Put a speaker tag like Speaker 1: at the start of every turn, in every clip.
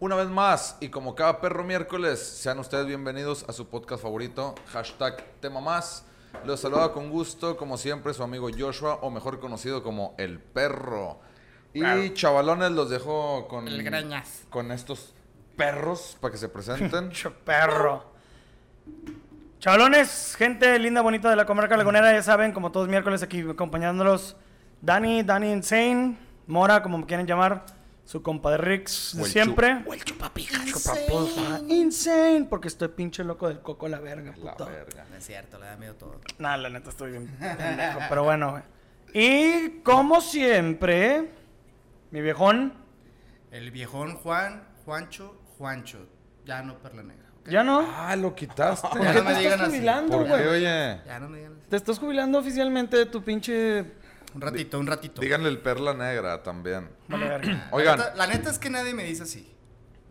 Speaker 1: Una vez más, y como cada perro miércoles, sean ustedes bienvenidos a su podcast favorito, hashtag tema más. Los saluda con gusto, como siempre, su amigo Joshua, o mejor conocido como El Perro. Y
Speaker 2: Claro.
Speaker 1: chavalones, los dejo con,
Speaker 3: El Greñas.
Speaker 1: con estos perros para que se presenten.
Speaker 2: Pinche perro. Chavalones, gente linda, bonita de la comarca lagunera, ya saben, como todos miércoles aquí acompañándolos. Dani, Dani Insane, Mora, como me quieren llamar, su compadre Rix de
Speaker 1: Huelchu-
Speaker 2: siempre.
Speaker 3: O el chupapijas.
Speaker 2: Chupaposa, Insane, porque estoy pinche loco del coco a la verga.
Speaker 1: La
Speaker 2: puto.
Speaker 1: verga.
Speaker 3: No es cierto, le da miedo todo.
Speaker 2: Nah, la neta estoy bien pendejo, pero bueno, güey. Y como siempre, mi viejón,
Speaker 3: El viejón Juan, Juancho, Juancho. Ya no Perla Negra. ¿ok?
Speaker 2: ya no.
Speaker 1: Ah, lo quitaste.
Speaker 2: ¿Por
Speaker 3: Ya
Speaker 2: qué
Speaker 3: no me
Speaker 2: te
Speaker 3: digan
Speaker 2: estás
Speaker 3: así.
Speaker 2: jubilando,
Speaker 1: ¿Por qué,
Speaker 2: güey?
Speaker 1: oye?
Speaker 3: Ya no me digan así.
Speaker 2: Te estás jubilando oficialmente de tu pinche.
Speaker 3: Un ratito, un ratito.
Speaker 1: Díganle el perla negra también.
Speaker 2: Vale, verga.
Speaker 1: Oigan,
Speaker 3: La neta, la neta es que nadie me dice así.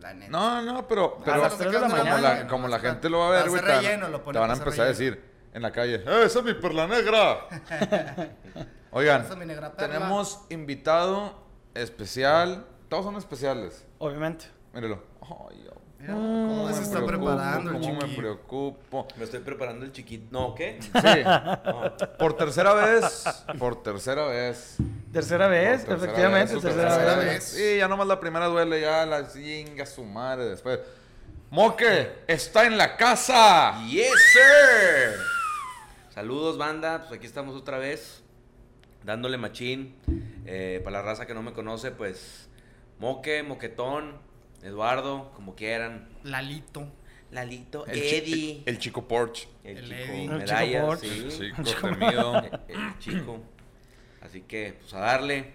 Speaker 3: La neta.
Speaker 1: no, no, pero, pero
Speaker 2: las tres de la
Speaker 1: como,
Speaker 2: mañana,
Speaker 1: la, como la gente lo va a ver, güey, te, van-
Speaker 3: relleno, lo
Speaker 1: te
Speaker 3: ponen
Speaker 1: van a
Speaker 3: para hacer
Speaker 1: empezar a
Speaker 3: relleno.
Speaker 1: decir en la calle, "Eh, ¡Esa es mi perla negra! Oigan,
Speaker 3: Esa es mi negra perla.
Speaker 1: tenemos invitado especial. Todos son especiales.
Speaker 2: Obviamente.
Speaker 1: Mírenlo. Ay, yo-
Speaker 3: Mira, ¿Cómo
Speaker 1: me
Speaker 3: se está
Speaker 1: preocupo,
Speaker 3: preparando el
Speaker 1: cómo me
Speaker 3: chiquillo?
Speaker 1: preocupo.
Speaker 4: Me estoy preparando el chiquito. No, ¿qué?
Speaker 1: Sí. Por tercera vez, por tercera vez.
Speaker 2: Tercera vez,
Speaker 1: Por
Speaker 2: efectivamente,
Speaker 1: vez,
Speaker 2: tercera,
Speaker 3: tercera
Speaker 2: vez.
Speaker 3: vez.
Speaker 1: Sí, ya nomás la primera duele, ya la chinga su madre después. Moque, está en la casa.
Speaker 4: Yes, sir. Saludos, banda. Pues aquí estamos otra vez. Dándole machín. Eh, para la raza que no me conoce, pues. Moque, Moquetón, Eduardo, como quieran.
Speaker 3: Lalito.
Speaker 4: Lalito,
Speaker 1: El, chi-
Speaker 4: Eddie.
Speaker 1: el- el chico Porch.
Speaker 4: El,
Speaker 3: el
Speaker 4: chico
Speaker 3: Eddie. El
Speaker 2: chico
Speaker 4: medalla,
Speaker 2: Borch.
Speaker 4: sí.
Speaker 1: El
Speaker 4: Eh,
Speaker 1: chico temido.
Speaker 4: El, chico. Así que, pues a darle.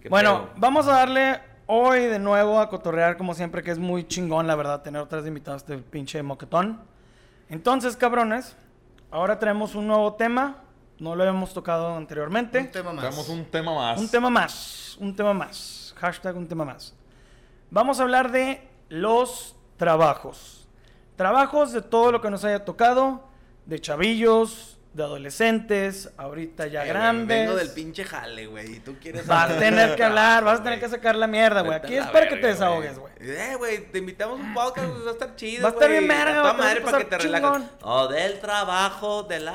Speaker 4: ¿Qué
Speaker 2: Bueno,
Speaker 4: pedo?
Speaker 2: vamos a darle hoy de nuevo a cotorrear, como siempre, que es muy chingón, la verdad, tener otra vez invitados a este pinche moquetón. Entonces, cabrones, ahora tenemos un nuevo tema. No lo habíamos tocado anteriormente.
Speaker 3: Un tema más.
Speaker 1: Tenemos un tema más.
Speaker 2: Un tema más, un tema más. Hashtag un tema más. Vamos a hablar de los trabajos. Trabajos de todo lo que nos haya tocado, de chavillos, de adolescentes, ahorita ya
Speaker 4: Eh, güey,
Speaker 2: grandes.
Speaker 4: Vengo del pinche jale, güey. Y tú quieres.
Speaker 2: Vas a tener que hablar, vas a tener
Speaker 4: Güey.
Speaker 2: que sacar la mierda, güey.
Speaker 4: Vete
Speaker 2: Aquí
Speaker 4: a
Speaker 2: es
Speaker 4: la
Speaker 2: para que te
Speaker 4: verga,
Speaker 2: desahogues, güey. Ah.
Speaker 4: Eh, güey, te invitamos a un podcast, güey, va a estar chido.
Speaker 2: Va a estar
Speaker 4: güey.
Speaker 2: bien verga,
Speaker 4: A
Speaker 2: güey,
Speaker 4: toda
Speaker 2: te vas a
Speaker 4: madre para que te
Speaker 2: pasar
Speaker 4: relajes.
Speaker 2: chingón.
Speaker 4: O del trabajo, de la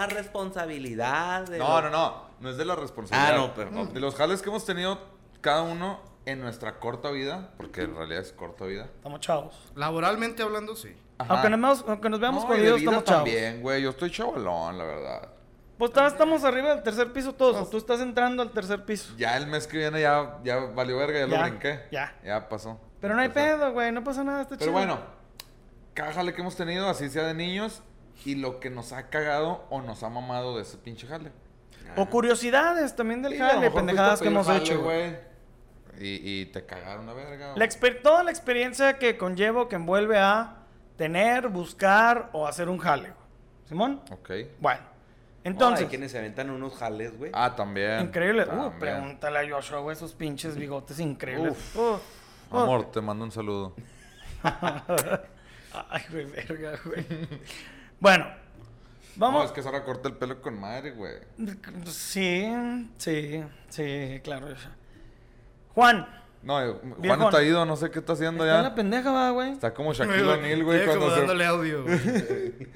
Speaker 4: responsabilidad. de
Speaker 1: No, no,
Speaker 4: lo-
Speaker 1: no. No es de la responsabilidad.
Speaker 4: Ah, no, pero- ok.
Speaker 1: De los jales que hemos tenido cada uno en nuestra corta vida, porque en realidad es corta vida.
Speaker 2: Estamos chavos.
Speaker 3: Laboralmente hablando, sí.
Speaker 1: Ajá.
Speaker 2: Aunque nos, veamos- aunque nos veamos
Speaker 1: No, y de
Speaker 2: jodidos,
Speaker 1: vida
Speaker 2: estamos chavos.
Speaker 1: también, güey. Yo estoy chavalón, la verdad.
Speaker 2: Pues ta- estamos arriba del tercer piso todos. o tú estás entrando al tercer piso.
Speaker 1: Ya el mes que viene ya, ya valió verga, ya,
Speaker 2: Ya,
Speaker 1: lo brinqué.
Speaker 2: ya.
Speaker 1: Ya pasó.
Speaker 2: Pero no hay
Speaker 1: O sea,
Speaker 2: pedo, güey. No pasa nada, está
Speaker 1: Pero
Speaker 2: chido.
Speaker 1: bueno, cada jale que hemos tenido, así sea de niños, y lo que nos ha cagado o nos ha mamado de ese pinche jale.
Speaker 2: O curiosidades también del
Speaker 1: Sí, a lo
Speaker 2: jale,
Speaker 1: mejor
Speaker 2: pendejadas
Speaker 1: fuiste
Speaker 2: que
Speaker 1: a
Speaker 2: hemos
Speaker 1: pedir jale,
Speaker 2: hecho, güey.
Speaker 1: Y, y te cagaron la verga. o-
Speaker 2: La exper- toda la experiencia que conllevo, que envuelve a tener, buscar o hacer un jale, güey. ¿Simón?
Speaker 1: Ok.
Speaker 2: Bueno. Entonces,
Speaker 4: Ay, quienes se aventan unos jales, güey.
Speaker 1: Ah, también.
Speaker 2: increíble. Uh,
Speaker 1: También.
Speaker 2: pregúntale a Joshua, güey, esos pinches bigotes increíbles.
Speaker 1: Uf.
Speaker 2: Uh, uh.
Speaker 1: Amor, te mando un saludo.
Speaker 2: Ay, güey, verga, güey. Bueno,
Speaker 1: Vamos. No,
Speaker 2: vamos.
Speaker 1: es que Sara corta el pelo con madre, güey.
Speaker 2: Sí, sí, sí, claro. Juan,
Speaker 1: No, eh, Juan
Speaker 2: Viejón.
Speaker 1: está ido, no sé qué está haciendo
Speaker 2: está en
Speaker 1: ya.
Speaker 2: la pendeja, va, güey.
Speaker 1: Está como Shaquille O'Neal, Pues güey,
Speaker 3: Estoy
Speaker 1: cuando se...
Speaker 3: acomodándole audio. güey.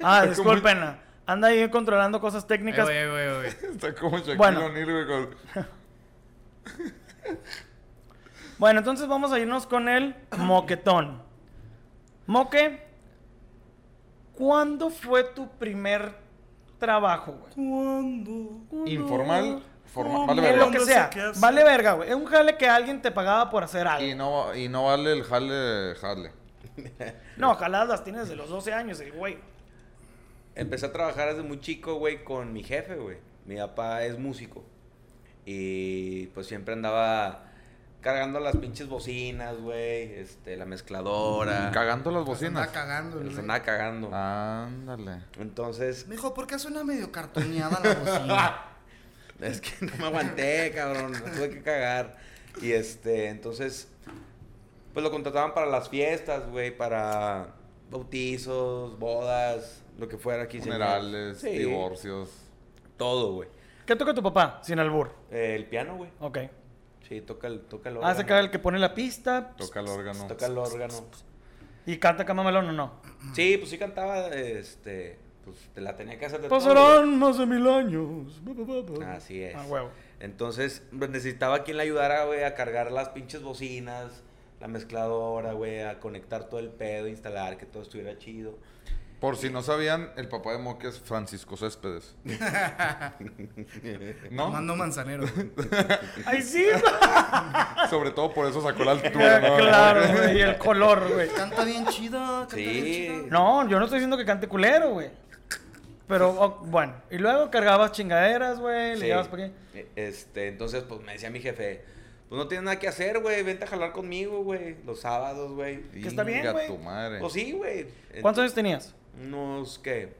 Speaker 2: Ah,
Speaker 1: Está como-
Speaker 2: disculpen. Anda ahí controlando cosas
Speaker 3: Eh,
Speaker 2: técnicas.
Speaker 3: güey, güey, güey.
Speaker 1: Está como Shaquille
Speaker 2: Bueno.
Speaker 1: O'Neal, güey, con...
Speaker 2: Bueno, entonces vamos a irnos con el moquetón. Moque, ¿cuándo fue tu primer trabajo, güey?
Speaker 1: Informal, formal, vale
Speaker 2: Vale lo
Speaker 1: verga.
Speaker 2: que sea. Vale verga, güey. Es un jale que alguien te pagaba por hacer
Speaker 1: Y
Speaker 2: algo.
Speaker 1: no, y no vale el jale, jale.
Speaker 2: No, jaladas las tienes desde los 12 años, el güey.
Speaker 4: Empecé a trabajar desde muy chico, güey, con mi jefe, güey. Mi papá es músico. Y pues siempre andaba cargando las pinches bocinas, güey. Este, la mezcladora.
Speaker 1: Cagando las
Speaker 3: Se andaba
Speaker 1: bocinas.
Speaker 3: cagando. el
Speaker 4: Los
Speaker 3: güey.
Speaker 4: andaba cagando.
Speaker 2: Ah.
Speaker 1: Ándale.
Speaker 4: Entonces,
Speaker 3: Me dijo, ¿por qué suena medio cartoneada la bocina?
Speaker 4: Es que no me aguanté, cabrón. me tuve que cagar. Y este, entonces, pues lo contrataban para las fiestas, güey, para bautizos, bodas, lo que fuera aquí. señor.
Speaker 1: Funerales,
Speaker 4: Sí,
Speaker 1: divorcios.
Speaker 4: Todo, güey.
Speaker 2: ¿Qué toca tu papá? Sin albur.
Speaker 4: Eh, el piano, güey.
Speaker 2: Ok.
Speaker 4: Sí, toca el, toca el
Speaker 2: Ah, se acaba el que pone la pista
Speaker 1: Toca el órgano.
Speaker 4: Toca el órgano.
Speaker 2: y canta acá mamalón o no.
Speaker 4: Sí, pues sí cantaba, este, pues te la tenía que hacer de todo, güey.
Speaker 2: Pasarán más de mil años. Ba, ba, ba, ba.
Speaker 4: Así es.
Speaker 2: Ah, huevo.
Speaker 4: Entonces, pues, necesitaba quien le ayudara, güey, a cargar las pinches bocinas, la mezcladora, güey, a conectar todo el pedo, instalar, que todo estuviera chido.
Speaker 1: Por si no sabían, el papá de Moque es Francisco Céspedes. ¿No?
Speaker 3: Mando manzanero. güey.
Speaker 2: Ay, sí.
Speaker 1: Sobre todo por eso sacó la altura, ¿no?
Speaker 2: claro, güey. Y el color, güey.
Speaker 3: Canta bien chido, canta bien
Speaker 4: Sí.
Speaker 3: chido.
Speaker 2: No, yo no estoy diciendo que cante culero, güey. Pero, o- bueno. Y luego cargabas chingaderas,
Speaker 1: Eh,
Speaker 2: güey. Le
Speaker 4: Sí.
Speaker 2: llevabas por aquí.
Speaker 4: E- Este, entonces, pues me decía mi jefe, pues no tienes nada que hacer, güey, vente a jalar conmigo, güey, los sábados, güey.
Speaker 2: Que está bien,
Speaker 1: Inga
Speaker 2: güey.
Speaker 1: tu madre.
Speaker 4: Pues sí, güey.
Speaker 2: ¿Cuántos años tenías?
Speaker 4: Unos, ¿qué?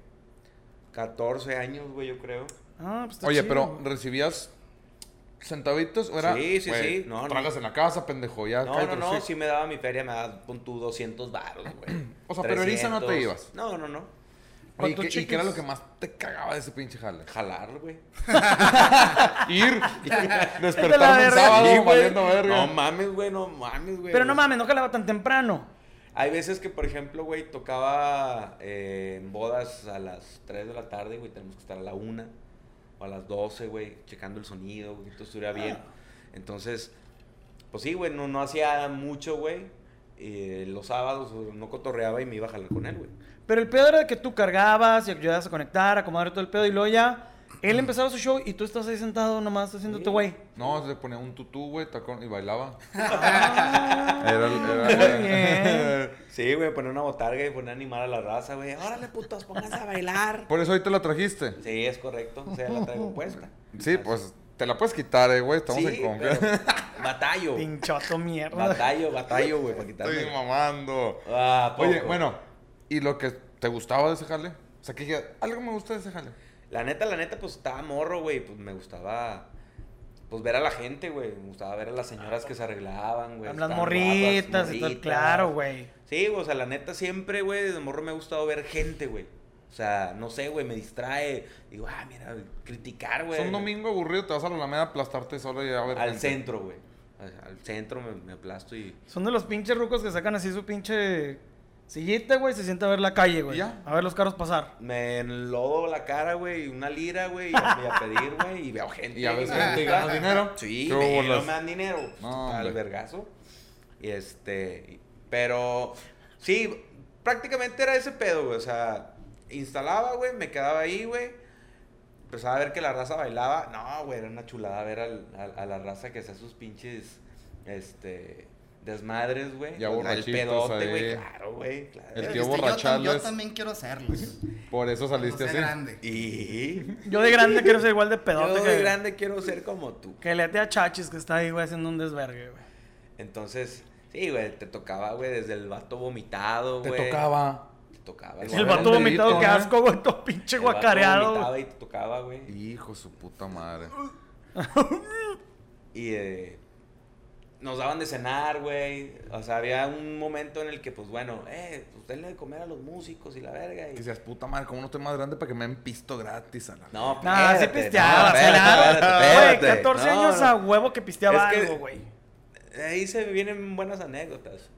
Speaker 4: 14 años, güey, yo creo.
Speaker 2: Ah, pues está
Speaker 1: Oye,
Speaker 2: chido,
Speaker 1: pero
Speaker 2: güey.
Speaker 1: ¿recibías centavitos o era?
Speaker 4: Sí, sí,
Speaker 1: güey,
Speaker 4: sí. No, no.
Speaker 1: tragas en la casa, pendejo, ya.
Speaker 4: No, no,
Speaker 1: cállate,
Speaker 4: no,
Speaker 1: Ah, sí.
Speaker 4: sí me daba mi feria, me daba con tu 200 baros, güey.
Speaker 1: O sea, pero eriza no te
Speaker 4: 300.
Speaker 1: ibas.
Speaker 4: No, no, no.
Speaker 1: Oye, ¿y
Speaker 2: ¿Cuántos
Speaker 1: qué- ¿Y qué era
Speaker 2: chiquis?
Speaker 1: lo que más te cagaba de ese pinche jale?
Speaker 4: Jalar, güey.
Speaker 1: Ir,
Speaker 2: De la
Speaker 1: despertarme un
Speaker 2: verga.
Speaker 1: sábado
Speaker 2: Sí, güey.
Speaker 1: valiendo verga.
Speaker 4: No mames, güey, no mames, güey.
Speaker 2: Pero no mames, no jalaba tan temprano.
Speaker 4: Hay veces que, por ejemplo, güey, tocaba eh, en bodas a las 3 de la tarde, güey, tenemos que estar a la 1 o a las 12, güey, checando el sonido, güey, que todo estuviera bien. Entonces, pues sí, güey, no, no hacía mucho, güey. Eh, los sábados güey, no cotorreaba y me iba a jalar con él, güey.
Speaker 2: Pero el pedo era de que tú cargabas y ayudabas a conectar, a acomodar todo el pedo y luego ya él empezaba su show y tú estás ahí sentado nomás haciéndote güey.
Speaker 1: No, se ponía un tutú, güey, tacón y bailaba.
Speaker 2: Ah,
Speaker 1: Era, era,
Speaker 2: muy
Speaker 1: era-
Speaker 2: bien.
Speaker 4: Sí, güey, poner una botarga y poner a animar a la raza, güey. Órale, putos, pónganse a bailar.
Speaker 1: Por eso hoy te la trajiste.
Speaker 4: Sí, es correcto. O sea, la traigo puesta.
Speaker 1: Sí, pues te la puedes quitar, eh, güey. Estamos
Speaker 4: Sí,
Speaker 1: en confianza.
Speaker 4: pero Batallo.
Speaker 2: Pinchoto mierda.
Speaker 4: Batallo, batallo, güey, para quitarme.
Speaker 1: Estoy mamando.
Speaker 4: Ah, ¿a
Speaker 1: Oye,
Speaker 4: poco?
Speaker 1: bueno, ¿y lo que te gustaba de ese jale? O sea, que digas, algo me gusta de ese jale.
Speaker 4: La neta, la neta, pues estaba morro, güey. Pues me gustaba. Pues ver a la gente, güey. Me gustaba ver a las señoras que se arreglaban, güey.
Speaker 2: Hablan
Speaker 4: Estaban
Speaker 2: morritas
Speaker 4: guapas,
Speaker 2: y todo.
Speaker 4: morritas.
Speaker 2: Claro, güey.
Speaker 4: Sí, güey, o sea, la neta, siempre, güey, desde morro me ha gustado ver gente, güey. O sea, no sé, güey, me distrae. Digo, ah, mira, criticar, güey.
Speaker 1: Es un domingo aburrido, te vas a la Alameda a aplastarte solo y a ver.
Speaker 4: Al
Speaker 1: gente.
Speaker 4: centro, güey. Al- Al centro me, me aplasto y.
Speaker 2: Son de los pinches rucos que sacan así su pinche sillita, güey, se sienta a ver la calle, güey.
Speaker 1: ¿Y ya?
Speaker 2: A ver los carros pasar.
Speaker 4: Me enlodo la cara, güey, y una lira, güey, y a, y a pedir, güey, y veo gente.
Speaker 1: Y a veces
Speaker 4: güey.
Speaker 1: te ganas dinero.
Speaker 4: Sí,
Speaker 1: ¿Qué
Speaker 4: me-
Speaker 1: hubo
Speaker 4: no
Speaker 1: las-
Speaker 4: me dan dinero.
Speaker 1: No,
Speaker 4: al
Speaker 1: hombre.
Speaker 4: vergazo. Y este. y- Pero. Sí, prácticamente era ese pedo, güey. O sea, instalaba, güey, me quedaba ahí, güey. Empezaba a ver que la raza bailaba. No, güey, era una chulada ver al- a, a la raza que hacía sus pinches. Este. Desmadres, güey.
Speaker 1: Ya
Speaker 4: Al
Speaker 1: borrachitos
Speaker 4: pedote,
Speaker 1: ahí.
Speaker 4: güey. Claro, güey. Claro.
Speaker 1: El tío
Speaker 3: Pero dijiste, yo tam-
Speaker 1: borrachales.
Speaker 3: Yo también quiero hacerlos.
Speaker 1: Por eso
Speaker 3: No
Speaker 1: saliste
Speaker 3: sé
Speaker 1: así.
Speaker 3: grande.
Speaker 4: Y.
Speaker 2: Yo de grande quiero ser igual de
Speaker 4: Yo
Speaker 2: pedote
Speaker 4: de
Speaker 2: que,
Speaker 4: grande quiero ser como tú.
Speaker 2: que le ate a Chachis que está ahí, güey, haciendo un desvergue, güey.
Speaker 4: Entonces, sí, güey, te tocaba, güey, desde el vato vomitado,
Speaker 1: Te
Speaker 4: güey.
Speaker 1: tocaba.
Speaker 4: Te tocaba.
Speaker 1: El
Speaker 4: güey.
Speaker 2: El
Speaker 1: Era
Speaker 2: vato
Speaker 1: un
Speaker 2: vomitado,
Speaker 1: dedito,
Speaker 2: qué
Speaker 1: ¿no?
Speaker 2: asco, güey, todo pinche
Speaker 4: El vato
Speaker 2: guacareado.
Speaker 4: vomitaba
Speaker 2: güey.
Speaker 4: y te tocaba, güey.
Speaker 1: Hijo de su puta madre.
Speaker 4: Y eh, nos daban de cenar, güey. O sea, había un momento en el que, pues bueno, eh, pues denle de comer a los músicos y la verga.
Speaker 1: Que
Speaker 4: Y...
Speaker 1: seas puta madre, como no estoy más grande para que me den pisto gratis a la.
Speaker 4: No,
Speaker 2: No, sí
Speaker 4: espérate,
Speaker 2: pisteaba,
Speaker 4: no,
Speaker 2: claro.
Speaker 4: espérate,
Speaker 2: Güey,
Speaker 4: espérate.
Speaker 2: 14
Speaker 4: No,
Speaker 2: años ah.
Speaker 4: no.
Speaker 2: a huevo que pisteaba
Speaker 4: Es que-
Speaker 2: algo, güey.
Speaker 4: Ahí se vienen buenas anécdotas.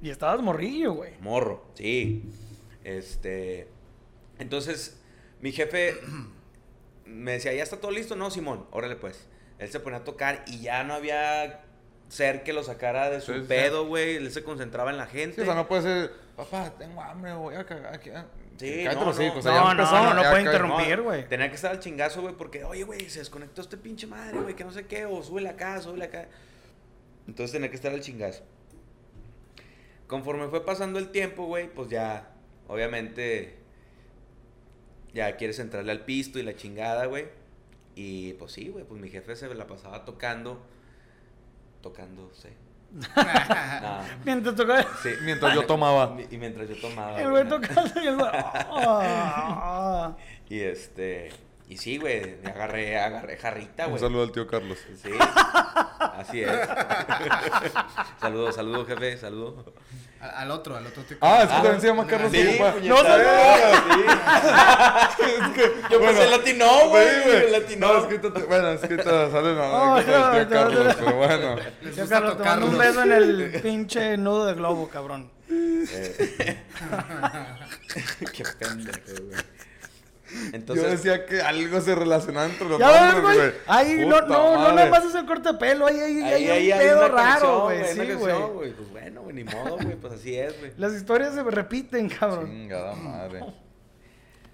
Speaker 2: Y estabas morrillo, güey.
Speaker 4: Morro, sí. Este. Entonces, mi jefe me decía, ¿ya está todo listo? No, Simón, órale pues. Él se ponía a tocar y ya no había ser que lo sacara de su
Speaker 1: Sí, sí.
Speaker 4: pedo, güey. Él se concentraba en la gente.
Speaker 1: Sí, o sea, no puede ser, papá, tengo hambre, voy a cagar aquí. ah".
Speaker 4: Sí,
Speaker 1: Cállate
Speaker 4: no,
Speaker 1: los hijos,
Speaker 4: no.
Speaker 1: o sea,
Speaker 2: No,
Speaker 1: ya
Speaker 2: no,
Speaker 1: empezó,
Speaker 2: no, no
Speaker 1: ya
Speaker 2: puede
Speaker 1: cagué.
Speaker 2: interrumpir. romper, güey.
Speaker 4: Tenía que estar al chingazo, güey, porque, oye, güey, se desconectó este pinche madre, güey, que no sé qué, o súbele acá, súbele acá. Entonces tenía que estar al chingazo. Conforme fue pasando el tiempo, güey, pues ya, obviamente, ya quieres entrarle al pisto y la chingada, güey. Y pues sí, güey, pues mi jefe se la pasaba tocando, tocándose. Nah,
Speaker 2: Mientras tocaba.
Speaker 4: sí.
Speaker 1: Ah.
Speaker 4: Ah,
Speaker 1: Mientras yo tomaba.
Speaker 4: Y mientras yo tomaba.
Speaker 2: El güey
Speaker 4: güey, nah.
Speaker 2: tocando y el güey. ah, ah.
Speaker 4: Y este. Y sí, güey. me Agarré, agarré
Speaker 1: Un
Speaker 4: jarrita, Ah, güey.
Speaker 1: saludo al tío Carlos.
Speaker 4: Sí. Así es. saludo, saludo, jefe, saludo.
Speaker 3: Al, al otro, al otro. te-
Speaker 1: Ah, es que también se llama Carlos
Speaker 4: Sí,
Speaker 1: Tucumán.
Speaker 4: puñetas.
Speaker 2: No,
Speaker 4: Yo pensé latino, güey.
Speaker 1: güey.
Speaker 4: Latino.
Speaker 1: No, es que ahorita- bueno, es que ahorita sale la
Speaker 2: No,
Speaker 1: madre que
Speaker 2: no,
Speaker 1: parecía
Speaker 2: no, no,
Speaker 1: Carlos,
Speaker 2: no.
Speaker 1: pero bueno.
Speaker 3: Les
Speaker 2: Yo,
Speaker 3: gusta
Speaker 2: Carlos, te mando un
Speaker 3: tocarlos.
Speaker 2: beso en el pinche nudo de globo, cabrón. Eh.
Speaker 4: Qué pendejo, güey.
Speaker 1: Yo
Speaker 4: Entonces,
Speaker 1: decía que algo se relacionaba entre los
Speaker 2: Ya ves,
Speaker 1: nombres,
Speaker 2: güey. Ahí no,
Speaker 1: Puta
Speaker 2: no, no, nada
Speaker 1: madre.
Speaker 2: más es el corte de pelo. Ahí, ahí, ahí, hay un
Speaker 4: hay
Speaker 2: pedo
Speaker 4: una
Speaker 2: raro,
Speaker 4: conexión,
Speaker 2: güey.
Speaker 4: hay una
Speaker 2: Sí,
Speaker 4: conexión,
Speaker 2: güey.
Speaker 4: Pues bueno, güey, ni modo, güey. Pues así es, güey.
Speaker 2: Las historias se repiten, cabrón.
Speaker 1: Chingada madre.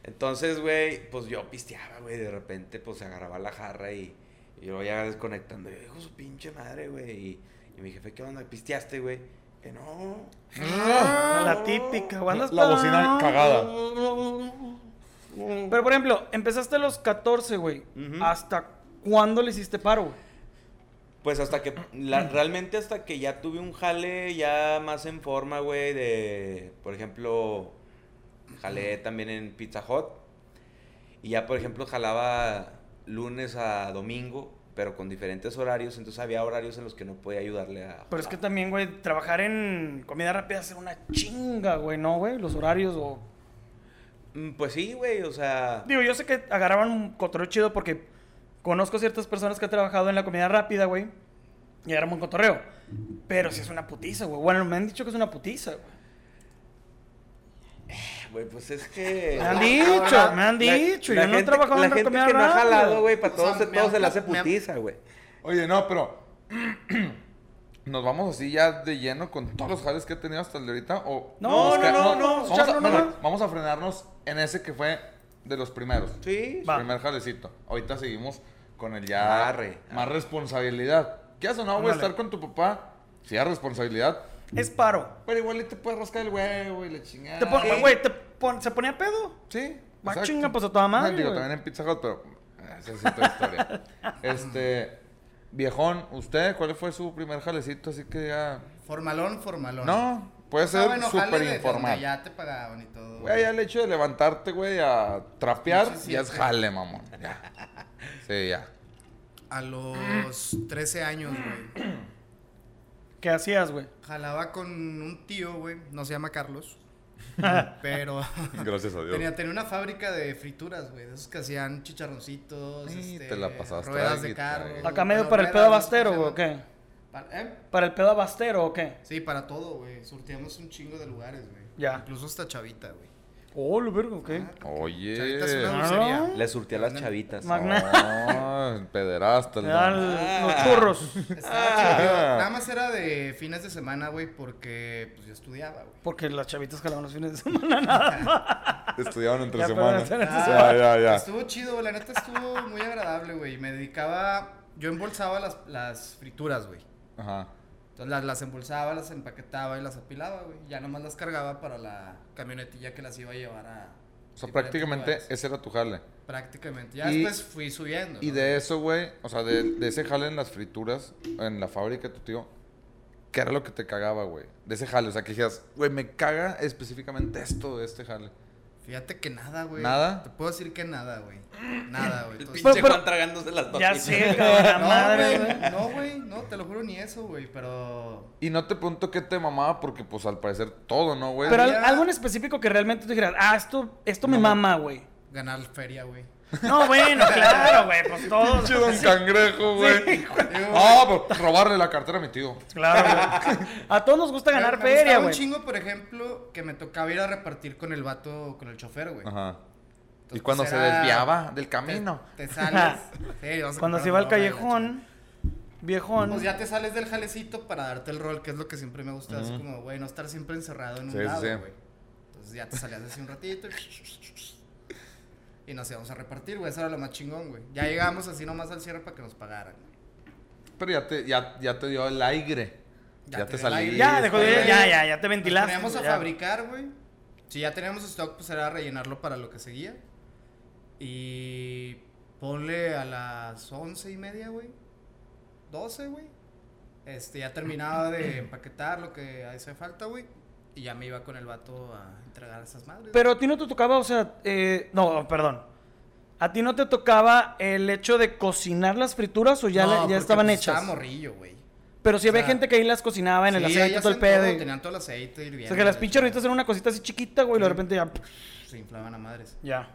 Speaker 4: Entonces, güey, pues yo pisteaba, güey. De repente, pues se agarraba la jarra y, y yo ya desconectando. Yo digo, su pinche madre, güey. Y, y mi jefe, ¿qué onda? ¿Pisteaste, güey? Que no.
Speaker 2: Ah, La típica, güey. andas
Speaker 1: La
Speaker 2: pa-
Speaker 1: bocina cagada.
Speaker 2: Pero, por ejemplo, empezaste a los 14, güey.
Speaker 4: Ujú.
Speaker 2: ¿Hasta cuándo le hiciste paro, güey?
Speaker 4: Pues hasta que, la- realmente hasta que ya tuve un jale ya más en forma, güey, de, por ejemplo, jalé también en Pizza Hut. Y ya, por ejemplo, jalaba lunes a domingo, pero con diferentes horarios. Entonces había horarios en los que no podía ayudarle a...
Speaker 2: Pero es que
Speaker 4: jalar.
Speaker 2: también, güey, trabajar en comida rápida es una chinga, güey, ¿no, güey? Los horarios o...
Speaker 4: Mm, Pues sí, güey, o sea...
Speaker 2: Digo, yo sé que agarraban un cotorreo chido porque conozco ciertas personas que han trabajado en la comida rápida, güey, y agarran un cotorreo. Pero sí es una putiza, güey. Bueno, me han dicho que es una putiza, güey.
Speaker 4: Güey, pues es que...
Speaker 2: Me han
Speaker 4: La-
Speaker 2: dicho, me han
Speaker 4: la-
Speaker 2: dicho.
Speaker 4: la
Speaker 2: yo no he
Speaker 4: gente-
Speaker 2: trabajado en
Speaker 4: la
Speaker 2: la
Speaker 4: gente
Speaker 2: comida
Speaker 4: que no ha
Speaker 2: rápida.
Speaker 4: jalado, güey, para
Speaker 3: O sea,
Speaker 4: todos, se-
Speaker 3: me
Speaker 4: todos
Speaker 3: ha-
Speaker 4: se le hace
Speaker 3: me ha-
Speaker 4: putiza, güey.
Speaker 1: Oye, no, pero. Nos vamos así ya de lleno con todos los jales que he tenido hasta el de ahorita. O
Speaker 2: No,
Speaker 1: vamos
Speaker 2: no,
Speaker 1: ca-
Speaker 2: no, no,
Speaker 1: Vamos,
Speaker 2: Charlo,
Speaker 1: a,
Speaker 2: no,
Speaker 1: bueno,
Speaker 2: no.
Speaker 1: vamos a frenarnos en ese que fue de los primeros.
Speaker 4: Sí,
Speaker 2: Va.
Speaker 1: Primer jalecito. Ahorita seguimos con el ya
Speaker 4: Arre,
Speaker 1: más responsabilidad. ¿Qué haces, no, güey?
Speaker 2: Ándale.
Speaker 1: Estar con tu papá, si hay responsabilidad.
Speaker 2: Es paro.
Speaker 1: Pero igual y te puedes rascar el huevo y la chingada.
Speaker 2: Te pon-
Speaker 4: sí.
Speaker 2: Güey, te pon- ¿se ponía pedo?
Speaker 1: Sí.
Speaker 2: Va
Speaker 1: exacto.
Speaker 2: chinga, pues, a toda madre,
Speaker 1: Ah, Digo,
Speaker 2: güey.
Speaker 1: también en Pizza Hut, pero eh, esa es otra historia. Este, viejón, ¿usted cuál fue su primer jalecito? Así que ya...
Speaker 3: Formalón, formalón.
Speaker 1: No, puede
Speaker 3: Ah,
Speaker 1: ser
Speaker 3: bueno, jale
Speaker 1: súper
Speaker 3: de donde
Speaker 1: informal.
Speaker 3: Ya te pagaban y todo.
Speaker 1: Güey, ya el hecho de levantarte, güey, a trapear,
Speaker 3: Sí, sí,
Speaker 1: ya es
Speaker 3: sí.
Speaker 1: jale, mamón. Ya. Sí, ya.
Speaker 3: A los 13 años, güey.
Speaker 2: ¿Qué hacías, güey?
Speaker 3: Jalaba con un tío, güey. No se llama Carlos. pero
Speaker 1: Gracias a
Speaker 3: tenía, tenía una fábrica de frituras, güey. De esos que hacían chicharroncitos.
Speaker 1: Y
Speaker 3: este,
Speaker 1: te la pasabas
Speaker 3: Ruedas
Speaker 1: tragui,
Speaker 3: de carro.
Speaker 1: tragui.
Speaker 2: ¿Acá medio
Speaker 3: bueno,
Speaker 2: para el pedo
Speaker 3: ruedas, no sé
Speaker 2: abastero,
Speaker 3: cómo
Speaker 2: güey,
Speaker 3: se
Speaker 2: o qué?
Speaker 3: llama. Pa- ¿eh?
Speaker 2: ¿Para el pedo abastero o qué?
Speaker 3: Sí, para todo, güey. Surtíamos un chingo de lugares, güey.
Speaker 2: Ya.
Speaker 3: Incluso hasta Chavita, güey.
Speaker 2: Oh, lo vergo, ¿qué?
Speaker 3: Chavita es
Speaker 1: Oye.
Speaker 3: una dulcería.
Speaker 4: Le surtí a las chavitas.
Speaker 2: Magna.
Speaker 1: No, pederasta. el
Speaker 2: Te dan
Speaker 1: don.
Speaker 2: los churros.
Speaker 3: Estaba
Speaker 1: Ah.
Speaker 3: chido. Nada más era de fines de semana, güey, porque pues yo estudiaba, güey.
Speaker 2: Porque las chavitas jalaban los fines de semana.
Speaker 1: Estudiaban entre
Speaker 2: Ya,
Speaker 1: semana.
Speaker 2: perdón, entre
Speaker 1: Ya, ya, ya.
Speaker 3: Ah, Estuvo chido, güey, la neta estuvo muy agradable, güey. Me dedicaba, yo embolsaba las, las frituras, güey.
Speaker 1: Ajá.
Speaker 3: Entonces las, las embolsaba, las empaquetaba y las apilaba, güey. Ya nomás las cargaba para la camionetilla que las iba a llevar a...
Speaker 1: O sea,
Speaker 3: diferentes
Speaker 1: prácticamente
Speaker 3: lugares.
Speaker 1: ese era tu jale.
Speaker 3: Prácticamente. Ya
Speaker 1: Y-
Speaker 3: después fui subiendo.
Speaker 1: Y
Speaker 3: ¿no?
Speaker 1: de eso, güey, o sea, de, de ese jale en las frituras, en la fábrica de tu tío, ¿qué era lo que te cagaba, güey? De ese jale, o sea, que dijeras, güey, me caga específicamente esto de este jale.
Speaker 3: Fíjate que nada, güey.
Speaker 1: ¿Nada?
Speaker 3: Te puedo decir que nada, güey. Nada, güey. Entonces-
Speaker 2: Pero- pero-
Speaker 4: Juan tragándose las
Speaker 2: Ya
Speaker 4: papitas. Este
Speaker 2: sé, cabrón, la
Speaker 3: No,
Speaker 2: madre,
Speaker 3: güey,
Speaker 2: güey.
Speaker 3: No, güey, no, te lo juro ni eso, güey, pero...
Speaker 1: Y no te pregunto qué te mamaba, porque, pues, al parecer todo, ¿no, güey?
Speaker 2: Pero al-
Speaker 3: Había-
Speaker 2: algo en específico que realmente tú dijeras, ah, esto, esto me
Speaker 1: No.
Speaker 2: mama, güey.
Speaker 3: Ganar feria, güey.
Speaker 2: No, bueno, claro, güey, pues todos.
Speaker 1: Pinche don cangrejo, güey. Ah, pues, robarle la cartera a mi tío.
Speaker 2: Claro, güey. A todos nos gusta ganar
Speaker 3: Me- me
Speaker 2: feria,
Speaker 3: gustaba un
Speaker 2: güey.
Speaker 3: chingo, por ejemplo, que me tocaba ir a repartir con el vato, con el chofer, güey.
Speaker 1: Ajá.
Speaker 3: Entonces,
Speaker 1: Y cuando
Speaker 3: pues,
Speaker 1: se
Speaker 3: era-
Speaker 1: desviaba del
Speaker 3: Te-
Speaker 1: camino.
Speaker 3: Te, sales. Sí, vas a
Speaker 2: Cuando
Speaker 3: comprar
Speaker 2: se iba al
Speaker 3: droga y la
Speaker 2: callejón,
Speaker 3: chingada.
Speaker 2: viejón.
Speaker 3: Pues ya te sales del jalecito para darte el rol, que es lo que siempre me gusta. Es como, güey, no estar siempre encerrado en un
Speaker 1: Sí, sí,
Speaker 3: lado,
Speaker 1: sí.
Speaker 3: güey. Entonces ya te salías así un ratito. Y, y nos íbamos a repartir, güey. Eso era lo más chingón, güey. Ya llegamos así nomás al cierre para que nos pagaran, güey.
Speaker 1: Pero ya te, ya, ya te dio el aire. Ya, te
Speaker 3: dio el
Speaker 1: salí.
Speaker 3: aire.
Speaker 2: Ya, dejó de-
Speaker 3: Güey,
Speaker 2: ya, ya, ya te
Speaker 3: nos
Speaker 2: ventilaste,
Speaker 3: poníamos a
Speaker 2: ya.
Speaker 3: fabricar, güey. Si ya teníamos stock, pues era rellenarlo para lo que seguía. Y ponle a las once y media, güey. 12, güey. Este, ya terminaba de empaquetar lo que hace falta, güey. Y ya me iba con el vato a entregar esas madres.
Speaker 2: Pero a ti no te tocaba, o sea, eh, no, perdón. ¿A ti no te tocaba el hecho de cocinar las frituras o ya,
Speaker 3: No,
Speaker 2: la- ya
Speaker 3: porque,
Speaker 2: estaban
Speaker 3: pues,
Speaker 2: hechas?
Speaker 3: Estaba morrillo, güey.
Speaker 2: Pero si había
Speaker 3: O sea,
Speaker 2: gente que ahí las cocinaba en el
Speaker 3: Sí,
Speaker 2: aceite,
Speaker 3: ellas
Speaker 2: todo el
Speaker 3: en
Speaker 2: pedo.
Speaker 3: todo,
Speaker 2: y-
Speaker 3: Tenían todo el aceite hirviendo.
Speaker 2: o sea, que las
Speaker 3: la
Speaker 2: pinches
Speaker 3: chingada.
Speaker 2: rolitas eran una cosita así chiquita, güey, y de
Speaker 3: Sí.
Speaker 2: repente ya.
Speaker 3: Se inflaban a madres.
Speaker 2: Ya.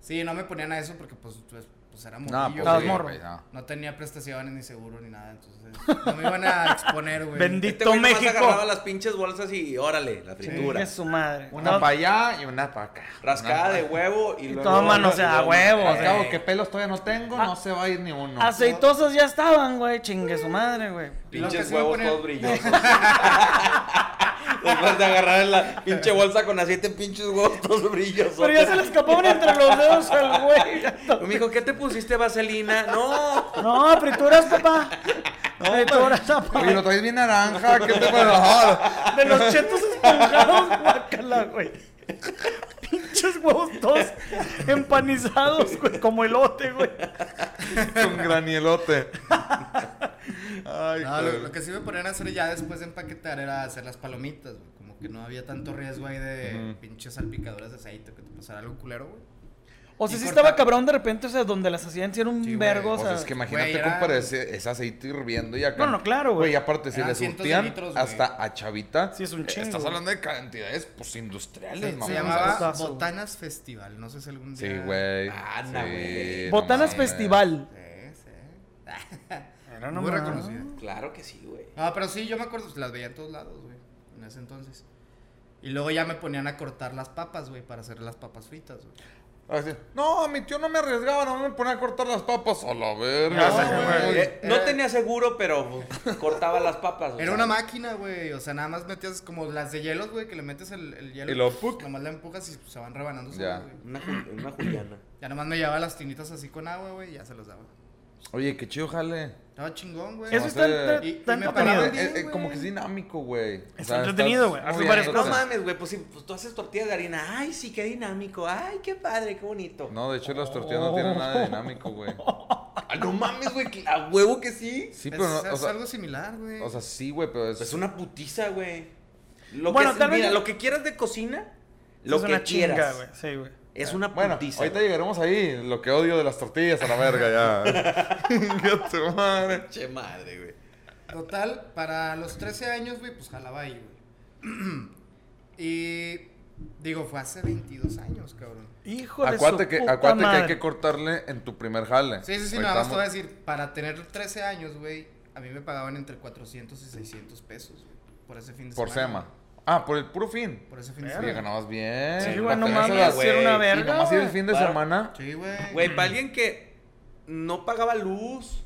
Speaker 3: Sí, no me ponían a eso porque pues, pues, pues era morrillo.
Speaker 1: No, pues,
Speaker 2: Estabas
Speaker 1: sí,
Speaker 3: güey.
Speaker 2: Ah, morro.
Speaker 1: güey, no.
Speaker 3: No tenía prestaciones ni seguro ni nada, entonces no me iban a exponer, güey.
Speaker 2: Bendito.
Speaker 4: Este güey nomás
Speaker 2: México.
Speaker 4: agarraba las pinches bolsas y órale, la fritura.
Speaker 2: Es su madre.
Speaker 1: Una
Speaker 2: No,
Speaker 1: para allá y una para acá.
Speaker 4: Rascada
Speaker 1: Una
Speaker 4: de
Speaker 1: pa'
Speaker 4: huevo y, luego...
Speaker 2: toma, no
Speaker 4: otra,
Speaker 2: sea,
Speaker 4: y luego-
Speaker 2: huevo,
Speaker 4: Eh,
Speaker 1: acá. Al cabo que pelos todavía no tengo, no se va a ir ni uno.
Speaker 2: Aceitosas ya estaban, güey. Chingue su madre, güey.
Speaker 3: Lo que
Speaker 4: Pinches
Speaker 3: sí iba a
Speaker 4: huevos
Speaker 3: poner-
Speaker 4: todos brillosos. Después de agarrar en la pinche bolsa con aceite, pinches huevos todos brillosos.
Speaker 2: Pero ya se le escapaban entre los dedos al güey.
Speaker 4: Me dijo, ¿qué te pusiste vaselina? No.
Speaker 2: No, frituras, papá. frituras, papá.
Speaker 1: Oye, lo traes bien naranja, ¿qué te pasa? Ah.
Speaker 2: De los chetos esponjados, guácala, güey. Pinches huevos todos empanizados, güey, como elote, güey.
Speaker 1: Con granielote. Ay,
Speaker 3: No, lo,
Speaker 1: joder.
Speaker 3: lo que sí me ponían a hacer ya después de empaquetar era hacer las palomitas, güey. Como que no había tanto riesgo ahí de pinches salpicaduras de aceite que te pasara algo culero, güey.
Speaker 2: O sea, sí
Speaker 3: Y
Speaker 2: estaba
Speaker 3: corta-
Speaker 2: cabrón de repente, o sea, donde las hacían, sí era un
Speaker 3: Sí, güey.
Speaker 2: vergo, o
Speaker 1: O
Speaker 2: sea.
Speaker 1: sea, pues es que imagínate,
Speaker 3: güey, era-
Speaker 1: compadre, ese, ese aceite hirviendo y acá.
Speaker 2: No, no, claro, güey.
Speaker 1: Y aparte, si
Speaker 3: Eran
Speaker 1: le
Speaker 3: cientos de
Speaker 1: surtían
Speaker 3: litros, güey.
Speaker 1: hasta a Chavita.
Speaker 2: Sí, es un
Speaker 1: eh,
Speaker 2: chingo,
Speaker 1: Estás
Speaker 2: güey.
Speaker 1: hablando de cantidades, pues, industriales,
Speaker 3: Se,
Speaker 1: mamá.
Speaker 3: llamaba
Speaker 2: Putazo, güey.
Speaker 3: Botanas Festival, no sé si algún día...
Speaker 1: Sí, güey.
Speaker 4: Ana,
Speaker 1: Sí,
Speaker 4: güey.
Speaker 1: no
Speaker 2: Botanas
Speaker 1: mames.
Speaker 2: Festival.
Speaker 3: Sí, sí.
Speaker 2: Era
Speaker 3: Muy reconocida.
Speaker 4: Claro que sí, güey.
Speaker 3: No, pero sí, yo me acuerdo, pues, las veía en todos lados, güey, en ese entonces. Y luego ya me ponían a cortar las papas, güey, para hacer las papas fritas, güey.
Speaker 1: Así, Ah, No, mi tío no me arriesgaba, no me ponía a cortar las papas. A la verga.
Speaker 2: No,
Speaker 1: güey.
Speaker 3: güey.
Speaker 4: Eh, no
Speaker 3: Era-
Speaker 4: tenía seguro, pero pues, cortaba las papas. o
Speaker 3: Era
Speaker 4: sea.
Speaker 3: una máquina, güey. O sea, nada más metías como las de hielos, güey, que le metes el, el hielo.
Speaker 1: Y lo
Speaker 3: pues,
Speaker 1: puc.
Speaker 3: Nomás la empujas y se van rebanando.
Speaker 1: Ya.
Speaker 3: Ya. Güey.
Speaker 4: Una, ju- una juliana.
Speaker 3: Ya nomás me llevaba las tinitas así con agua, güey, y ya se los daba.
Speaker 1: Oye, qué chido, jale.
Speaker 3: Estaba chingón, güey.
Speaker 2: Eso
Speaker 1: No
Speaker 2: está,
Speaker 1: sé.
Speaker 2: entre-
Speaker 3: Y-
Speaker 2: está
Speaker 3: y me
Speaker 2: entretenido.
Speaker 3: pararon-
Speaker 1: Eh, eh,
Speaker 3: güey.
Speaker 1: como que es dinámico, güey. O
Speaker 2: Es
Speaker 1: sea,
Speaker 2: entretenido,
Speaker 1: estás
Speaker 2: güey. Haces
Speaker 1: moviéndote.
Speaker 2: varias
Speaker 4: No
Speaker 2: cosas.
Speaker 4: mames, güey, pues, sí, pues tú haces tortillas de harina. Ay, sí, qué dinámico. Ay, qué padre, qué bonito.
Speaker 1: No, de hecho, las tortillas no tienen nada de dinámico, güey.
Speaker 4: Ah, no mames, güey, que- a huevo que sí.
Speaker 1: Sí,
Speaker 3: es,
Speaker 1: pero no. O
Speaker 3: es
Speaker 1: sea,
Speaker 3: algo similar, güey.
Speaker 1: o sea, sí, güey, pero es.
Speaker 4: Es una putiza, güey. Lo
Speaker 2: Bueno,
Speaker 4: que,
Speaker 2: tal vez-
Speaker 4: mira, lo que quieras de cocina, lo
Speaker 2: es
Speaker 4: que
Speaker 2: una
Speaker 4: quieras.
Speaker 2: chinga, güey. Sí, güey.
Speaker 4: Es una
Speaker 1: Bueno,
Speaker 4: putiza.
Speaker 1: ahorita
Speaker 4: güey.
Speaker 1: llegaremos ahí. Lo que odio de las tortillas a la verga, ya. Chinga tu madre.
Speaker 4: Che madre, güey.
Speaker 3: Total, para los 13 años, güey, pues jalaba ahí, güey. y digo, fue hace 22 años, cabrón.
Speaker 2: Hijo de
Speaker 1: Acuérdate
Speaker 2: su
Speaker 1: que,
Speaker 2: puta
Speaker 1: acuérdate que hay
Speaker 2: madre.
Speaker 1: que cortarle en tu primer jale.
Speaker 3: Sí, sí, sí,
Speaker 1: Ahorita
Speaker 3: nada más te voy a
Speaker 1: vamos-
Speaker 3: decir, para tener 13 años, güey, a mí me pagaban entre 400 y 600 pesos, güey, por ese fin de
Speaker 1: Por
Speaker 3: semana.
Speaker 1: SEMA. Ah, por el puro fin.
Speaker 3: Por ese fin de
Speaker 1: Sí,
Speaker 3: semana.
Speaker 1: ganabas bien.
Speaker 2: Sí, güey,
Speaker 1: Las
Speaker 2: no
Speaker 1: tenías a
Speaker 2: mames,
Speaker 1: las-
Speaker 2: sí era una
Speaker 4: güey,
Speaker 1: Y
Speaker 2: verga.
Speaker 1: nomás ir el
Speaker 2: güey.
Speaker 1: fin de
Speaker 4: Claro.
Speaker 1: semana.
Speaker 3: Sí, güey.
Speaker 4: Güey, para alguien que no pagaba luz,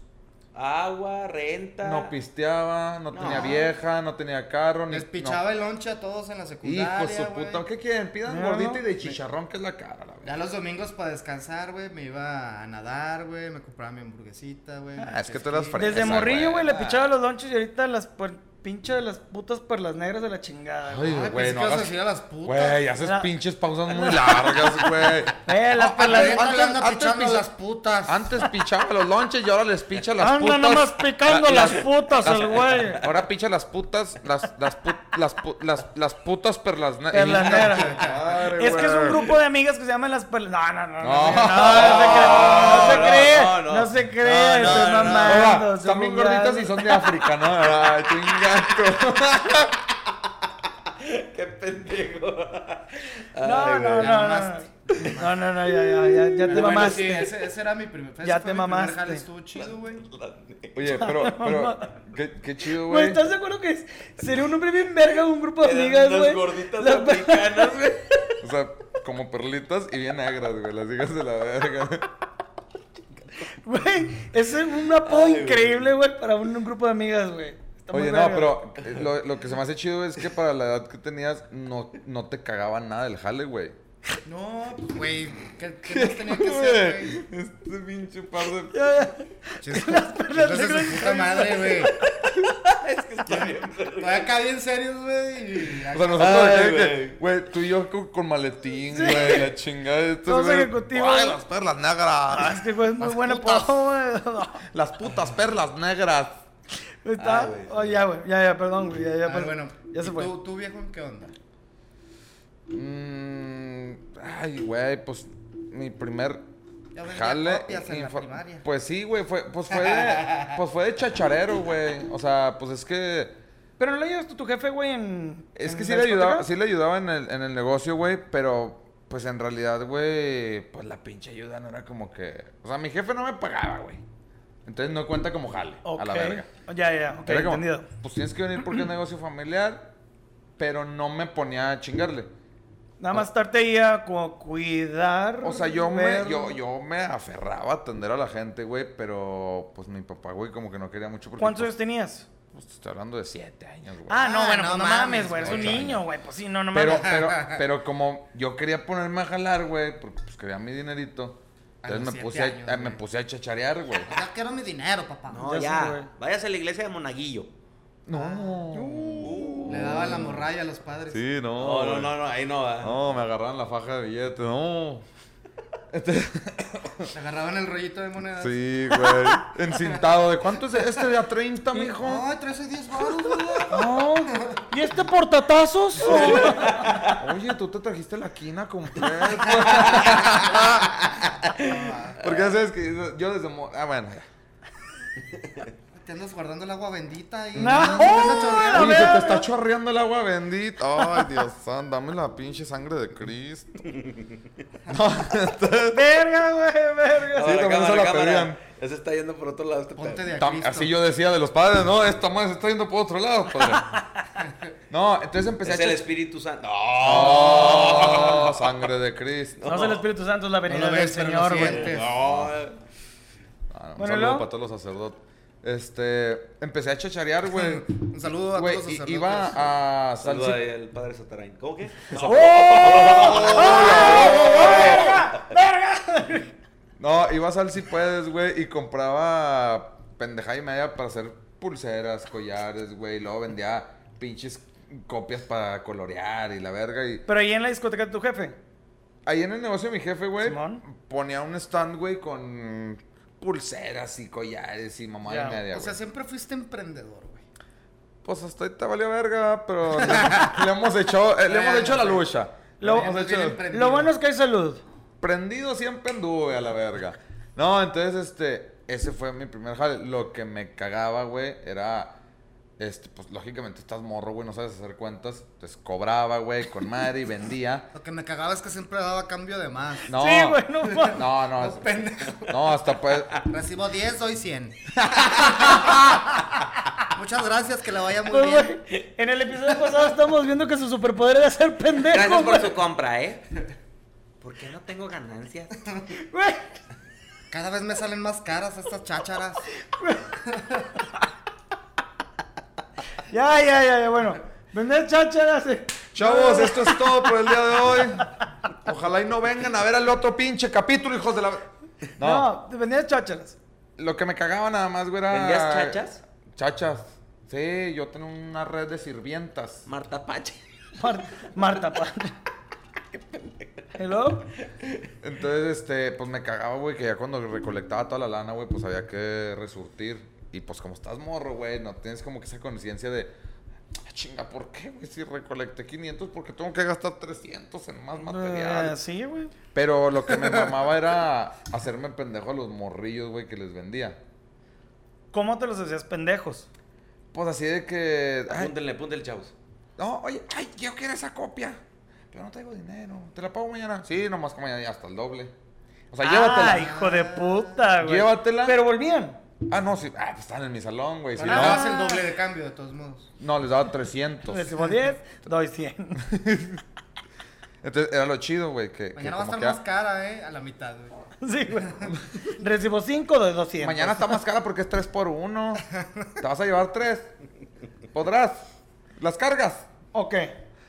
Speaker 4: agua, renta.
Speaker 1: No pisteaba, no,
Speaker 4: No.
Speaker 1: tenía vieja, no tenía carro. Ni,
Speaker 3: Les
Speaker 1: no.
Speaker 3: pichaba el lonche a todos en la secundaria,
Speaker 1: Hijo de su puta.
Speaker 3: güey.
Speaker 1: ¿Qué quieren? Pidan
Speaker 2: No,
Speaker 1: gordito
Speaker 2: no.
Speaker 1: y de chicharrón, que es la cara, la
Speaker 3: Ya
Speaker 1: verga.
Speaker 3: los domingos para descansar, güey, me iba a nadar, güey, me compraba mi hamburguesita, güey.
Speaker 1: Ah,
Speaker 3: mi
Speaker 1: es que tú eras
Speaker 3: chesquito.
Speaker 1: fresa,
Speaker 2: Desde
Speaker 1: Esa, Ah.
Speaker 2: morrillo,
Speaker 1: güey.
Speaker 2: güey, le pichaba los lonches y ahorita las por, pinche de las putas perlas negras de la chingada, güey.
Speaker 1: Ay,
Speaker 3: Ay,
Speaker 1: güey,
Speaker 3: pensé
Speaker 1: no
Speaker 3: que ibas a
Speaker 1: hagas-
Speaker 3: decir a las putas.
Speaker 1: Güey, haces
Speaker 2: Era-
Speaker 1: pinches pausas muy largas, güey.
Speaker 2: Eh, las
Speaker 1: Ah, ah,
Speaker 2: perlas
Speaker 3: Ahorita
Speaker 1: Antes-
Speaker 3: le anda
Speaker 1: antes
Speaker 3: pichando a
Speaker 1: pisa-
Speaker 3: las putas.
Speaker 1: Antes pichaba los lonches y ahora les picha las
Speaker 2: Anda
Speaker 1: putas.
Speaker 2: nomás picando
Speaker 1: Ah,
Speaker 2: las putas
Speaker 1: las-
Speaker 2: el güey.
Speaker 1: Ahora picha las putas, las, las, put- las, pu- las, las putas perlas ne-
Speaker 2: Perlas
Speaker 1: Hija
Speaker 2: negras.
Speaker 1: de madre,
Speaker 2: Es que es un
Speaker 1: güey.
Speaker 2: grupo de amigas que se llaman las perlas. No, no, no.
Speaker 1: No.
Speaker 2: No, no, se
Speaker 4: No,
Speaker 2: cree.
Speaker 4: no, no.
Speaker 2: No se cree. No
Speaker 4: No, no,
Speaker 2: se
Speaker 4: no.
Speaker 1: Ahora,
Speaker 2: mamando. se
Speaker 1: están bien
Speaker 2: jugando.
Speaker 1: gorditas y son de África, ¿no? Ay, chingato.
Speaker 4: Qué pendejo.
Speaker 2: No, no, no,
Speaker 3: ya
Speaker 2: no.
Speaker 3: mamaste.
Speaker 2: No, no, no, ya, ya, ya, ya
Speaker 3: Pero
Speaker 2: te
Speaker 3: bueno, sí,
Speaker 2: mamaste.
Speaker 3: ese, ese era mi primer ese fue
Speaker 2: Ya te
Speaker 3: mi primer
Speaker 2: mamaste.
Speaker 3: jale, Estuvo chido, güey.
Speaker 1: Oye, pero, pero, qué, qué chido,
Speaker 2: Güey,
Speaker 1: güey.
Speaker 2: ¿estás de acuerdo que es- sería un hombre bien verga un grupo de amigas,
Speaker 4: Las
Speaker 2: güey?
Speaker 4: gorditas
Speaker 2: Las-
Speaker 4: africanas, güey.
Speaker 1: O sea, como perlitas y bien negras, güey. Las hijas de la verga.
Speaker 2: Güey, ese es un apodo
Speaker 4: Ay, güey.
Speaker 2: increíble, güey, para un, un grupo de amigas, güey. Está muy
Speaker 1: Oye, no,
Speaker 2: verga.
Speaker 1: pero eh, lo, lo que se me hace chido es que para la edad que tenías no, no te cagaba nada el jale, güey.
Speaker 3: No, pues, güey, ¿qué, qué más tenía que hacer, güey?
Speaker 1: Güey, Este pinche par de
Speaker 2: Ya, ya.
Speaker 3: Chis- hijos de su puta madre, güey.
Speaker 4: Es que está bien, verga.
Speaker 3: Todavía acá bien serios, güey. y
Speaker 1: O sea, nosotros
Speaker 4: Ay,
Speaker 1: de que, güey, tú y yo con, con maletín, güey, la chingada. de estos,
Speaker 2: Todos
Speaker 1: güey.
Speaker 2: ejecutivos.
Speaker 1: Ay, las perlas
Speaker 2: Ah,
Speaker 1: negras.
Speaker 2: Es que, güey, es muy
Speaker 1: Las
Speaker 2: buen
Speaker 1: putas.
Speaker 2: apodo, güey.
Speaker 1: Las putas perlas negras.
Speaker 2: Está.
Speaker 4: Ay, Ah, güey.
Speaker 2: oh, ya, güey. Ya, ya, perdón, güey. Ya, ya,
Speaker 3: Ah,
Speaker 2: perdón.
Speaker 3: bueno,
Speaker 2: ya se
Speaker 3: ¿y
Speaker 2: fue.
Speaker 3: ¿tú, tú viejo en qué onda?
Speaker 1: Mm, ay, güey, pues mi primer
Speaker 3: Ya vendía
Speaker 1: Jale,
Speaker 3: copias en la
Speaker 1: infa-
Speaker 3: primaria.
Speaker 1: pues sí, güey, fue, pues fue de, pues fue de chacharero, güey. O sea, pues es que
Speaker 2: Pero no le ayudas tú a tu jefe, güey, en.
Speaker 1: es
Speaker 2: en
Speaker 1: que
Speaker 2: la
Speaker 1: sí le ayudaba,
Speaker 2: discoteca?
Speaker 1: sí le ayudaba en el, en el negocio, güey, pero pues en realidad, güey, pues la pinche ayuda no era como que, o sea, mi jefe no me pagaba, güey. Entonces no cuenta como jale a la
Speaker 2: Ok. Oh,
Speaker 1: verga.
Speaker 2: Ya, ya, ok,
Speaker 1: Era como,
Speaker 2: entendido.
Speaker 1: pues tienes que venir porque es negocio familiar, pero no me ponía a chingarle.
Speaker 2: Nada más estarte ahí a cu- cuidar.
Speaker 1: Oh. O sea, yo me,
Speaker 2: ver-
Speaker 1: yo, yo me aferraba a atender a la gente, güey, pero pues mi papá, güey, como que no quería mucho porque
Speaker 2: ¿Cuántos
Speaker 1: pues,
Speaker 2: años tenías?
Speaker 1: Pues te estoy hablando de siete años, güey.
Speaker 2: Ah, no,
Speaker 3: Ah,
Speaker 2: bueno,
Speaker 3: no
Speaker 2: pues no
Speaker 3: mames,
Speaker 2: mames, güey. Es un
Speaker 1: ocho
Speaker 2: niño, güey. Pues sí, no, no
Speaker 1: pero,
Speaker 2: mames.
Speaker 1: pero, pero como yo quería ponerme a jalar, güey, porque pues quería mi dinerito.
Speaker 3: A
Speaker 1: Entonces
Speaker 3: los
Speaker 1: me
Speaker 3: siete
Speaker 1: puse, a-
Speaker 3: años,
Speaker 1: a, me
Speaker 3: güey.
Speaker 1: puse a chacharear, güey.
Speaker 3: Ya quiero mi dinero, papá.
Speaker 4: No,
Speaker 2: Ya
Speaker 4: ya.
Speaker 2: sé, güey.
Speaker 4: Váyase a la iglesia de Monaguillo.
Speaker 1: No.
Speaker 3: Le daba la morralla a los padres.
Speaker 1: Sí, no.
Speaker 4: No, no,
Speaker 1: güey.
Speaker 4: no, no, ahí no va.
Speaker 1: No, me agarraron la faja de billete, no.
Speaker 3: Se agarraban el rollito de monedas.
Speaker 1: Ah, Sí, güey. Encintado. ¿De cuánto es este de a 30, mijo?
Speaker 3: Ay, 13 y 10 baros, güey.
Speaker 2: No. ¿Y este portatazos?
Speaker 1: Oye, tú te trajiste la quina completa. Porque ya sabes que yo desde... mo- Ah, bueno, ya.
Speaker 3: Te andas guardando el agua bendita y.
Speaker 2: No,
Speaker 3: te andas
Speaker 2: ¡Oh, la
Speaker 3: chorreando.
Speaker 1: Oye, se
Speaker 2: verga.
Speaker 1: te está chorreando el agua bendita. Ay, Dios santo, dame la pinche sangre de Cristo.
Speaker 2: verga, güey, verga.
Speaker 1: Sí, también se la pedían.
Speaker 4: Ya se está yendo por otro lado este
Speaker 3: Ponte
Speaker 4: pedo.
Speaker 3: de
Speaker 1: Tam-
Speaker 3: aquí.
Speaker 1: así yo decía de los padres, no, esta madre se está yendo por otro lado, padre. No, entonces empecé
Speaker 4: Es
Speaker 1: a
Speaker 4: el
Speaker 1: chach-
Speaker 4: Espíritu Santo. No.
Speaker 1: Oh, sangre de Cristo.
Speaker 2: No es el Espíritu Santo, es la venida
Speaker 3: lo
Speaker 2: del
Speaker 3: ves, pero lo
Speaker 2: Señor, güey.
Speaker 3: sientes.
Speaker 4: No.
Speaker 1: Ah, un
Speaker 2: Bueno,
Speaker 1: saludo
Speaker 2: ¿no?
Speaker 1: para todos los sacerdotes. Este, empecé a chacharear, güey.
Speaker 3: Un saludo a
Speaker 1: Güey,
Speaker 3: todos los
Speaker 1: i-
Speaker 3: sacerdotes.
Speaker 1: iba a
Speaker 4: Saluda
Speaker 1: salsa.
Speaker 4: ahí al padre Satarain. ¿Cómo ¡Oh! que?
Speaker 2: ¡Oh!
Speaker 1: No, iba a sal si puedes, güey, y compraba pendejada y media para hacer pulseras, collares, güey, y luego vendía pinches copias para colorear y la verga y
Speaker 2: Pero ahí en la discoteca de tu jefe.
Speaker 1: ahí en el negocio de mi jefe, güey,
Speaker 2: Simón.
Speaker 1: ponía un stand, güey, con pulseras y collares y mamá
Speaker 2: Ya,
Speaker 1: y media,
Speaker 3: O sea,
Speaker 1: güey.
Speaker 3: siempre fuiste emprendedor, güey.
Speaker 1: Pues hasta ahí te valió verga, pero le, le hemos hecho eh, le hemos
Speaker 3: Bueno,
Speaker 1: hecho la
Speaker 3: sí.
Speaker 1: lucha.
Speaker 2: Lo-
Speaker 1: Le hemos
Speaker 3: Andas bien
Speaker 1: hecho-
Speaker 3: emprendido.
Speaker 2: Lo bueno es que hay salud.
Speaker 1: prendido siempre anduve a la verga. No, entonces, este, ese fue mi primer jale. Lo que me cagaba, güey, era, este, pues, lógicamente estás morro, güey, no sabes hacer cuentas. Entonces, cobraba, güey, con madre y vendía.
Speaker 3: Lo que me cagaba es que siempre daba cambio de más.
Speaker 1: No,
Speaker 2: Sí, güey, no mames.
Speaker 1: no, no,
Speaker 3: Oh,
Speaker 1: es-
Speaker 3: pendejo.
Speaker 1: no, hasta pues,
Speaker 3: Recibo 10, doy 100. Muchas gracias, que la vaya muy
Speaker 2: Pues,
Speaker 3: bien.
Speaker 2: güey, en el episodio pasado estamos viendo que su superpoder era ser pendejo.
Speaker 4: Gracias por
Speaker 2: güey.
Speaker 4: su compra, ¿eh? ¿Por qué no tengo ganancias?
Speaker 2: Güey,
Speaker 3: Cada vez me salen más caras estas chácharas.
Speaker 2: Ya, ya, ya, ya, bueno. Vender chácharas. eh.
Speaker 1: chavos, esto es todo por el día de hoy. Ojalá y no vengan a ver al otro pinche capítulo, hijos de la... No,
Speaker 2: No, vender chácharas.
Speaker 1: lo que me cagaba nada más, güey, era...
Speaker 4: ¿Vendías chachas?
Speaker 1: Chachas. Sí, yo tenía una red de sirvientas.
Speaker 4: Marta Pache.
Speaker 2: Mar- Marta, padre. ¿Hello?
Speaker 1: Entonces, este, pues me cagaba, güey, que ya cuando recolectaba toda la lana, güey, pues había que resurtir. Y pues como estás morro, güey, no tienes como que esa conciencia de, "Ah, chinga, ¿por qué, güey? Si recolecté 500, porque tengo que gastar 300 en más material.
Speaker 2: Eh, sí, güey.
Speaker 1: Pero lo que me mamaba era hacerme pendejo a los morrillos, güey, que les vendía.
Speaker 2: ¿Cómo te los hacías pendejos?
Speaker 1: Pues así de que, "Ay,
Speaker 4: Apúntenle, apúntenle, chavos.
Speaker 1: no, oye, ay, yo quiero esa copia, pero no traigo dinero, te la pago mañana. Sí, nomás que mañana ya hasta el doble. O sea, llévatela.
Speaker 2: Ah, hijo de puta, güey.
Speaker 1: Llévatela.
Speaker 2: Pero volvían.
Speaker 1: Ah, no, sí. Ah, pues están en mi salón, güey. Si
Speaker 3: Ahora
Speaker 1: no,
Speaker 3: dabas el doble de cambio, de todos modos.
Speaker 1: no, les daba 300.
Speaker 2: Recibo 10, doy 100.
Speaker 1: Entonces, era lo chido, güey. Que, que
Speaker 3: Mañana va a
Speaker 1: como
Speaker 3: estar
Speaker 1: que-
Speaker 3: más cara, eh, a la mitad, güey.
Speaker 2: Sí, güey. Recibo 5, doy 200.
Speaker 1: Mañana está más cara porque es 3 por 1 Te vas a llevar 3. ¿Podrás? ¿Las cargas?
Speaker 2: Ok.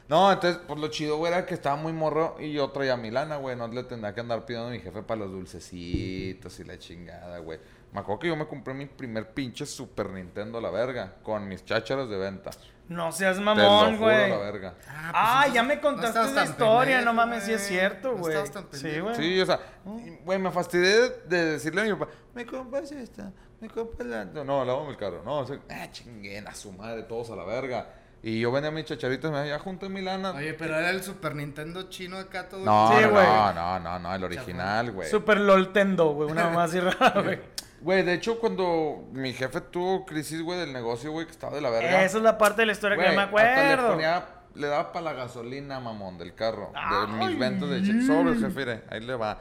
Speaker 1: No, entonces, pues lo chido, güey, era que estaba muy morro y yo traía mi lana, güey. No le tendría que andar pidiendo a mi jefe para los dulcecitos y la chingada, güey. Me acuerdo que yo me compré mi primer pinche Super Nintendo a la verga con mis chácharas de venta.
Speaker 2: No seas
Speaker 1: Te lo
Speaker 2: mamón,
Speaker 1: juro a
Speaker 2: güey.
Speaker 1: la verga.
Speaker 2: Ah, ya me contaste
Speaker 3: estabas
Speaker 2: esa
Speaker 3: tan
Speaker 2: historia,
Speaker 3: pendejo,
Speaker 2: no mames, sí es
Speaker 3: güey.
Speaker 2: cierto,
Speaker 3: No
Speaker 2: güey.
Speaker 3: estabas tan
Speaker 2: Sí,
Speaker 3: pendejo.
Speaker 2: güey.
Speaker 1: Sí, o sea, y, güey, me fastidié de decirle a mi papá, me compras esta, me compras la... No, no, lavamos el carro. No, o sea, ah, chinguen a su madre, todos a la verga. Y yo vendía mis chacharitos y me decía, ya junté mi lana.
Speaker 3: Oye, pero era el Super Nintendo chino acá todo.
Speaker 1: no,
Speaker 2: Sí,
Speaker 1: no,
Speaker 2: güey.
Speaker 1: no, no, no, no, el original, güey.
Speaker 2: Super Loltendo, güey. Una mamá así rara, güey.
Speaker 1: Güey, de hecho, cuando mi jefe tuvo crisis, güey, del negocio, güey, que estaba de la verga.
Speaker 2: Esa es la parte de la historia que
Speaker 1: Güey,
Speaker 2: no me
Speaker 1: hasta le,
Speaker 2: acuerdo.
Speaker 1: ponía- le daba para la gasolina, mamón, del carro. de
Speaker 2: Ay.
Speaker 1: mis ventas de cheque. Sobre, jefe, mire, ahí le va.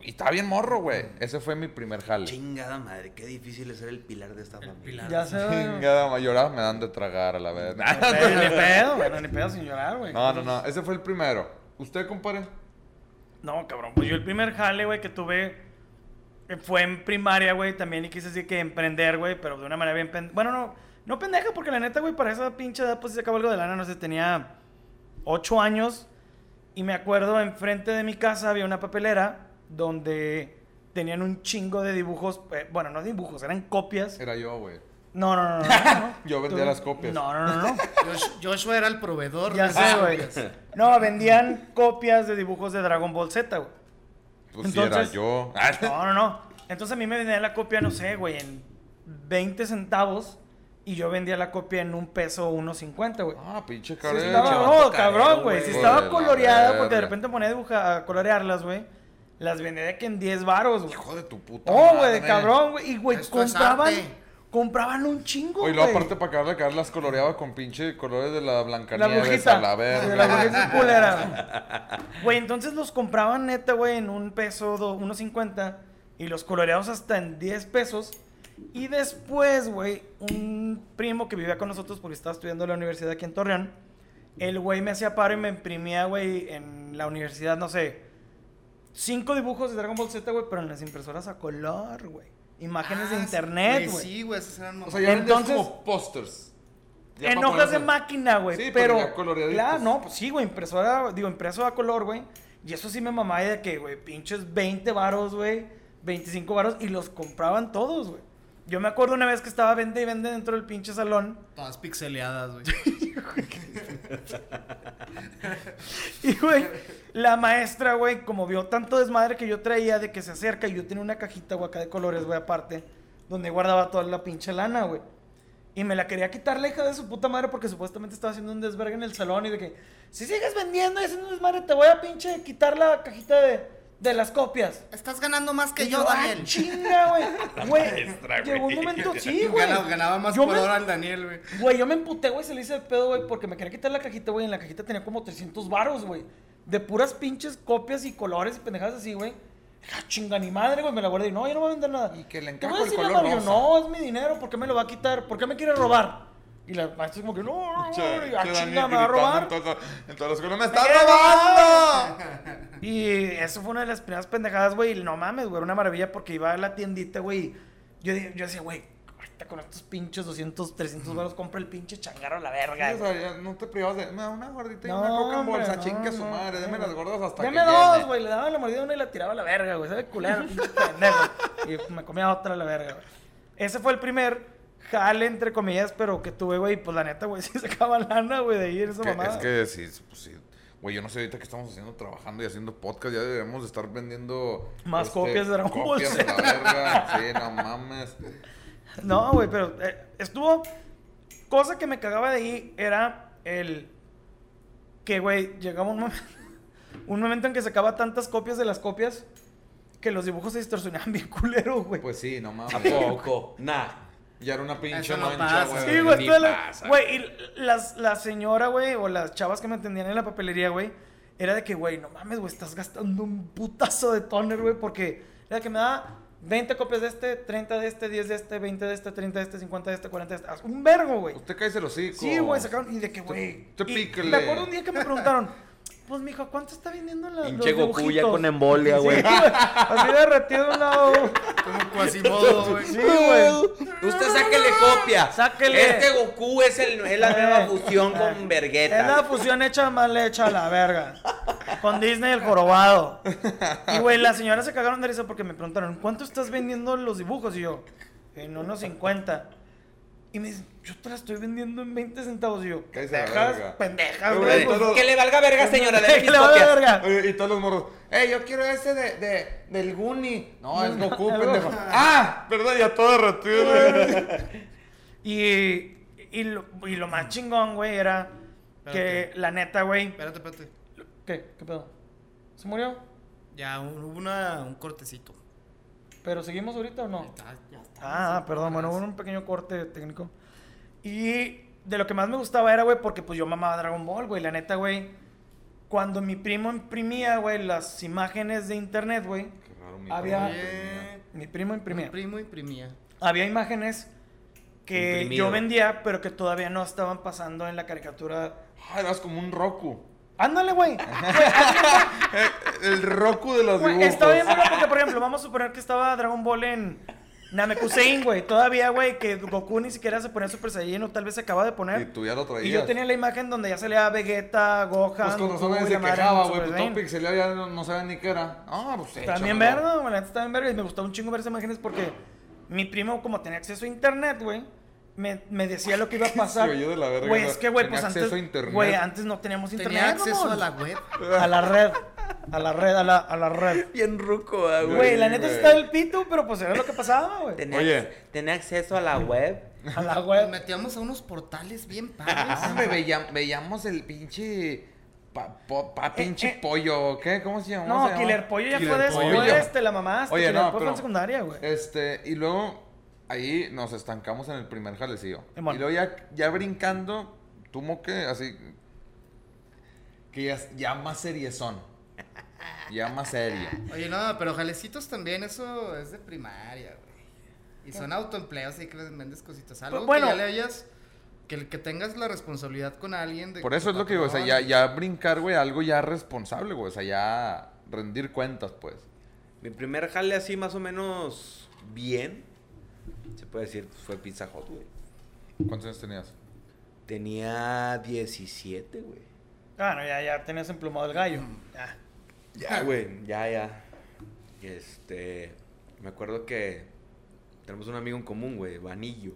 Speaker 1: Y estaba bien morro, güey. Ese fue mi primer jale.
Speaker 4: Chingada madre, qué difícil es ser el pilar de esta familia.
Speaker 3: pilar.
Speaker 2: Ya se
Speaker 1: Chingada, ma- lloraba, me dan de tragar a la vez.
Speaker 2: Ni pedo, Ah, güey. Ni pedo sin llorar, güey.
Speaker 1: No, no, no. Ese fue el primero. ¿Usted, compadre?
Speaker 2: No, cabrón. Pues yo el primer jale, güey, que tuve eh, fue en primaria, güey, también. Y quise decir que emprender, güey, pero de una manera bien pendeja. Bueno, no, no pendeja, porque la neta, güey, para esa pinche edad, pues se acabó algo de lana. No sé, tenía ocho años. Y me acuerdo, enfrente de mi casa había una papelera donde tenían un chingo de dibujos. eh, bueno, no dibujos, eran copias.
Speaker 1: Era yo, güey.
Speaker 2: No, no, no, no. no, no.
Speaker 1: Eh. Yo vendía
Speaker 2: Tú-
Speaker 1: las copias.
Speaker 2: No, no, no, no.
Speaker 3: Josh- Joshua era el proveedor.
Speaker 2: Ya
Speaker 3: de
Speaker 2: sé,
Speaker 3: esas
Speaker 2: güey.
Speaker 3: copias.
Speaker 2: No, vendían copias de dibujos de Dragon Ball Z, güey.
Speaker 1: Pues
Speaker 2: Entonces-
Speaker 1: sí, era yo.
Speaker 2: No, no, no. Entonces a mí me vendían la copia, no sé, güey, en 20 centavos y yo vendía la copia en un peso 1.50, güey.
Speaker 1: Ah, pinche
Speaker 2: Sí
Speaker 1: cabrón.
Speaker 2: estaba,
Speaker 4: chaval,
Speaker 2: no,
Speaker 4: tu
Speaker 2: cabrón,
Speaker 4: carero,
Speaker 2: güey.
Speaker 4: güey.
Speaker 2: Si
Speaker 1: Hijo de
Speaker 2: estaba
Speaker 1: la
Speaker 2: coloreada, porque de
Speaker 1: verga.
Speaker 2: repente ponía a, dibujar- a colorearlas, güey. Las vendía de que en 10 varos, güey.
Speaker 1: Hijo de tu puta
Speaker 2: Oh, güey, de
Speaker 1: madre.
Speaker 2: cabrón, güey. Y, güey,
Speaker 3: Esto es
Speaker 2: compraban,
Speaker 3: arte.
Speaker 2: compraban un chingo,
Speaker 1: Oye,
Speaker 2: güey.
Speaker 1: luego aparte para acabar de caer las coloreaba con pinche colores de la
Speaker 2: La
Speaker 1: Blancanieves
Speaker 2: agujita.
Speaker 1: a la verga.
Speaker 2: De la agujita culera. güey. Güey, entonces los compraban neta, güey, en un peso, do- 1.50. Y los coloreados hasta en 10 pesos. Y después, güey, un primo que vivía con nosotros porque estaba estudiando en la universidad aquí en Torreón. El güey me hacía paro y me imprimía, güey, en la universidad, no sé. Cinco dibujos de Dragon Ball Z, güey, pero en las impresoras a color, güey. Imágenes de
Speaker 3: Ah,
Speaker 2: internet, güey.
Speaker 3: Sí, güey, esas eran
Speaker 1: O sea, ya
Speaker 2: Entonces-
Speaker 1: Entonces, como pósters. Ya
Speaker 2: en
Speaker 1: para
Speaker 2: hojas de
Speaker 1: ponerse-
Speaker 2: máquina, güey.
Speaker 1: Sí,
Speaker 2: pero.
Speaker 1: pero ya coloreaditos.
Speaker 2: Claro, no, pues sí, güey, impresora, digo, impreso a color, güey. Y eso sí me mamaba de que, güey, pinches 20 varos, güey, 25 varos, y los compraban todos, güey. Yo me acuerdo una vez que estaba vende y vende dentro del pinche salón.
Speaker 3: Todas pixeleadas, güey.
Speaker 2: Y, güey, la maestra, güey, como vio tanto desmadre que yo traía de que se acerca, y yo tenía una cajita, güey, acá de colores, güey, aparte, donde guardaba toda la pinche lana, güey. Y me la quería quitar la hija de su puta madre porque supuestamente estaba haciendo un desvergue en el salón y de que, si sigues vendiendo y haciendo un desmadre, te voy a pinche quitar la cajita de, de las copias.
Speaker 3: Estás ganando más que
Speaker 2: Y
Speaker 3: yo,
Speaker 2: "Ah,
Speaker 3: Daniel.
Speaker 2: chinga, güey. Güey,
Speaker 4: maestra,
Speaker 2: llegó un
Speaker 4: güey.
Speaker 2: momento, sí, güey.
Speaker 3: Ganaba, ganaba más
Speaker 2: Yo
Speaker 3: por
Speaker 2: me-
Speaker 3: hora al Daniel, güey.
Speaker 2: Güey, yo me emputé, güey, se le hice el pedo, güey, porque me quería quitar la cajita, güey. En la cajita tenía como 300 varos, güey. De puras pinches copias y colores y pendejadas así, güey. Ja, Chinga ni madre, güey, me la guardé y no, yo no voy a vender nada.
Speaker 1: Y que le
Speaker 2: ¿Qué
Speaker 1: encajo
Speaker 2: voy a
Speaker 1: el
Speaker 2: decir a
Speaker 1: color
Speaker 2: Mario?
Speaker 1: rosa.
Speaker 2: No, es mi dinero, ¿por qué me lo va a quitar? ¿Por qué me quiere robar? Y la maestra es como que, no, no, no,
Speaker 1: Che,
Speaker 2: y, ah,
Speaker 1: che, Daniel
Speaker 2: chinga, me va a
Speaker 1: gritando
Speaker 2: robar.
Speaker 1: En todas en todas las escuelas, ¡me estás
Speaker 2: quiere
Speaker 1: robando!
Speaker 2: Y eso fue una de las primeras pendejadas, güey. y No mames, güey, era una maravilla porque iba a la tiendita, güey. y Yo, di- yo decía, güey, ahorita con estos pinches 200, 300 varos, compra el pinche changarro a la verga.
Speaker 1: Sí, o
Speaker 2: güey.
Speaker 1: sea, ya no te privabas de. Me da una gordita y
Speaker 2: No,
Speaker 1: una coca en
Speaker 2: hombre,
Speaker 1: bolsa,
Speaker 2: no,
Speaker 1: chingue su
Speaker 2: no,
Speaker 1: madre.
Speaker 2: no,
Speaker 1: Deme
Speaker 2: güey.
Speaker 1: las gordas hasta
Speaker 2: Deme
Speaker 1: que.
Speaker 2: dos,
Speaker 1: llene.
Speaker 2: güey. Le daba la mordida a una y la tiraba a la verga, güey. Sabe culero, pinche pendejo. Y me comía otra a la verga, güey. Ese fue el primer jale, entre comillas, pero que tuve, güey. Pues la neta, güey, sí sacaba lana, güey, de ir esa
Speaker 1: Que-
Speaker 2: mamada.
Speaker 1: es que sí, pues sí. Güey, yo no sé ahorita que estamos haciendo, trabajando y haciendo podcast, ya deberíamos de estar vendiendo... este,
Speaker 2: Más copias de Dragon Ball
Speaker 1: copias a la verga. Sí, no mames.
Speaker 2: No, güey, pero eh, estuvo. Cosa que me cagaba de ahí era el. Que, güey, llegaba un momento, un momento en que sacaba tantas copias de las copias que los dibujos se distorsionaban bien culero, güey.
Speaker 1: Pues sí, no mames.
Speaker 4: ¿A poco? nah.
Speaker 1: Ya era una pinche
Speaker 3: Eso no
Speaker 1: mancha,
Speaker 3: pasa.
Speaker 1: güey.
Speaker 2: Sí, güey,
Speaker 4: Ni
Speaker 2: toda la-
Speaker 4: pasa.
Speaker 2: güey, y las, la señora, güey, o las chavas que me entendían en la papelería, güey, era de que, güey, no mames, güey, estás gastando un putazo de toner, güey, porque era que me da 20 copias de este, 30 de este, 10 de este, 20 de este, 30 de este, 50 de este, 40 de este, haz un vergo, güey.
Speaker 1: Usted cae el hocico.
Speaker 2: Sí, güey, sacaron, y de que, güey,
Speaker 1: Te- te
Speaker 2: y
Speaker 1: píquele.
Speaker 2: me acuerdo un día que me preguntaron, pues, mijo, ¿cuánto está vendiendo la, los
Speaker 4: Pinche Goku ya
Speaker 2: dibujitos?"
Speaker 4: con embolia,
Speaker 2: Sí,
Speaker 4: güey.
Speaker 2: así derretido de un lado.
Speaker 3: Como Quasimodo, güey.
Speaker 2: Sí, güey.
Speaker 4: Usted sáquele copia.
Speaker 2: Sáquele.
Speaker 4: Este Goku es, el, es la
Speaker 2: Eh.
Speaker 4: nueva fusión con
Speaker 2: Es la
Speaker 4: Vergueta.
Speaker 2: fusión hecha mal hecha a la verga. Con Disney el jorobado. Y güey, las señoras se cagaron de risa porque me preguntaron, ¿cuánto estás vendiendo los dibujos? Y yo, "Eh, en unos 50. Y me dicen, yo te la estoy vendiendo en 20 centavos. Y yo,
Speaker 1: Cállese la
Speaker 2: pendejas,
Speaker 1: verga.
Speaker 2: pendejas,
Speaker 1: Güey,
Speaker 2: güey.
Speaker 1: todo
Speaker 2: pues,
Speaker 1: lo-
Speaker 4: Que le valga verga, señora. Deme
Speaker 2: que
Speaker 4: mis
Speaker 2: le vale
Speaker 4: copias.
Speaker 2: verga.
Speaker 1: Oye, y todos los morros. ¡Eh, yo quiero ese de, de, del Goonie! No, es Goku,
Speaker 2: No.
Speaker 1: pendejo. ¡Ah! ¿Verdad? Ya todo derretido, güey.
Speaker 2: Y, Y lo, y lo más chingón, güey, era que
Speaker 3: Espérate.
Speaker 2: la neta, güey.
Speaker 3: Espérate, espérate.
Speaker 2: ¿Qué? ¿Qué pedo? ¿Se murió?
Speaker 3: Ya un- hubo una, un cortecito.
Speaker 2: ¿Pero seguimos ahorita o no?
Speaker 3: Está- ya está.
Speaker 2: Ah, ah,
Speaker 3: Sí,
Speaker 2: perdón, bueno, hubo
Speaker 3: atrás.
Speaker 2: un pequeño corte técnico. Y de lo que más me gustaba era, güey, porque pues yo mamaba Dragon Ball, güey, la neta, güey. Cuando mi primo imprimía, güey, las imágenes de internet, güey,
Speaker 1: Qué raro, mi
Speaker 2: Había-
Speaker 1: primo, güey.
Speaker 3: Oye,
Speaker 2: mi primo imprimía.
Speaker 3: mi primo imprimía.
Speaker 2: Había imágenes que
Speaker 4: Imprimido.
Speaker 2: yo vendía, pero que todavía no estaban pasando en la caricatura.
Speaker 1: Ah, eras como un Roku.
Speaker 2: Ándale, güey.
Speaker 1: El Roku de los
Speaker 2: Güey,
Speaker 1: dibujos.
Speaker 2: Está bien, mamá, porque por ejemplo, vamos a suponer que estaba Dragon Ball en Namekusein, güey. Todavía, güey, que Goku ni siquiera se ponía Super Saiyan o tal vez se acaba de poner.
Speaker 1: Y tú ya lo traías.
Speaker 2: Y yo tenía la imagen donde ya salía Vegeta, Gohan.
Speaker 1: Pues con
Speaker 2: Goku
Speaker 1: razón nadie
Speaker 2: y
Speaker 1: se
Speaker 2: la madre en
Speaker 1: quejaba,
Speaker 2: Super
Speaker 1: güey. Pues
Speaker 2: Saiyan.
Speaker 1: Topic se le ya no, no sabía ni qué era. Ah, pues
Speaker 2: También
Speaker 1: échamelo.
Speaker 2: verga, güey. La neta también verga. Y me gustaba un chingo ver esas imágenes porque mi primo, como tenía acceso a internet, güey, me, me decía lo que iba a pasar.
Speaker 1: Se oyó de la verga,
Speaker 2: Güey,
Speaker 1: ¿no?
Speaker 2: es que, güey,
Speaker 1: Tenía
Speaker 2: pues
Speaker 1: acceso
Speaker 2: antes.
Speaker 1: a internet.
Speaker 2: Güey, antes no teníamos internet.
Speaker 3: Tenía acceso a
Speaker 2: mamón. Pues,
Speaker 3: la web.
Speaker 2: A la red. A la red, a la, a la red.
Speaker 4: Bien ruco, ah, güey.
Speaker 2: Güey, la
Speaker 1: Sí,
Speaker 2: neta
Speaker 1: güey.
Speaker 2: está el pito, pero pues era lo que pasaba, güey.
Speaker 4: Tenía,
Speaker 1: Oye.
Speaker 4: tenía acceso a la web.
Speaker 2: A la
Speaker 3: Nos
Speaker 2: web.
Speaker 3: metíamos a unos portales bien
Speaker 1: Ah,
Speaker 3: padres.
Speaker 1: hombre, veía- veíamos el pinche. Pa, po- pa- pinche
Speaker 2: eh.
Speaker 1: pollo. ¿Qué? ¿Cómo se llama? ¿Cómo
Speaker 2: No,
Speaker 1: se llama?
Speaker 2: Killer Pollo ya
Speaker 1: Killer
Speaker 2: fue
Speaker 1: Pollo.
Speaker 2: después, este. te la mamaste.
Speaker 1: Oye,
Speaker 2: Killer
Speaker 1: no,
Speaker 2: Pollo fue
Speaker 1: pero-
Speaker 2: en secundaria, güey.
Speaker 1: Este, y luego ahí nos estancamos en el primer jalecillo.
Speaker 2: Simón.
Speaker 1: Y luego ya, ya brincando, tú moque, así. Que ya, ya más seriezón. Ya más serio.
Speaker 3: Oye, no, pero jalecitos también, eso es de primaria, güey. Y son autoempleos, ahí que les vendes cositas. Algo
Speaker 2: Pues, bueno.
Speaker 3: que ya le hayas. Que, el- que tengas la responsabilidad con alguien. De,
Speaker 1: Por eso es lo que digo, o sea, ya, ya brincar, güey, algo ya responsable, güey. O sea, ya rendir cuentas, pues.
Speaker 4: Mi primer jale así más o menos bien, se puede decir, pues, fue Pizza Hut, güey.
Speaker 1: ¿Cuántos años tenías?
Speaker 4: Tenía 17, güey.
Speaker 2: Ah, no, ya, ya tenías emplumado el gallo. Ya.
Speaker 4: Ya, güey, ya, ya. Este, me acuerdo que tenemos un amigo en común, güey, Vanillo.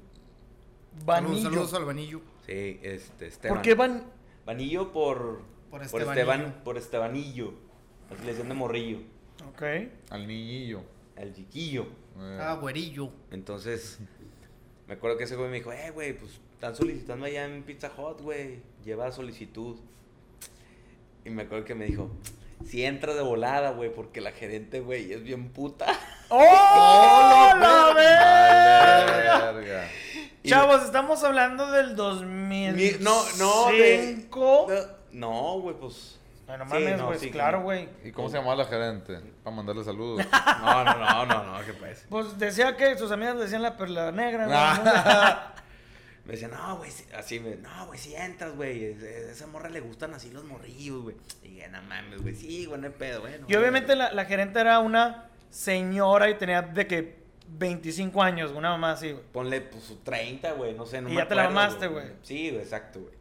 Speaker 3: Vanillo.
Speaker 2: Vanillo.
Speaker 3: Saludos al vanillo.
Speaker 4: Sí, este, Esteban.
Speaker 2: ¿Por qué van?
Speaker 4: Vanillo por...
Speaker 3: Por
Speaker 4: Por,
Speaker 3: Estebanillo.
Speaker 4: Esteban, por Estebanillo. Así le decían de morrillo.
Speaker 2: Ok.
Speaker 1: Al niñillo.
Speaker 4: El chiquillo.
Speaker 1: Eh,
Speaker 3: Ah, güerillo.
Speaker 4: Entonces, me acuerdo que ese güey me dijo, eh, güey, pues están solicitando allá en Pizza Hut, güey, lleva solicitud. Y me acuerdo que me dijo, si entras de volada, güey, porque la gerente, güey, es bien puta.
Speaker 2: ¡Oh, la
Speaker 1: vale,
Speaker 2: verga!
Speaker 1: verga.
Speaker 4: Y-
Speaker 2: Chavos, estamos hablando del 2000.
Speaker 4: Mi- no, no, de-
Speaker 2: Cinco.
Speaker 4: No, güey, pues.
Speaker 2: Bueno,
Speaker 4: Sí,
Speaker 2: mames,
Speaker 4: no,
Speaker 2: güey,
Speaker 4: sí,
Speaker 2: claro,
Speaker 4: como-
Speaker 2: güey.
Speaker 1: ¿Y cómo se llamaba la gerente? Para mandarle saludos.
Speaker 2: Ah.
Speaker 4: No, no, no, no, no, ¿qué pues?
Speaker 2: Pues decía que sus amigas le decían la perla negra. ¿no?
Speaker 4: Ah. Me decía, no, güey, si- así me, no, güey, si entras, güey, es- es- esa morra le gustan así los morrillos, güey. Y dije, no mames, güey, sí, güey, no hay pedo, bueno.
Speaker 2: Y obviamente la, la gerente era una señora y tenía de que 25 años, una mamá así, güey.
Speaker 4: Ponle pues su 30, güey, no sé, no
Speaker 2: Y
Speaker 4: me
Speaker 2: ya te la
Speaker 4: acuerdo,
Speaker 2: mamaste, güey.
Speaker 4: Sí, güey, exacto, güey.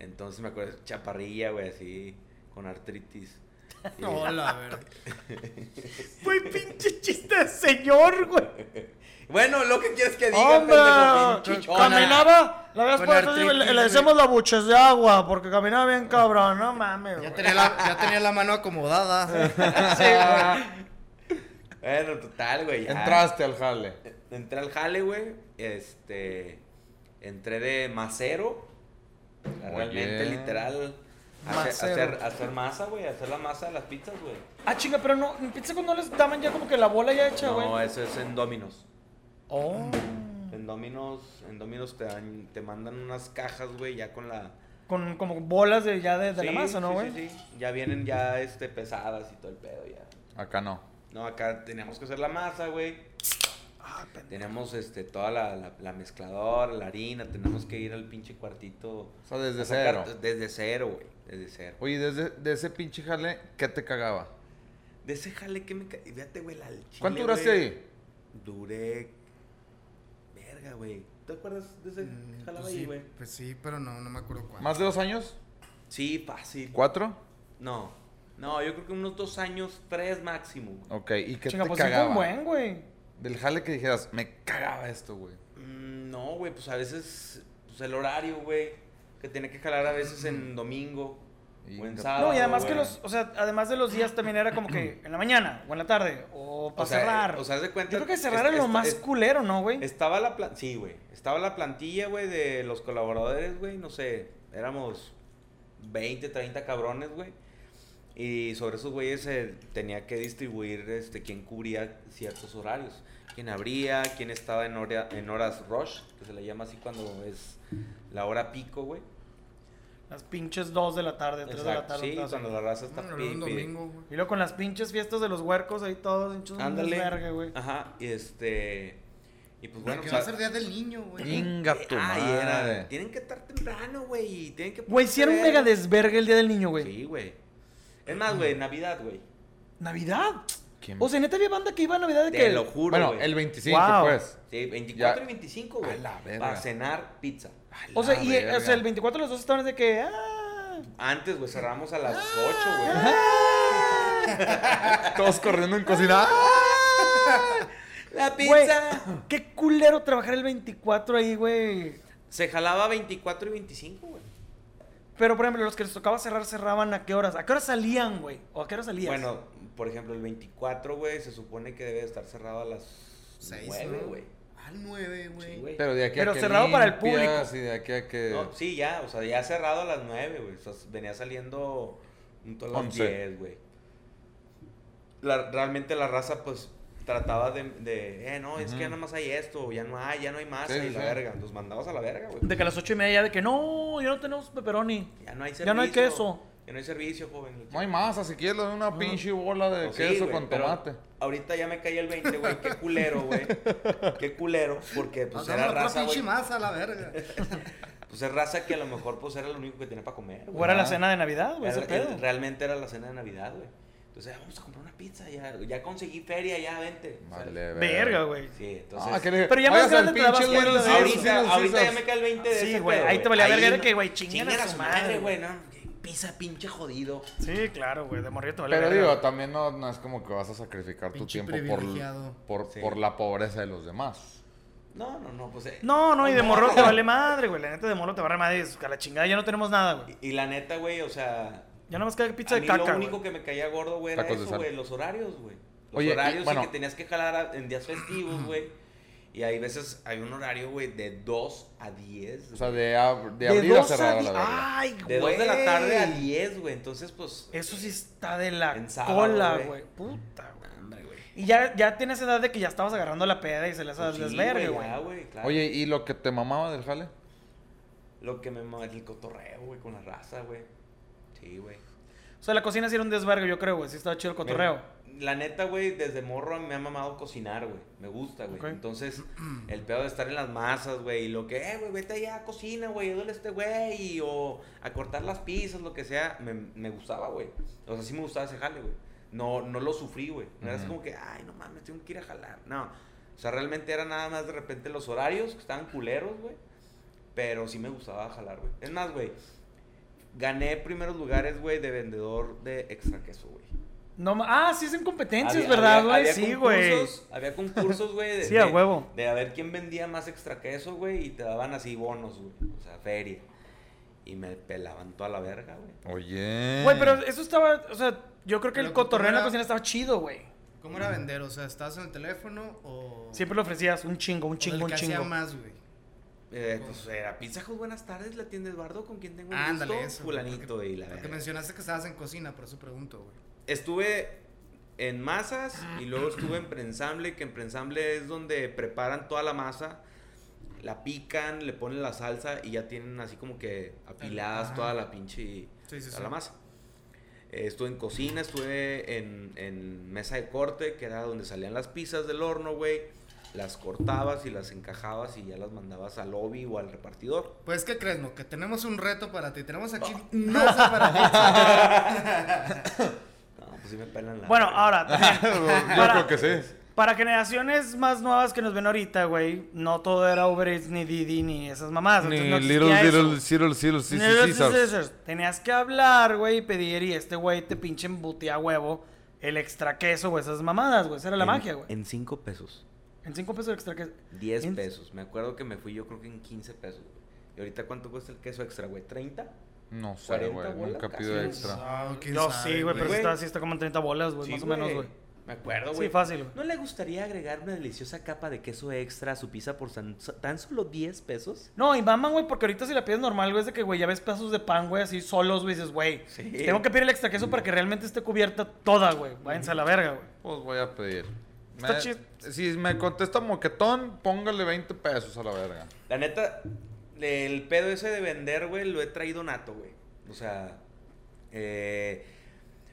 Speaker 4: Entonces me acuerdo, chaparrilla, güey, así, con artritis. Y-
Speaker 3: No, la verdad.
Speaker 2: Güey, pinche chiste de señor, güey.
Speaker 4: Bueno, lo que quieres que diga,
Speaker 2: Hombre,
Speaker 4: pendejo, pinche chona.
Speaker 2: caminaba, la veas
Speaker 3: Con
Speaker 2: por atrás y le,
Speaker 3: artritis,
Speaker 2: le decíamos la buches de agua, porque caminaba bien cabrón, no mames, güey.
Speaker 3: Ya tenía la, ya tenía la mano acomodada.
Speaker 4: Bueno, total, güey, ya.
Speaker 1: Entraste al jale.
Speaker 4: Entré al jale, güey, este, entré de macero, o sea,
Speaker 1: Oye.
Speaker 4: realmente, literal, hacer,
Speaker 2: Macero.
Speaker 4: hacer, hacer masa, güey, hacer la masa de las pizzas, güey.
Speaker 2: Ah, chinga, pero no, en pizza no les daban ya como que la bola ya hecha, güey.
Speaker 1: eh.
Speaker 4: No, eso es en Dominos.
Speaker 2: Oh.
Speaker 4: En Dominos, en Dominos te, dan- te mandan unas cajas, güey, ya con la...
Speaker 2: Con como bolas de ya de, de la
Speaker 4: Sí,
Speaker 2: masa, ¿no,
Speaker 4: sí,
Speaker 2: güey?
Speaker 4: Sí, sí, Ya vienen ya este, pesadas y todo el pedo ya.
Speaker 1: Acá no.
Speaker 4: No, acá teníamos que hacer la masa, güey.
Speaker 2: Ah, pendejo.
Speaker 4: Tenemos este, toda la, la, la mezcladora, la harina, tenemos que ir al pinche cuartito.
Speaker 1: O sea, desde
Speaker 4: a sacar-
Speaker 1: cero.
Speaker 4: Desde cero, güey. Desde cero.
Speaker 2: eh.
Speaker 1: Oye, desde de ese pinche jale, ¿qué te cagaba?
Speaker 4: De ese jale que me ca- y Fíjate, güey, la al chile,
Speaker 1: ¿Cuánto duraste
Speaker 4: güey,
Speaker 1: ahí?
Speaker 4: Duré. Verga, güey. ¿Te acuerdas de ese
Speaker 3: Mm,
Speaker 4: jalado
Speaker 3: pues,
Speaker 4: ahí,
Speaker 3: sí,
Speaker 4: güey?
Speaker 3: pues sí, pero no, no me acuerdo cuál.
Speaker 1: ¿Más de dos años?
Speaker 4: Sí, fácil.
Speaker 1: ¿Cuatro?
Speaker 4: No. No, yo creo que unos dos años, tres máximo. güey.
Speaker 1: Ok, ¿y qué
Speaker 2: Chinga,
Speaker 1: te
Speaker 2: pues sí fue
Speaker 1: cagaba?
Speaker 2: un buen, güey.
Speaker 1: Del jale que dijeras, me cagaba esto, güey.
Speaker 4: Mm, No, güey,
Speaker 3: Mm.
Speaker 4: pues a veces pues el horario, güey, que tiene que jalar a veces en domingo.
Speaker 1: Y-
Speaker 4: Buen
Speaker 2: No, y además que
Speaker 4: sábado, güey.
Speaker 2: los, o sea, además de los días también era como que en la mañana o en la tarde o para
Speaker 4: O sea,
Speaker 2: cerrar.
Speaker 4: eh, o sea, haz de cuenta-
Speaker 2: Yo creo que cerrar es,
Speaker 4: es-
Speaker 2: lo
Speaker 4: es-
Speaker 2: más
Speaker 4: es-
Speaker 2: culero, ¿no, güey?
Speaker 4: Estaba la plantilla, sí, güey. Estaba la plantilla, güey, de los colaboradores, güey. No sé, éramos 20, 30 cabrones, güey. Y sobre esos güeyes se tenía que distribuir este, quién cubría ciertos horarios. Quién abría, quién estaba en, hora- en horas rush, que se le llama así cuando es la hora pico, güey.
Speaker 2: Las pinches 2 de la tarde, 3 de la
Speaker 4: Exacto,
Speaker 2: tarde.
Speaker 4: Sí,
Speaker 2: todas
Speaker 4: cuando
Speaker 2: ahí.
Speaker 4: la raza está
Speaker 3: Bueno, era un
Speaker 4: pi- pi-
Speaker 3: domingo, güey.
Speaker 2: Y luego con las pinches fiestas de los huercos ahí todos hinchos un
Speaker 4: Ándale.
Speaker 2: desvergue, güey.
Speaker 4: Ajá, y este. Y pues bueno,
Speaker 3: Porque va
Speaker 4: o
Speaker 3: a
Speaker 4: sea,
Speaker 3: ser día del niño, güey.
Speaker 1: Inga
Speaker 2: eh,
Speaker 1: tu
Speaker 4: Ay,
Speaker 1: madre.
Speaker 4: era. Tienen que estar temprano, güey. y Tienen que.
Speaker 2: Güey, sí era un mega desvergue el día del niño, güey.
Speaker 4: Sí, güey. Es más, güey, Navidad, güey.
Speaker 2: Navidad.
Speaker 1: ¿Quién?
Speaker 2: O sea, neta había banda que iba a Navidad de
Speaker 4: Te
Speaker 2: que
Speaker 4: lo juro.
Speaker 1: bueno,
Speaker 4: güey.
Speaker 1: el 25,
Speaker 2: Wow.
Speaker 1: pues.
Speaker 4: Sí, 24
Speaker 1: Ya.
Speaker 4: y 25,
Speaker 1: A
Speaker 4: güey.
Speaker 1: la verga.
Speaker 4: Para cenar pizza.
Speaker 2: O sea,
Speaker 1: La
Speaker 2: y eh, o sea,
Speaker 1: verga.
Speaker 2: el 24 los dos estaban de que ah,
Speaker 4: Antes, güey, cerramos a las 8, güey.
Speaker 2: ah".
Speaker 1: Todos corriendo en cocina.
Speaker 4: ¡La
Speaker 2: güey, qué culero trabajar el 24 ahí, güey.
Speaker 4: Se jalaba 24 y 25, güey.
Speaker 2: Pero por ejemplo, los que les tocaba cerrar cerraban a qué horas? ¿A qué horas salían, güey? ¿O a qué horas salías?
Speaker 4: Bueno, por ejemplo, el 24, güey, se supone que debe estar cerrado a las
Speaker 3: Seis,
Speaker 4: 9,
Speaker 3: ¿no?
Speaker 4: güey.
Speaker 3: Al nueve, güey.
Speaker 4: Sí, güey.
Speaker 1: Pero de aquí
Speaker 2: Pero
Speaker 1: a que
Speaker 2: cerrado para el
Speaker 1: limpias
Speaker 2: público.
Speaker 1: Y de aquí a que.
Speaker 4: No, pues, sí, ya, o sea, ya cerrado a las 9, güey. O sea, venía saliendo junto a las
Speaker 1: Once.
Speaker 4: 10, güey. La- realmente la raza, pues, trataba de, de, eh, no, es que
Speaker 1: Ujú.
Speaker 4: ya nada más hay esto, ya no hay, ya no hay más,
Speaker 1: Sí,
Speaker 4: y la
Speaker 1: sí.
Speaker 4: verga. Los mandabas a la verga, güey.
Speaker 2: De que a las 8 y media ya de que no, ya no tenemos pepperoni.
Speaker 4: Ya no hay servicio.
Speaker 2: Ya no hay queso.
Speaker 4: Ya no hay servicio, joven.
Speaker 1: No hay masa, si quieres, le doy una pinche bola de
Speaker 4: Pues sí,
Speaker 1: queso
Speaker 4: güey,
Speaker 1: con
Speaker 4: pero
Speaker 1: tomate.
Speaker 4: Ahorita ya me caí el 20, güey. Qué culero, güey. Qué culero, porque pues
Speaker 3: Hagamos
Speaker 4: era
Speaker 3: otra
Speaker 4: raza,
Speaker 3: pinche
Speaker 4: güey.
Speaker 3: masa a la verga.
Speaker 4: Pues es raza que a lo mejor pues era lo único que tenía para comer, güey.
Speaker 2: O era la
Speaker 1: Ah.
Speaker 2: cena de Navidad, güey, ese
Speaker 4: Era-
Speaker 2: pues, pedo.
Speaker 4: era- realmente era la cena de Navidad, güey. Entonces, "Ah, vamos a comprar una pizza, ya, ya conseguí feria, ya vente. O sea,
Speaker 1: Vale,
Speaker 2: Verga, güey.
Speaker 4: Sí, entonces.
Speaker 1: Ah, que le-
Speaker 2: Pero ya más
Speaker 1: Oigas, el
Speaker 2: grande te dabas
Speaker 1: pinche
Speaker 2: cuenta
Speaker 1: Little
Speaker 2: de
Speaker 1: Caesars,
Speaker 2: eso.
Speaker 4: ahorita
Speaker 1: Little
Speaker 4: ahorita ya
Speaker 1: Caesars.
Speaker 4: me cae el 20 de
Speaker 2: Sí,
Speaker 4: ese
Speaker 2: güey,
Speaker 4: pedo,
Speaker 2: ahí te valía
Speaker 4: Ahí
Speaker 2: verga de
Speaker 4: no-
Speaker 2: que, güey, chinguen a
Speaker 4: chinguen
Speaker 2: su madre,
Speaker 4: güey, no. que Pizza, pinche jodido.
Speaker 2: Sí, claro, güey, de morrito. vale
Speaker 1: Pero
Speaker 2: verga.
Speaker 1: digo, también no, no es como que vas a sacrificar tu
Speaker 3: Pinche
Speaker 1: tiempo por,
Speaker 3: privilegiado.
Speaker 1: por,
Speaker 4: Sí.
Speaker 1: por la pobreza de los demás.
Speaker 4: No, no, no, pues. eh,
Speaker 2: No, no, y de morro te vale madre, güey. La neta de morro te vale madre. es que A la chingada ya no tenemos nada, güey.
Speaker 4: Y, y la neta, güey, o sea.
Speaker 2: Ya nada más queda pizza
Speaker 4: a
Speaker 2: de
Speaker 4: mí
Speaker 2: caca,
Speaker 4: lo único
Speaker 2: güey.
Speaker 4: que me caía gordo, güey, era
Speaker 1: Tacos de
Speaker 4: eso,
Speaker 1: sal.
Speaker 4: güey, los horarios, güey. Los
Speaker 1: Oye, y,
Speaker 4: horarios y,
Speaker 1: bueno.
Speaker 4: que tenías que jalar a- en días festivos, güey. Y hay veces, hay un horario, güey, de 2 a 10.
Speaker 1: O sea, de, ab- de abrir a
Speaker 2: dos
Speaker 1: cerrar a
Speaker 2: di-
Speaker 1: la verga.
Speaker 2: Ay, güey.
Speaker 4: De 2 de la tarde a 10, güey. Entonces, pues.
Speaker 2: Eso sí está de la
Speaker 4: En sábado,
Speaker 2: cola,
Speaker 4: güey.
Speaker 2: güey. Puta, güey.
Speaker 4: Hombre, güey.
Speaker 2: Y ya, ya tienes edad de que ya estabas agarrando la peda y se le hace
Speaker 4: Pues sí,
Speaker 2: desvergue,
Speaker 4: ya,
Speaker 2: güey.
Speaker 4: güey, claro.
Speaker 1: Oye, ¿y lo que te mamaba del jale?
Speaker 4: Lo que me ma- el cotorreo, güey, con la raza, güey. Sí, güey.
Speaker 2: O sea, la cocina sí era un desvergue, yo creo, güey. Sí estaba chido el cotorreo.
Speaker 4: Me- la neta, güey, desde morro me ha mamado cocinar, güey. Me gusta, güey.
Speaker 2: Ok.
Speaker 4: Entonces, el pedo de estar en las masas, güey, y lo que, eh, güey, vete allá a cocina, güey, ayúdale a este güey, y- o a cortar las pizzas, lo que sea, me, me gustaba, güey. O sea, sí me gustaba ese jale, güey. No, no lo sufrí, güey. No era así
Speaker 1: Ujú.
Speaker 4: como que, ay, no mames, tengo que ir a jalar. No. O sea, realmente era nada más de repente los horarios que estaban culeros, güey. Pero sí me gustaba jalar, güey. Es más, güey, gané primeros lugares, güey, de vendedor de extra queso, güey.
Speaker 2: No, ma- ah, sí es en competencias,
Speaker 4: Había-
Speaker 2: ¿verdad,
Speaker 4: había-
Speaker 2: güey?
Speaker 4: había
Speaker 2: Sí, güey.
Speaker 4: concursos- Había concursos, güey. de-
Speaker 2: Sí, a
Speaker 4: de-
Speaker 2: huevo.
Speaker 4: De a ver quién vendía más extra queso, güey. Y te daban así bonos, güey. O sea, feria. Y me pelaban toda la verga, güey.
Speaker 1: Oye.
Speaker 2: Güey, pero eso estaba, o sea, yo creo que el
Speaker 3: Pero
Speaker 2: cotorreo en la
Speaker 3: cotorreo-
Speaker 2: cocina estaba chido, güey.
Speaker 3: ¿Cómo era vender? O sea, ¿estabas en el teléfono o.
Speaker 2: Siempre le ofrecías un chingo, un
Speaker 3: o del
Speaker 2: chingo, un
Speaker 3: que hacía
Speaker 2: chingo.
Speaker 3: más, güey.
Speaker 4: Eh, pues era Pizza Hut, buenas tardes, la tienda Eduardo, ¿con quién tengo el gusto?
Speaker 3: Ándale, eso. güey,
Speaker 4: Fulanito
Speaker 3: porque-
Speaker 4: y la
Speaker 3: Porque
Speaker 4: verga.
Speaker 3: mencionaste que estabas en cocina, por eso pregunto, güey.
Speaker 4: Estuve en masas
Speaker 3: Ah.
Speaker 4: y luego estuve en preensamble, que en preensamble es donde preparan toda la masa, la pican, le ponen la salsa y ya tienen así como que apiladas
Speaker 3: Ajá.
Speaker 4: toda la pinche
Speaker 3: Sí, sí,
Speaker 4: toda
Speaker 3: sí.
Speaker 4: la masa. Eh, estuve en cocina, estuve en, en mesa de corte, que era donde salían las pizzas del horno, güey. Las cortabas y las encajabas y ya las mandabas al lobby o al repartidor.
Speaker 3: Pues, ¿qué crees, Mo? Que tenemos un reto para ti. Tenemos aquí
Speaker 4: Oh.
Speaker 3: masa para ti.
Speaker 4: No, pues sí me pelan la.
Speaker 2: Bueno,
Speaker 4: verga.
Speaker 2: ahora, también,
Speaker 1: Yo creo
Speaker 2: Para-
Speaker 1: que sí.
Speaker 2: para generaciones más nuevas que nos ven ahorita, güey, no todo era Uber Eats, ni Didi, ni esas mamadas.
Speaker 1: Ni
Speaker 2: entonces no
Speaker 1: Little,
Speaker 2: existía eso.
Speaker 1: Little, Little, Little, sí, sí,
Speaker 2: Little
Speaker 1: sí, sabes.
Speaker 2: Caesars. Tenías que hablar, güey, y pedir, y este güey te pinche embutea a huevo el extra queso, güey, esas mamadas, güey. Esa era la
Speaker 4: En-
Speaker 2: magia, güey.
Speaker 4: En 5 pesos.
Speaker 2: En 5 pesos el extra queso.
Speaker 4: 10
Speaker 2: En-
Speaker 4: pesos. Me acuerdo que me fui yo creo que en 15 pesos, güey. ¿Y ahorita cuánto cuesta el queso extra, güey? ¿30?
Speaker 1: No sé,
Speaker 4: 40
Speaker 1: güey.
Speaker 4: bolas
Speaker 1: Nunca
Speaker 4: casi,
Speaker 1: pido
Speaker 4: güey.
Speaker 1: extra.
Speaker 3: Ah, quién
Speaker 2: Yo
Speaker 3: sabe,
Speaker 2: sí, güey, pero
Speaker 4: güey.
Speaker 2: está, sí está como en 30 bolas, güey,
Speaker 4: Sí,
Speaker 2: Pues más o menos, güey.
Speaker 4: Me acuerdo,
Speaker 2: Sí,
Speaker 4: güey.
Speaker 2: fácil, güey.
Speaker 4: ¿No le gustaría agregar una deliciosa capa de queso extra a su pizza por tan, tan solo 10 pesos?
Speaker 2: No, y maman, güey, porque ahorita si la pides normal, güey, es de que, güey, ya ves pedazos de pan, güey, así solos, güey, dices, güey,
Speaker 4: Sí.
Speaker 2: tengo que pedir el extra queso para que realmente esté cubierta toda, güey. Váyanse a la verga, güey.
Speaker 1: Pues voy a pedir.
Speaker 2: Está
Speaker 1: Me-
Speaker 2: chido.
Speaker 1: Si me contesta moquetón, póngale 20 pesos a la verga.
Speaker 4: La neta, el pedo ese de vender, güey, lo he traído nato, güey. O sea, eh,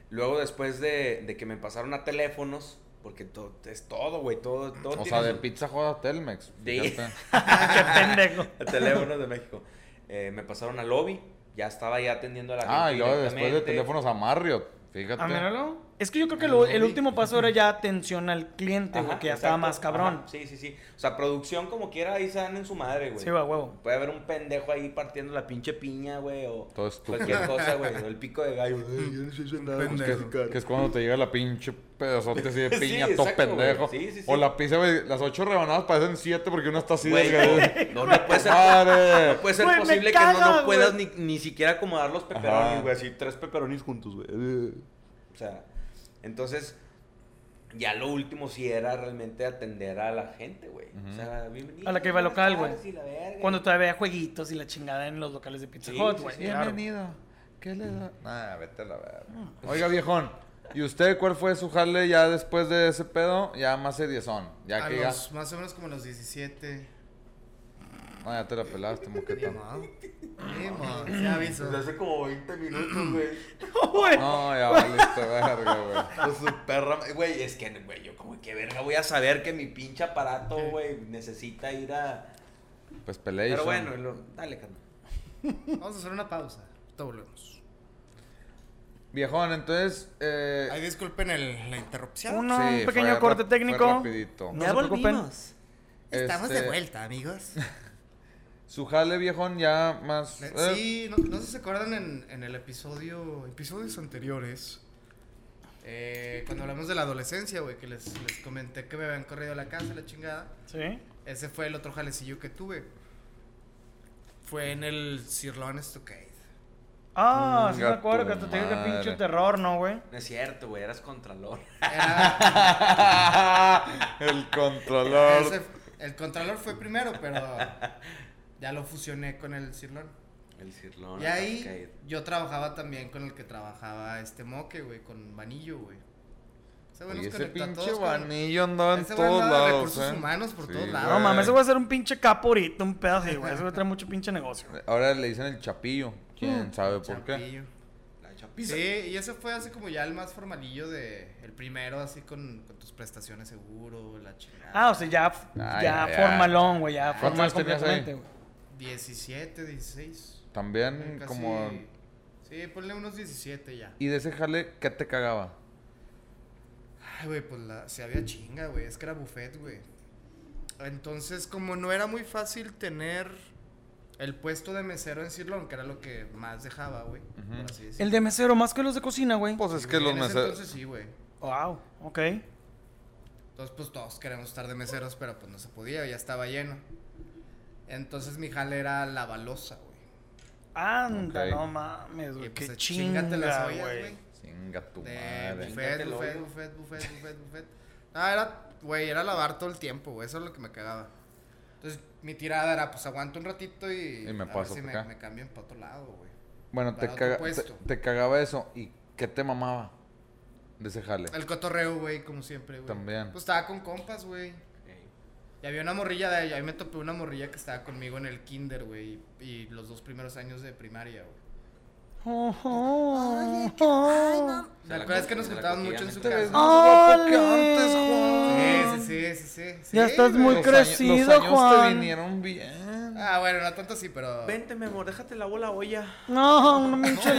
Speaker 4: luego después de, de que me pasaron a teléfonos, porque to- es todo, güey, todo, todo.
Speaker 1: O
Speaker 4: tiene
Speaker 1: sea, de
Speaker 4: su-
Speaker 1: pizza joda Telmex.
Speaker 4: Sí.
Speaker 1: fíjate.
Speaker 2: Qué pendejo.
Speaker 4: a teléfonos de México. Eh, me pasaron al lobby, ya estaba ya atendiendo a la gente.
Speaker 1: Ah, y luego después de
Speaker 4: directamente.
Speaker 1: teléfonos a Marriott. Fíjate.
Speaker 2: A míralo. Es que yo creo que lo- el último paso era ya atención al cliente,
Speaker 4: Ajá,
Speaker 2: güey, que ya estaba
Speaker 4: exacto,
Speaker 2: más cabrón.
Speaker 4: ajá, Sí, sí, sí. O sea, producción como quiera ahí se dan en su madre, güey.
Speaker 2: Sí, va, huevo.
Speaker 4: Puede haber un pendejo ahí partiendo la pinche piña, güey, o
Speaker 1: Todo estúpido.
Speaker 4: cualquier cosa, güey, o el pico de gallo. Ay, yo no sé hacer nada.
Speaker 1: Pues que,
Speaker 3: Pendejo.
Speaker 1: que es cuando te llega la pinche pedazote así de
Speaker 4: Sí,
Speaker 1: piña,
Speaker 4: exacto,
Speaker 1: todo
Speaker 4: güey.
Speaker 1: pendejo.
Speaker 4: Sí, sí, sí.
Speaker 1: O la pizza, güey, las ocho rebanadas parecen siete porque una está así
Speaker 4: Güey,
Speaker 1: delgadita.
Speaker 4: no, no puede ser,
Speaker 1: Madre.
Speaker 4: no puede ser
Speaker 2: Güey, me
Speaker 4: posible que no,
Speaker 2: cagas,
Speaker 4: no puedas ni, ni siquiera acomodar los peperonis,
Speaker 1: Ajá.
Speaker 4: güey, así tres peperonis juntos, güey. Eh. O sea, entonces ya lo último sí era realmente atender a la gente, güey. O sea, bienvenido,
Speaker 2: A la que iba al
Speaker 4: buenas
Speaker 2: local, güey.
Speaker 4: tardes y la verga.
Speaker 2: Cuando todavía había jueguitos y la chingada en los locales de Pizza
Speaker 4: Sí,
Speaker 2: Hut,
Speaker 4: sí,
Speaker 2: güey.
Speaker 4: sí.
Speaker 2: claro.
Speaker 1: ¿Qué le da? Nah, vete a la verga.
Speaker 2: Ah.
Speaker 1: Oiga, viejón. ¿Y usted cuál fue su jale ya después de ese pedo? Ya más seriezón. Ya
Speaker 3: A
Speaker 1: que ya.
Speaker 3: los- más o menos como a los 17.
Speaker 1: No, ya te la pelaste,
Speaker 3: Ni
Speaker 1: moquetón.
Speaker 3: modo. Ni modo, se avisó.
Speaker 4: Desde hace como 20 minutos, güey.
Speaker 2: Oh, Güey,
Speaker 1: No, ya valiste verga, güey.
Speaker 4: Pues su perra, güey, es que, güey, yo como que verga voy a saber que mi pinche aparato, güey, necesita ir a...
Speaker 1: Pues peleé.
Speaker 4: Pero bueno, lo- dale, carnal.
Speaker 3: Vamos a hacer una pausa. Ahorita volvemos.
Speaker 1: Viejón, entonces. Eh,
Speaker 3: Ay, disculpen el- la interrupción.
Speaker 2: Uno,
Speaker 1: sí,
Speaker 2: un
Speaker 1: fue
Speaker 2: pequeño
Speaker 1: rap-
Speaker 2: corte
Speaker 1: fue
Speaker 2: técnico.
Speaker 1: rapidito.
Speaker 2: No se preocupen.
Speaker 3: Estamos
Speaker 1: Este,
Speaker 3: de vuelta, amigos.
Speaker 1: Su jale, viejón, ya más. eh,
Speaker 3: Sí, no, no sé si se acuerdan en, en el episodio, episodios anteriores, eh, cuando hablamos de la adolescencia, güey, que les, les comenté que me habían corrido a la casa, la chingada.
Speaker 2: Sí.
Speaker 3: Ese fue el otro jalecillo que tuve. Fue en el Cirlón Stockade.
Speaker 2: Ah, sí me
Speaker 1: Chinga
Speaker 2: acuerdo
Speaker 1: tu
Speaker 2: que hasta te dije que
Speaker 1: madre.
Speaker 2: pinche terror, ¿no, güey?
Speaker 4: No es cierto, güey, eras contralor.
Speaker 3: Era-
Speaker 1: el
Speaker 3: ese-
Speaker 1: controlador.
Speaker 3: el Contralor fue primero, pero ya lo fusioné con el Cirlón.
Speaker 4: El cirlón.
Speaker 3: y
Speaker 4: el
Speaker 3: ahí
Speaker 4: arcade.
Speaker 3: yo trabajaba también con el que trabajaba este moque, güey, con Vanillo, güey. Ese
Speaker 1: Y
Speaker 3: güey nos
Speaker 1: ese
Speaker 3: conectó a
Speaker 1: pinche
Speaker 3: todos con-
Speaker 1: banillo andaba en
Speaker 3: Ese güey
Speaker 1: todos
Speaker 3: andaba de
Speaker 1: lados.
Speaker 3: recursos
Speaker 1: ¿eh?
Speaker 3: humanos por todos lados.
Speaker 2: No
Speaker 1: güey.
Speaker 2: mames, ese voy a ser un pinche capo ahorita, un pedazo, güey. Ese voy a traer mucho pinche negocio.
Speaker 1: Eh, Ahora le dicen el chapillo. ¿Quién sabe por qué?
Speaker 3: Mm, Chapillo.
Speaker 4: La chapiza.
Speaker 3: Sí, y ese fue así como ya el más formalillo de el primero, así con, con tus prestaciones seguro, la chingada.
Speaker 2: Ah, o sea, ya,
Speaker 1: Ah,
Speaker 2: ya,
Speaker 1: ya, ya.
Speaker 2: formalón, güey, ya
Speaker 1: ¿Cuántos
Speaker 2: formal
Speaker 1: años tenías ahí?
Speaker 2: completamente, güey.
Speaker 3: 17, 16.
Speaker 1: También
Speaker 3: Casi-
Speaker 1: Mm, como...
Speaker 3: Sí, ponle unos 17 ya.
Speaker 1: Y de ese jale, ¿qué te cagaba?
Speaker 3: Ay, güey, pues la, se había chinga, güey. Es que era buffet, güey. Entonces, como no era muy fácil tener el puesto de mesero en Cirlón, que era lo que más dejaba, güey.
Speaker 1: Ujú.
Speaker 3: Por así decirlo.
Speaker 2: El de mesero, más que los de cocina, güey.
Speaker 1: Pues es que
Speaker 3: Sí,
Speaker 1: los
Speaker 3: en ese
Speaker 1: meseros...
Speaker 3: Entonces sí, güey.
Speaker 2: Wow, ok.
Speaker 3: Entonces, pues todos queremos estar de meseros, pero pues no se podía, ya estaba lleno. Entonces mi jale era la balosa, güey.
Speaker 2: Anda,
Speaker 1: Ok.
Speaker 2: no mames, güey.
Speaker 3: Y
Speaker 2: Qué
Speaker 3: pues chingate
Speaker 2: chinga,
Speaker 3: las ollas,
Speaker 2: güey.
Speaker 3: güey.
Speaker 1: Chinga tu
Speaker 3: De
Speaker 1: madre.
Speaker 4: Chíngate
Speaker 3: buffet,
Speaker 4: el
Speaker 3: buffet,
Speaker 4: hoyo.
Speaker 3: buffet, buffet, buffet, buffet. Ah, era, güey, era lavar todo el tiempo, güey. Eso es lo que me cagaba. Entonces mi tirada era, pues aguanto un ratito y,
Speaker 1: Y me
Speaker 3: a ver
Speaker 1: paso
Speaker 3: si
Speaker 1: pa'
Speaker 3: me,
Speaker 1: acá.
Speaker 3: me cambian para otro lado, güey.
Speaker 1: Bueno, te,
Speaker 3: para otro
Speaker 1: caga- te,
Speaker 3: puesto.
Speaker 1: te cagaba eso. ¿Y qué te mamaba de ese jale?
Speaker 3: El cotorreo, güey, como siempre, güey.
Speaker 1: También.
Speaker 3: Pues estaba con compas, güey.
Speaker 4: Ok.
Speaker 3: Y había una morrilla de ahí me topé una morrilla que estaba conmigo en el kinder, güey. y- Y los dos primeros años de primaria, güey.
Speaker 2: Oh, oh, oh.
Speaker 3: La
Speaker 4: Se la
Speaker 3: verdad es
Speaker 4: co-
Speaker 3: que nos
Speaker 4: se la
Speaker 3: juntaban
Speaker 4: cogían
Speaker 3: mucho en su
Speaker 4: entre-
Speaker 3: casa.
Speaker 1: Más guapo que
Speaker 2: ¡Ole!
Speaker 1: antes, Juan.
Speaker 3: Sí, sí, sí, sí, sí. sí,
Speaker 2: Ya estás
Speaker 3: güey.
Speaker 2: muy
Speaker 1: Los años-
Speaker 2: crecido,
Speaker 1: los años
Speaker 2: Juan.
Speaker 1: te vinieron bien.
Speaker 3: Ah, bueno, no tanto así, pero.
Speaker 4: Vente, mi amor, déjate la bola olla.
Speaker 2: No, una pinche.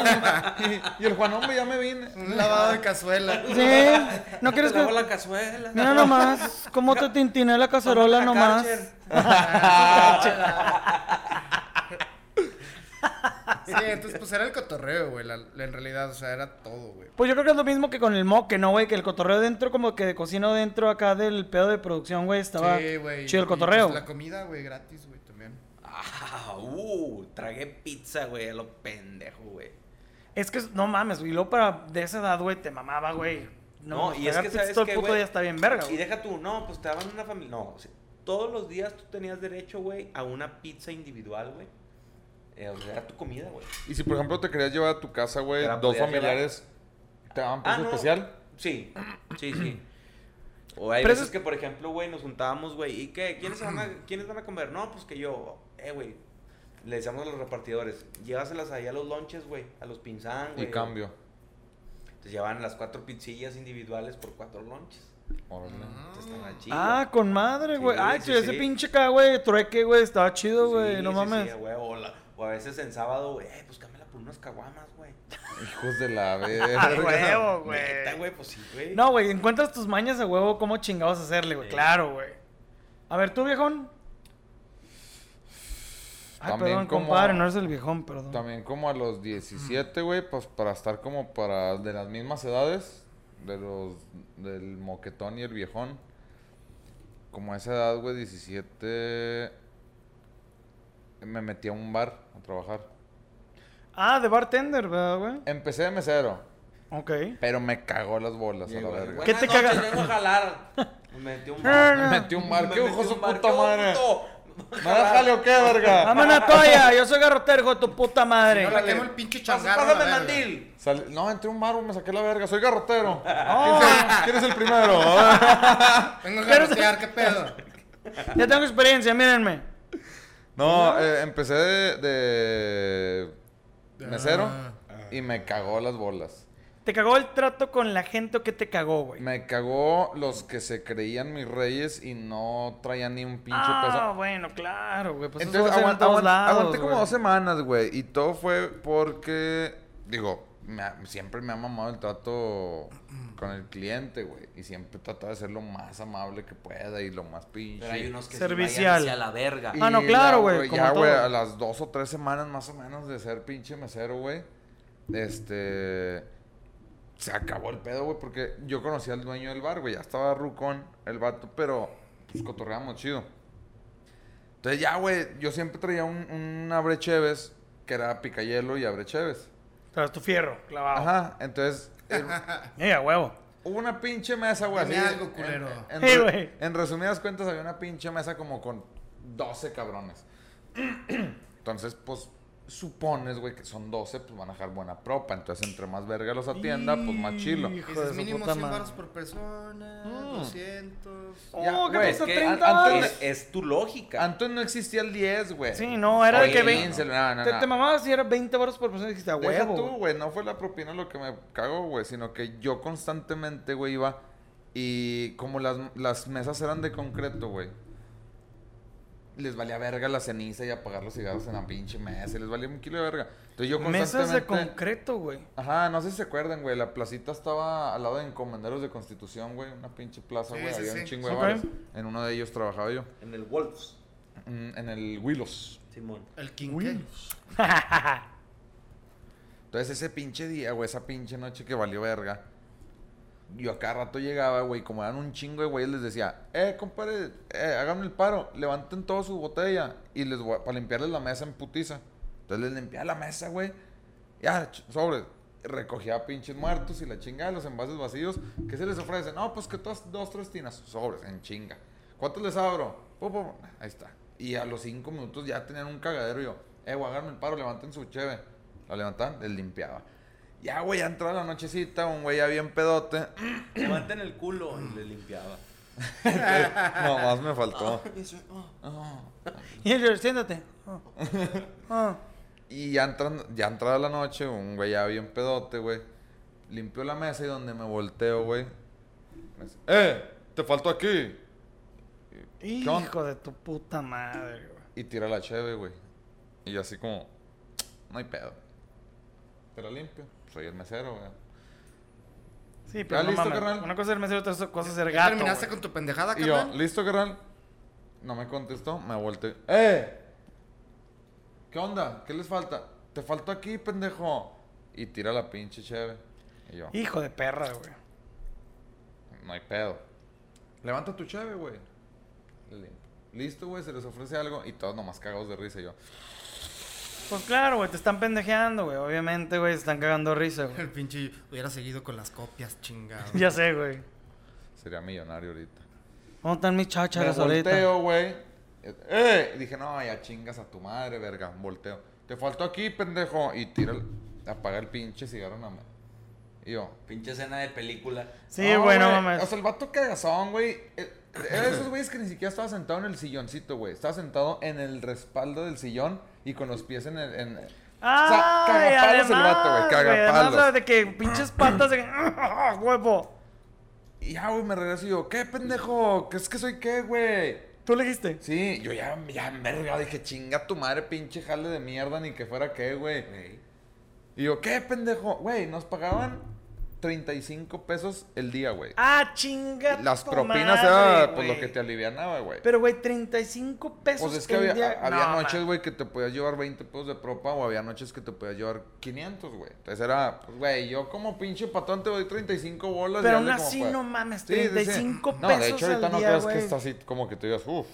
Speaker 1: y el Juan, hombre, ya me vine.
Speaker 3: Un lavado de cazuela.
Speaker 2: Sí. No quieres
Speaker 4: Déjate la
Speaker 2: que.
Speaker 4: bola cazuela.
Speaker 2: Mira nomás, cómo te tintiné la cacerola
Speaker 4: Tómate la
Speaker 2: nomás.
Speaker 4: Karcher.
Speaker 3: Sí, entonces, pues era el cotorreo, güey. la- la- en realidad, o sea, era todo, güey.
Speaker 2: Pues yo creo que es lo mismo que con el moque, ¿no, güey? Que el cotorreo dentro, como que de cocina dentro acá del pedo de producción, güey, estaba
Speaker 3: Sí, güey.
Speaker 2: chido el
Speaker 3: y,
Speaker 2: cotorreo.
Speaker 3: pues, la comida, güey, gratis, güey, también.
Speaker 4: Ah, uh, tragué pizza, güey, a lo pendejo, güey.
Speaker 2: Es que, es- no mames, güey. Luego para de esa edad, güey, te mamaba, güey. No, y es que
Speaker 4: sabes
Speaker 2: todo el
Speaker 4: qué,
Speaker 2: puto
Speaker 4: güey?
Speaker 2: día está bien verga,
Speaker 4: Y
Speaker 2: güey.
Speaker 4: deja tú, no, pues te daban una familia. No, o sea, todos los días tú tenías derecho, güey, a una pizza individual, güey. Eh, o sea, era tu comida, güey.
Speaker 1: Y si, por ejemplo, te querías llevar a tu casa, güey,
Speaker 4: Te la
Speaker 1: dos
Speaker 4: podías
Speaker 1: familiares, ¿te daban precio
Speaker 4: no.
Speaker 1: especial?
Speaker 4: Sí, sí, sí. O hay
Speaker 2: Pero
Speaker 4: veces
Speaker 2: eso-
Speaker 4: que, por ejemplo, güey, nos juntábamos, güey, ¿y qué? ¿Quiénes van, a, ¿Quiénes van a comer? No, pues que yo, eh, güey, le decíamos a los repartidores, llévaselas ahí a los lonches, güey, a los pinzán,
Speaker 1: Y
Speaker 4: güey.
Speaker 1: cambio.
Speaker 4: Entonces llevaban las cuatro pizzillas individuales por cuatro lonches.
Speaker 1: Órale.
Speaker 4: Entonces estaba chido.
Speaker 2: Ah, con madre,
Speaker 4: Sí,
Speaker 2: güey. Ay,
Speaker 4: sí,
Speaker 2: chido, ese
Speaker 4: sí.
Speaker 2: pinche acá, güey, trueque, güey, estaba chido, güey,
Speaker 4: Sí,
Speaker 2: no
Speaker 4: sí,
Speaker 2: mames.
Speaker 4: sí, güey, o, la- o a veces en sábado, güey, eh, pues cámbiala por unas caguamas, güey.
Speaker 1: Hijos de la
Speaker 2: A
Speaker 1: verga.
Speaker 2: huevo, Ah, güey.
Speaker 4: Neta, güey, pues sí, güey.
Speaker 2: No, güey, encuentras tus mañas a huevo, ¿cómo chingados hacerle, güey?
Speaker 4: Sí.
Speaker 2: Claro, güey. A ver, tú, viejón. Ay,
Speaker 1: También
Speaker 2: perdón,
Speaker 1: como-
Speaker 2: compadre, no eres el viejón, perdón.
Speaker 1: También como a los 17, güey, pues para estar como para de las mismas edades, de los del moquetón y el viejón. Como a esa edad, güey, 17, me metí a un bar a trabajar.
Speaker 2: Ah, de bartender, ¿verdad, güey?
Speaker 1: Empecé de mesero,
Speaker 2: Ok.
Speaker 1: pero me cagó las bolas
Speaker 4: Sí,
Speaker 1: a la
Speaker 4: güey.
Speaker 1: verga.
Speaker 2: ¿Qué
Speaker 4: Buenas
Speaker 2: te
Speaker 4: noches,
Speaker 2: caga-
Speaker 4: Vengo a jalar. Me metí un
Speaker 2: No,
Speaker 4: bar.
Speaker 2: no.
Speaker 1: Me metí un bar,
Speaker 4: Me
Speaker 1: ¿qué
Speaker 4: metí
Speaker 1: ojo
Speaker 4: un
Speaker 1: su
Speaker 4: bar,
Speaker 1: puta
Speaker 4: ¿qué ojo,
Speaker 1: madre?
Speaker 4: puto?
Speaker 1: ¿Me das jale o qué, verga?
Speaker 2: Dame una toalla, Ah, yo soy garrotero, hijo de tu puta madre.
Speaker 3: No la quemo el pinche
Speaker 4: Pásame-
Speaker 3: changarro. a la
Speaker 4: Pásame el
Speaker 3: verga.
Speaker 4: mandil.
Speaker 1: Sal- No, entré a un bar, güey, me saqué la verga, soy garrotero.
Speaker 2: Oh.
Speaker 1: ¿Quién, es el, quién es el primero?
Speaker 3: Vengo a
Speaker 2: Pero-
Speaker 3: garrotear, qué pedo.
Speaker 2: Ya tengo experiencia, mírenme.
Speaker 1: No, eh, empecé de, de mesero
Speaker 3: Ah.
Speaker 1: y me cagó las bolas.
Speaker 2: ¿Te cagó el trato con la gente o qué te cagó, güey?
Speaker 1: Me cagó los que se creían mis reyes y no traían ni un pinche
Speaker 2: Ah,
Speaker 1: peso.
Speaker 2: bueno, claro, güey. Pues
Speaker 1: Entonces
Speaker 2: eso va a ser en
Speaker 1: aguant-
Speaker 2: todos
Speaker 1: aguant-
Speaker 2: lados,
Speaker 1: aguanté como
Speaker 2: güey.
Speaker 1: dos semanas, güey. Y todo fue porque, digo, me ha- siempre me ha mamado el trato con el cliente, güey. Y siempre he tratado de ser lo más amable que pueda y lo más pinche.
Speaker 4: Pero hay unos que
Speaker 2: Servicial.
Speaker 4: se vayan hacia la verga.
Speaker 2: Ah, no, claro,
Speaker 1: la-
Speaker 2: güey, como
Speaker 1: Ya,
Speaker 2: todo.
Speaker 1: güey, a las dos o tres semanas más o menos de ser pinche mesero, güey. Este. Se acabó el pedo, güey, porque yo conocí al dueño del bar, güey. Ya estaba rucón el vato, pero pues cotorreamos chido. Entonces, ya, güey, yo siempre traía un, un abre cheves que era picayelo y abre cheves.
Speaker 2: Tras tu fierro, clavado. Ajá.
Speaker 1: Ajá, entonces. el-
Speaker 2: huevo.
Speaker 1: Hubo una pinche mesa, güey.
Speaker 3: Dame
Speaker 1: así,
Speaker 3: algo, culero.
Speaker 1: En, en
Speaker 2: Sí,
Speaker 1: re-
Speaker 2: güey.
Speaker 1: en resumidas cuentas, había una pinche mesa como con 12 cabrones. Entonces, pues, supones, güey, que son 12, pues van a dejar buena propa. Entonces, entre más verga los atienda, pues más chilo.
Speaker 2: Hijo de
Speaker 3: Dices
Speaker 2: su
Speaker 3: mínimo
Speaker 2: puta
Speaker 3: 100
Speaker 2: madre. Mm.
Speaker 3: baros por persona, 200.
Speaker 2: Oh,
Speaker 1: Ya,
Speaker 2: que
Speaker 1: güey,
Speaker 2: pesa
Speaker 1: es
Speaker 4: pues, que
Speaker 2: 30
Speaker 1: an-
Speaker 2: dólares.
Speaker 1: antes- eh,
Speaker 4: Es, es tu lógica.
Speaker 1: Antes no existía el 10, güey.
Speaker 2: Sí, no, era de
Speaker 4: Oye,
Speaker 2: que
Speaker 4: ve-
Speaker 2: 20.
Speaker 1: 15, no, no,
Speaker 2: te,
Speaker 1: no.
Speaker 2: te mamabas y era 20 baros por persona y dijiste, a
Speaker 1: Deja
Speaker 2: huevo.
Speaker 1: tú,
Speaker 2: güey.
Speaker 1: güey, no fue la propina lo que me cagó, güey, sino que yo constantemente, güey, iba y como las, las mesas eran de concreto, güey, les valía verga la ceniza y apagar los cigarros en la pinche mesa, y les valía un kilo de verga. Entonces yo
Speaker 2: Mesas
Speaker 1: constantemente...
Speaker 2: de concreto, güey.
Speaker 1: Ajá, no sé si se acuerdan, güey, la placita estaba al lado de Encomenderos de Constitución, güey, una pinche plaza,
Speaker 3: Sí,
Speaker 1: güey,
Speaker 3: sí,
Speaker 1: había
Speaker 3: sí.
Speaker 1: un chingo de
Speaker 2: Ok.
Speaker 1: bares. En uno de ellos trabajaba yo,
Speaker 4: En el Wolves,
Speaker 1: mm, en el Willows.
Speaker 4: Simón.
Speaker 3: El quinqué.
Speaker 1: Entonces ese pinche día, güey, esa pinche noche que valió verga. Yo a cada rato llegaba, güey, como eran un chingo de güeyes, les decía, eh, compadre, eh, háganme el paro, levanten toda su botella y les voy a- para limpiarles la mesa en putiza. Entonces les limpiaba la mesa, güey. Ya, ch- sobre. Recogía pinches muertos y la chingada, los envases vacíos. ¿Qué se les ofrece? No, pues que todas, dos, tres tinas. Sobres, en chinga. ¿Cuántos les abro? Pum, pum, pum. Ahí está. Y a los cinco minutos ya tenían un cagadero. y Yo, eh, güey, háganme el paro, levanten su cheve. La levantaban, les limpiaba. Ya, güey, ya entraba la nochecita, un güey ya bien pedote.
Speaker 4: Levanten el culo y le limpiaba.
Speaker 1: Eh, Nomás me faltó.
Speaker 2: y él, siéntate. Ah. Ah.
Speaker 1: Y ya, entran, ya entrada la noche, un güey ya bien pedote, güey. Limpió la mesa y donde me volteo, güey. me dice, ¡Eh! ¡Te faltó aquí! onda?
Speaker 2: Hijo de tu puta madre, güey.
Speaker 1: Y tira la cheve, güey. Y yo así como, no hay pedo. Te la limpio. Soy el mesero, güey.
Speaker 2: Sí, pero no
Speaker 1: listo,
Speaker 2: mames.
Speaker 1: carnal?
Speaker 2: Una cosa es ser mesero, otra cosa es ser
Speaker 3: ¿Ya
Speaker 2: gato.
Speaker 3: terminaste
Speaker 2: güey.
Speaker 3: con tu pendejada,
Speaker 1: Y yo,
Speaker 3: Ah, carnal?
Speaker 1: ¿listo, carnal? No me contestó, me volteé. ¡Eh! ¿Qué onda? ¿Qué les falta? Te faltó aquí, pendejo. Y tira la pinche cheve. Y yo,
Speaker 2: Hijo de perra, güey.
Speaker 1: No hay pedo. Levanta tu chave, güey. Le lim- listo, güey, se les ofrece algo y todos nomás cagados de risa y yo.
Speaker 2: Pues claro, güey, te están pendejeando, güey. Obviamente, güey, se están cagando de risa, güey.
Speaker 3: El pinche hubiera seguido con las copias, chingado.
Speaker 2: ya sé, güey.
Speaker 1: Sería millonario ahorita.
Speaker 2: ¿Dónde están mis
Speaker 1: Me
Speaker 2: chácharas ahorita?
Speaker 1: volteo, güey. ¡Eh! Y dije, no, ya chingas a tu madre, verga. Volteo. Te faltó aquí, pendejo. Y tira el, apaga el pinche cigarro nada más. Y yo.
Speaker 4: Pinche escena de película.
Speaker 2: Sí,
Speaker 1: "No,
Speaker 2: güey, no
Speaker 1: güey".
Speaker 2: mames.
Speaker 1: O sea, el vato cagazón, güey. Eh, Era de esos güeyes que ni siquiera estaba sentado en el silloncito, güey. Estaba sentado en el respaldo del sillón y con los pies en el. en-
Speaker 2: Ah,
Speaker 1: O sea, cagapalos el vato, güey, cagapalos.
Speaker 2: Además de que pinches patas de ¡Ah, huevo.
Speaker 1: Y ya, güey, me regreso y yo, ¿qué pendejo? ¿Qué es que soy qué, güey?
Speaker 2: ¿Tú le dijiste?
Speaker 1: Sí, yo ya, ya, verga, dije, chinga tu madre, pinche jale de mierda, ni que fuera qué, güey.
Speaker 4: Ey.
Speaker 1: Y yo, ¿qué pendejo? Güey, nos pagaban 35 pesos el día, güey.
Speaker 2: Ah, chinga.
Speaker 1: Las
Speaker 2: tu
Speaker 1: propinas
Speaker 2: madre,
Speaker 1: era pues, lo
Speaker 2: güey.
Speaker 1: que te alivianaba, güey.
Speaker 2: Pero, güey, 35 pesos.
Speaker 1: Pues es que
Speaker 2: el
Speaker 1: había,
Speaker 2: día-
Speaker 1: había
Speaker 2: No,
Speaker 1: noches,
Speaker 2: man.
Speaker 1: güey, que te podías llevar 20 pesos de propa o había noches que te podías llevar 500, güey. Entonces era, pues, güey, yo como pinche patón te doy 35 bolas.
Speaker 2: Pero
Speaker 1: y
Speaker 2: aún
Speaker 1: hazle como
Speaker 2: así,
Speaker 1: puedas.
Speaker 2: no mames,
Speaker 1: Sí, sí, sí.
Speaker 2: 35
Speaker 1: No, de
Speaker 2: pesos
Speaker 1: hecho, ahorita
Speaker 2: al
Speaker 1: no
Speaker 2: día,
Speaker 1: creas que
Speaker 2: güey.
Speaker 1: está así como que tú digas, uff.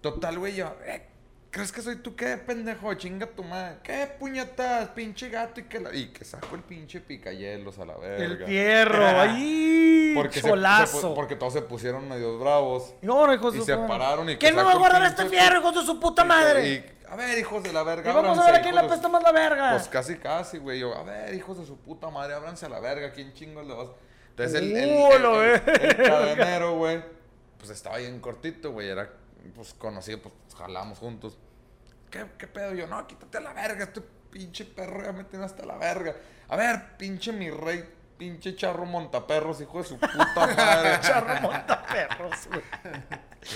Speaker 1: Total, güey, yo, eh, ¿crees que soy tú qué, pendejo? Chinga tu madre. ¿Qué puñetas? Pinche gato y que la... Y que saco el pinche picayelos a la verga.
Speaker 2: El fierro, ahí.
Speaker 1: Porque, se- se
Speaker 2: cholazo.
Speaker 1: pu- porque todos se pusieron medios bravos.
Speaker 2: No, hijos
Speaker 1: Y
Speaker 2: de su
Speaker 1: se
Speaker 2: madre.
Speaker 1: pararon y que
Speaker 2: ¿Quién me va a
Speaker 1: sacó el
Speaker 2: guardar este
Speaker 1: pinche-
Speaker 2: fierro, hijos de su puta madre?
Speaker 1: Y, a ver, hijos de la verga.
Speaker 2: Y vamos a
Speaker 1: ábranse,
Speaker 2: ver a quién le
Speaker 1: hijos de su-
Speaker 2: apestamos la verga.
Speaker 1: Pues casi, casi, güey. Yo, a ver, hijos de su puta madre, ábranse a la verga. ¿Quién chingos le vas? Entonces el, el,
Speaker 2: Uh,
Speaker 1: el-
Speaker 2: lo
Speaker 1: el-
Speaker 2: verga.
Speaker 1: el cadenero, güey, pues estaba bien cortito, güey. Era, pues, conocido, pues, jalamos juntos. ¿Qué, qué pedo? Yo, no, quítate a la verga. Este pinche perro ya me tiene hasta la verga. A ver, pinche mi rey, pinche charro montaperros, hijo de su puta madre.
Speaker 2: Charro montaperros, güey.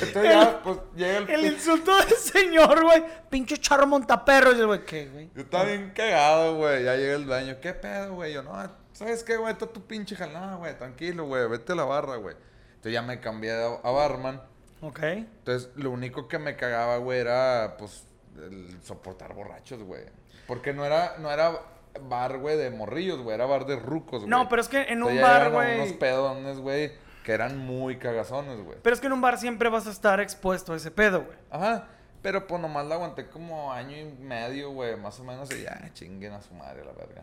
Speaker 1: Entonces ya, pues, llega el...
Speaker 2: El
Speaker 1: pinche-
Speaker 2: insulto del señor, güey. Pinche charro montaperros. Y el güey, ¿qué, güey?
Speaker 1: Yo estaba bien cagado, güey. Ya llega el baño. ¿Qué pedo, güey? Yo, no, ¿sabes qué, güey? Está tu pinche jalada, güey. Tranquilo, güey. Vete a la barra, güey. Entonces ya me cambié a, a barman.
Speaker 2: Ok.
Speaker 1: Entonces, lo único que me cagaba, güey, era, pues, el soportar borrachos, güey. Porque no era, no era bar, güey, de morrillos, güey. Era bar de rucos, güey.
Speaker 2: No, pero es que en un
Speaker 1: Entonces, ya
Speaker 2: bar,
Speaker 1: llegaron
Speaker 2: güey.
Speaker 1: unos pedones, güey, que eran muy cagazones, güey.
Speaker 2: Pero es que en un bar siempre vas a estar expuesto a ese pedo, güey.
Speaker 1: Ajá. Pero, pues, nomás la aguanté como año y medio, güey, más o menos. Y ya, chinguen a su madre, la verga.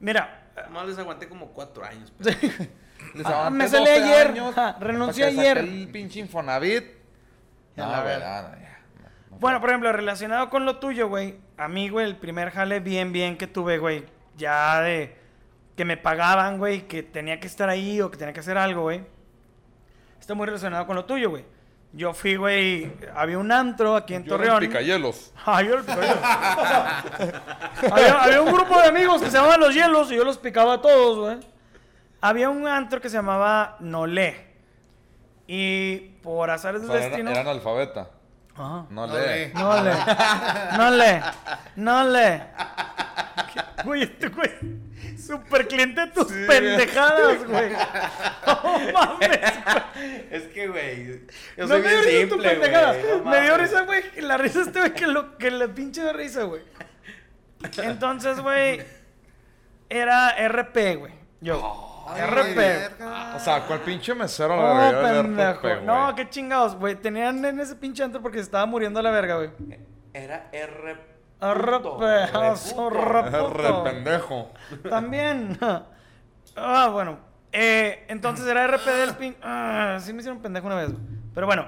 Speaker 2: Mira,
Speaker 4: Nomás les aguanté como cuatro años. pero-
Speaker 1: Les
Speaker 2: Ah,
Speaker 1: aguanté
Speaker 2: me salí
Speaker 1: 12
Speaker 2: ayer.
Speaker 1: años
Speaker 2: Ja, renuncié
Speaker 1: hasta que saqué
Speaker 2: ayer.
Speaker 1: El pinche Infonavit.
Speaker 2: Ya
Speaker 1: No,
Speaker 2: la
Speaker 1: güey,
Speaker 2: verga.
Speaker 1: no, no, ya, no, no
Speaker 2: Bueno, por
Speaker 1: fue.
Speaker 2: ejemplo, relacionado con lo tuyo, güey. A mí, güey, el primer jale bien, bien que tuve, güey. Ya de que me pagaban, güey, que tenía que estar ahí o que tenía que hacer algo, güey. Está muy relacionado con lo tuyo, güey. Yo fui, güey, había un antro aquí en
Speaker 1: Yo era el
Speaker 2: Torreón.
Speaker 1: Picayelos.
Speaker 2: Ah, yo era el había, había un grupo de amigos que se llamaban Los Hielos y yo los picaba a todos, güey. Había un antro que se llamaba Nolé. Y por azares
Speaker 1: O
Speaker 2: del
Speaker 1: sea, era,
Speaker 2: destino... Ah.
Speaker 1: era analfabeta.
Speaker 2: Ajá.
Speaker 1: No,
Speaker 3: No
Speaker 1: lee.
Speaker 3: lee.
Speaker 2: No le. No le. No le. ¿Qué? Güey, este güey. Super cliente de tus pendejadas, güey. No mames.
Speaker 4: es que, güey. Yo
Speaker 2: No
Speaker 4: soy
Speaker 2: me dio
Speaker 4: bien
Speaker 2: risa tus
Speaker 4: simple,
Speaker 2: pendejadas.
Speaker 4: güey. No
Speaker 2: me dio
Speaker 4: mames.
Speaker 2: risa, güey. La risa este güey que, lo, que la pinche de risa, güey. Entonces, güey. Era RP, güey. Yo. RP.
Speaker 1: O sea, ¿cuál pinche mesero la
Speaker 2: Oh,
Speaker 1: verga de
Speaker 2: pendejo.
Speaker 1: RP, güey?
Speaker 2: No, qué chingados, güey. Tenían en ese pinche antro porque se estaba muriendo la verga, güey.
Speaker 4: Era R.
Speaker 2: RP, oso,
Speaker 1: Re
Speaker 2: reputo.
Speaker 1: pendejo.
Speaker 2: También. Ah, bueno. Eh, entonces era RP del pin. Ah, sí me hicieron pendejo una vez. güey. Pero bueno,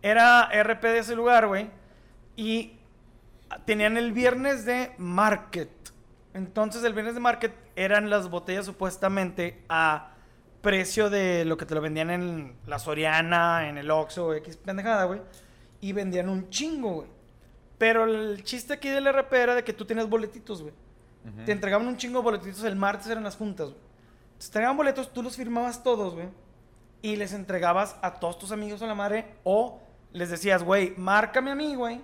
Speaker 2: era RP de ese lugar, güey. Y tenían el viernes de market. Entonces el viernes de market eran las botellas supuestamente a precio de lo que te lo vendían en la Soriana, en el Oxxo, X pendejada, güey. Y vendían un chingo, güey. Pero el chiste aquí del RP era de que tú tenías boletitos, güey. Te entregaban un chingo de boletitos el martes, eran las juntas, güey. Te entregaban boletos, tú los firmabas todos, güey. Y les entregabas a todos tus amigos a la madre. O les decías, güey, márcame a mí, güey.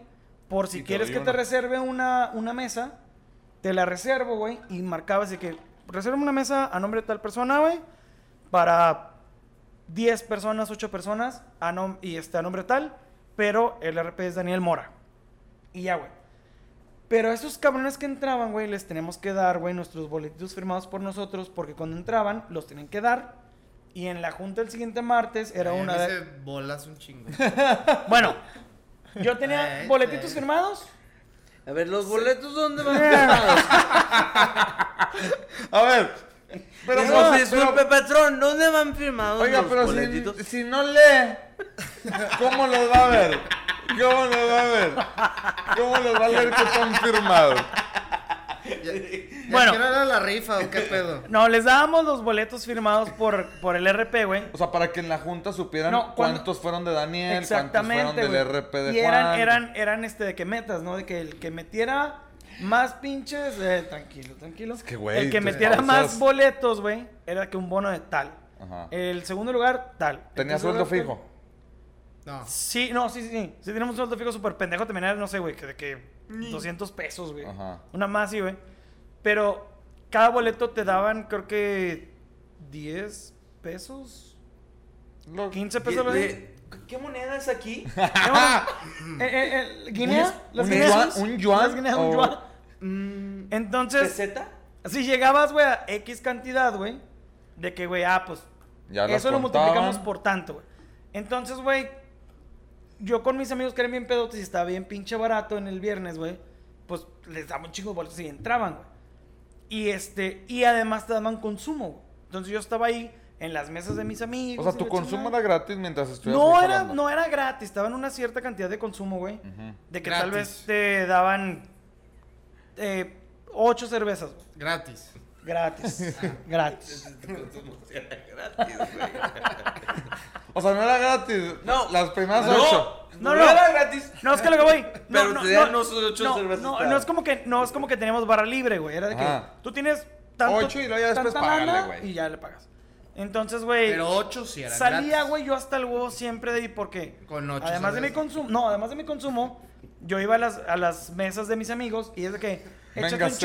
Speaker 2: Por si
Speaker 1: Y te
Speaker 2: quieres
Speaker 1: doy
Speaker 2: que te
Speaker 1: uno.
Speaker 2: reserve una, una mesa, te la reservo, güey. Y marcabas de que reserva una mesa a nombre de tal persona, güey. Para 10 personas, 8 personas. A nom- y este a nombre de tal. Pero el RP es Daniel Mora. Y ya, güey. Pero a esos cabrones que entraban, güey, les tenemos que dar, güey, nuestros boletitos firmados por nosotros, porque cuando entraban, los tenían que dar Y en la junta el siguiente martes era
Speaker 3: Ay, a
Speaker 2: una
Speaker 3: mí
Speaker 2: de...
Speaker 3: se bolas un chingo.
Speaker 2: Bueno, yo tenía
Speaker 3: Eh,
Speaker 2: boletitos
Speaker 3: eh.
Speaker 2: firmados.
Speaker 4: A ver, ¿los boletos dónde van firmados?
Speaker 1: A ver. Pero,
Speaker 4: Dis-
Speaker 1: no,
Speaker 4: disculpe,
Speaker 1: pero-
Speaker 4: patrón, ¿dónde van firmados
Speaker 1: oiga,
Speaker 4: los
Speaker 1: pero
Speaker 4: boletitos?
Speaker 1: si, si no lee, ¿cómo los va a ver? ¿Cómo los va a ver? ¿Cómo los va a leer que están firmados?
Speaker 2: Bueno.
Speaker 3: bueno. ¿Qué era la rifa o qué pedo?
Speaker 2: No, les dábamos los boletos firmados por, por el RP, güey.
Speaker 1: O sea, para que en la junta supieran
Speaker 2: No, cuando-
Speaker 1: cuántos fueron de Daniel, cuántos fueron
Speaker 2: Exactamente.
Speaker 1: del
Speaker 2: güey.
Speaker 1: RP de
Speaker 2: y eran,
Speaker 1: Juan.
Speaker 2: eran, eran este de que metas, ¿no? De que el que metiera más pinches. eh, tranquilo, tranquilo.
Speaker 1: que, güey,
Speaker 2: el que
Speaker 1: tus
Speaker 2: metiera
Speaker 1: pausas.
Speaker 2: más boletos, güey, era que un bono de tal.
Speaker 1: Ajá.
Speaker 2: El segundo lugar, tal. El
Speaker 1: Ah. Tenía
Speaker 2: tercer
Speaker 1: sueldo
Speaker 2: lugar, tal.
Speaker 1: fijo.
Speaker 3: No.
Speaker 2: Sí, no, sí, sí, sí. Sí, tenemos un sueldo fijo súper pendejo también era, no sé, güey, que de que 200 pesos, güey.
Speaker 1: Ajá.
Speaker 2: Una más, sí, güey. Pero cada boleto te daban, creo que 10 pesos. 15 pesos lo
Speaker 4: Ye- ye- ¿Qué moneda es aquí?
Speaker 2: Eh, eh, eh, ¿Guinea?
Speaker 1: es-
Speaker 2: ¿Las
Speaker 1: un
Speaker 2: guineas?
Speaker 1: yuan- un yuan
Speaker 2: ¿Las guineas? un
Speaker 1: o-
Speaker 2: yuan?
Speaker 4: Mm,
Speaker 2: Entonces,
Speaker 4: ¿Peseta?
Speaker 2: si llegabas, güey, a X cantidad, güey, de que, güey, ah, pues,
Speaker 1: Ya las
Speaker 2: eso lo
Speaker 1: contaban.
Speaker 2: multiplicamos por tanto, güey. Entonces, güey, yo con mis amigos que eran bien pedotes y estaba bien pinche barato en el viernes, güey, pues les daban un chingo de boletos y entraban, güey. Y este, y además te daban consumo, güey. Entonces yo estaba ahí en las mesas de mis
Speaker 1: O
Speaker 2: amigos.
Speaker 1: sea,
Speaker 2: y
Speaker 1: tu
Speaker 2: la
Speaker 1: consumo
Speaker 2: chingada.
Speaker 1: era gratis mientras estuvieras
Speaker 2: No
Speaker 1: ahí
Speaker 2: era,
Speaker 1: jalando.
Speaker 2: no era gratis, te daban una cierta cantidad de consumo, güey.
Speaker 1: Ujú.
Speaker 2: De que tal
Speaker 3: Gratis.
Speaker 2: vez te daban eh, ocho cervezas güey,
Speaker 3: Gratis.
Speaker 2: gratis. gratis.
Speaker 1: O sea, no era gratis.
Speaker 4: No.
Speaker 1: Las primeras
Speaker 4: No.
Speaker 1: ocho.
Speaker 2: No,
Speaker 4: No,
Speaker 2: no.
Speaker 4: era gratis.
Speaker 2: No, es que lo que voy. No,
Speaker 4: Pero
Speaker 2: no,
Speaker 4: te dan
Speaker 2: no,
Speaker 4: unos ocho
Speaker 2: no,
Speaker 4: cervezas
Speaker 2: no,
Speaker 4: cada-
Speaker 2: no es como que, no es como que teníamos barra libre, güey. Era de que
Speaker 1: Ajá.
Speaker 2: tú tienes tanto,
Speaker 1: Ocho y luego ya después
Speaker 2: tanta lana
Speaker 1: págale, güey.
Speaker 2: Y ya le pagas. Entonces, güey.
Speaker 3: Pero ocho sí eran
Speaker 2: Salía,
Speaker 3: gratis.
Speaker 2: güey, yo hasta el huevo siempre de ahí porque
Speaker 3: Con ocho
Speaker 2: además de mi
Speaker 3: cervezas.
Speaker 2: consumo, no, además de mi consumo, yo iba a las, a las mesas de mis amigos y es de que échate un
Speaker 1: Véngase.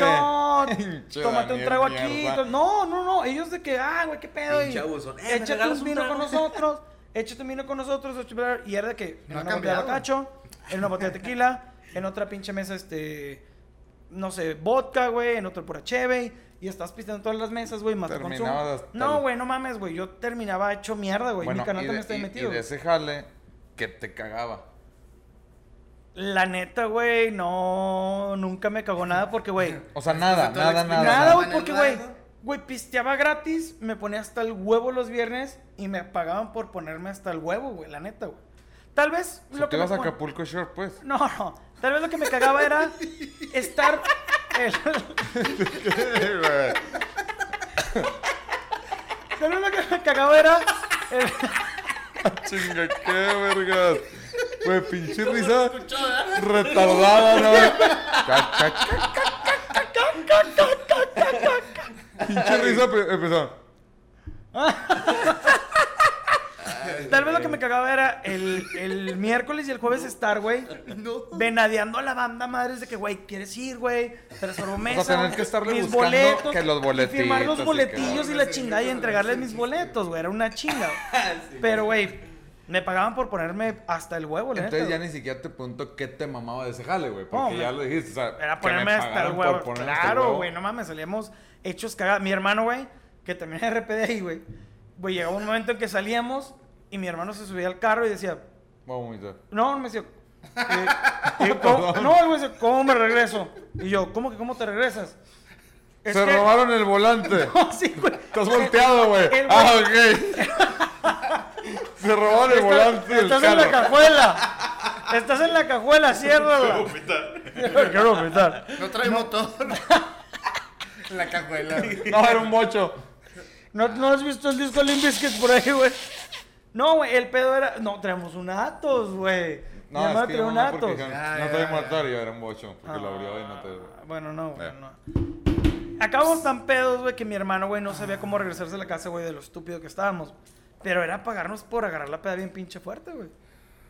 Speaker 2: shot,
Speaker 1: Pinche
Speaker 2: tómate un
Speaker 1: Daniel,
Speaker 2: trago aquí.
Speaker 1: mierda.
Speaker 2: to- No, no, no, ellos de que, ah, güey, qué pedo. y
Speaker 4: Pinche abusón. Eh, ¿me
Speaker 2: échate
Speaker 4: regalas
Speaker 2: un
Speaker 4: un
Speaker 2: vino
Speaker 4: trago?
Speaker 2: con nosotros, échate un vino con nosotros, échate- bla, bla, bla. y era de que en
Speaker 3: No ha
Speaker 2: una botella de
Speaker 3: cambiado.
Speaker 2: bacacho, en una botella de tequila, en otra pinche mesa este no sé, vodka, güey, en otro pura cheve, y estás pisteando todas las mesas, güey, más tu consumo.
Speaker 1: Terminabas hasta
Speaker 2: No,
Speaker 1: el-
Speaker 2: güey, no mames, güey, yo terminaba hecho mierda, güey,
Speaker 1: Bueno,
Speaker 2: mi canal
Speaker 1: y
Speaker 2: también
Speaker 1: de-
Speaker 2: está
Speaker 1: y-
Speaker 2: ahí
Speaker 1: Y
Speaker 2: metido.
Speaker 1: de ese jale que te cagaba.
Speaker 2: La neta, güey, no, nunca me cagó nada porque, güey,
Speaker 1: O sea, nada,
Speaker 3: toda
Speaker 1: nada,
Speaker 3: la
Speaker 1: nada.
Speaker 2: nada,
Speaker 1: nada.
Speaker 2: güey,
Speaker 3: En el
Speaker 2: porque, güey,
Speaker 3: lado.
Speaker 2: güey, pisteaba gratis, me ponía hasta el huevo los viernes y me pagaban por ponerme hasta el huevo, güey, la neta, güey. Tal vez
Speaker 1: O sea, te
Speaker 2: me
Speaker 1: ibas a
Speaker 2: pon-
Speaker 1: Acapulco Shore, pues.
Speaker 2: No, no. Tal vez lo que me cagaba era estar. el- Tal vez lo que me cagaba era. el-
Speaker 1: Chinga, qué vergas. Güey, pinche risa retardada, ¿no? Ca, ca, ca, ca, ca, ca, ca, ca, ca. Pinche risa pe- empezó.
Speaker 2: Tal vez lo que me cagaba era el, el miércoles y el jueves estar, güey.
Speaker 3: No.
Speaker 2: Venadeando a la banda madres de que, güey, quieres ir, güey. Transformó mesa.
Speaker 1: tener que estarle
Speaker 2: mis
Speaker 1: buscando
Speaker 2: boletos.
Speaker 1: que los
Speaker 2: y Firmar
Speaker 1: boletitos y
Speaker 2: los
Speaker 1: que-
Speaker 2: boletillos y la chingada y entregarles mis boletos, güey. Era una chinga. güey. Pero, güey, me pagaban por ponerme hasta el huevo, la neta,
Speaker 1: Entonces ya
Speaker 2: güey.
Speaker 1: ni siquiera te pregunto qué te mamaba de ese jale, güey. Porque
Speaker 2: No,
Speaker 1: ya
Speaker 2: me-
Speaker 1: lo dijiste, o sea, que
Speaker 2: Era
Speaker 1: me
Speaker 2: ponerme hasta el
Speaker 1: pagaron
Speaker 2: huevo.
Speaker 1: por ponerme hasta el
Speaker 2: Claro,
Speaker 1: huevo.
Speaker 2: güey, no mames, salíamos hechos cagados. Mi hermano, güey, que también era RP de ahí, güey. Güey, llegaba un momento en que salíamos y mi hermano se subía al carro y decía,
Speaker 1: Voy a vomitar.
Speaker 2: no, me decía, eh, eh, ¿cómo- no, me decía, ¿cómo me regreso? Y yo, ¿cómo que cómo te regresas? Es
Speaker 1: Se
Speaker 2: que-
Speaker 1: robaron el volante.
Speaker 2: Sí, güey.
Speaker 1: Estás volteado, güey.
Speaker 2: el
Speaker 1: Ah, ok. Se robaron el
Speaker 2: Estás-
Speaker 1: volante del
Speaker 2: estás en la
Speaker 1: carro.
Speaker 2: cajuela. Estás en la cajuela, ciérrala. Quiero vomitar.
Speaker 3: No trae motor. la cajuela. güey.
Speaker 1: No, era un bocho.
Speaker 2: ¿No, ¿No has visto el disco Limp Bizkit por ahí, güey? No, güey, el pedo era... No, traemos un Atos, güey.
Speaker 1: No,
Speaker 2: Mi
Speaker 1: es
Speaker 2: hermano
Speaker 1: que
Speaker 2: traía
Speaker 1: yo
Speaker 2: un
Speaker 1: no, porque
Speaker 2: Atos.
Speaker 1: dijeron,
Speaker 3: Ya,
Speaker 1: no
Speaker 3: ya,
Speaker 1: te voy a
Speaker 3: ya.
Speaker 1: matar y yo era un bocho. Porque lo abrió y no
Speaker 2: Ah,
Speaker 1: te...
Speaker 2: Bueno, no, güey,
Speaker 1: Eh.
Speaker 2: no. Acabamos tan pedos, güey, que mi hermano, güey, no sabía cómo regresarse a la casa, güey, de lo estúpido que estábamos. Pero era pagarnos por agarrar la peda bien pinche fuerte, güey.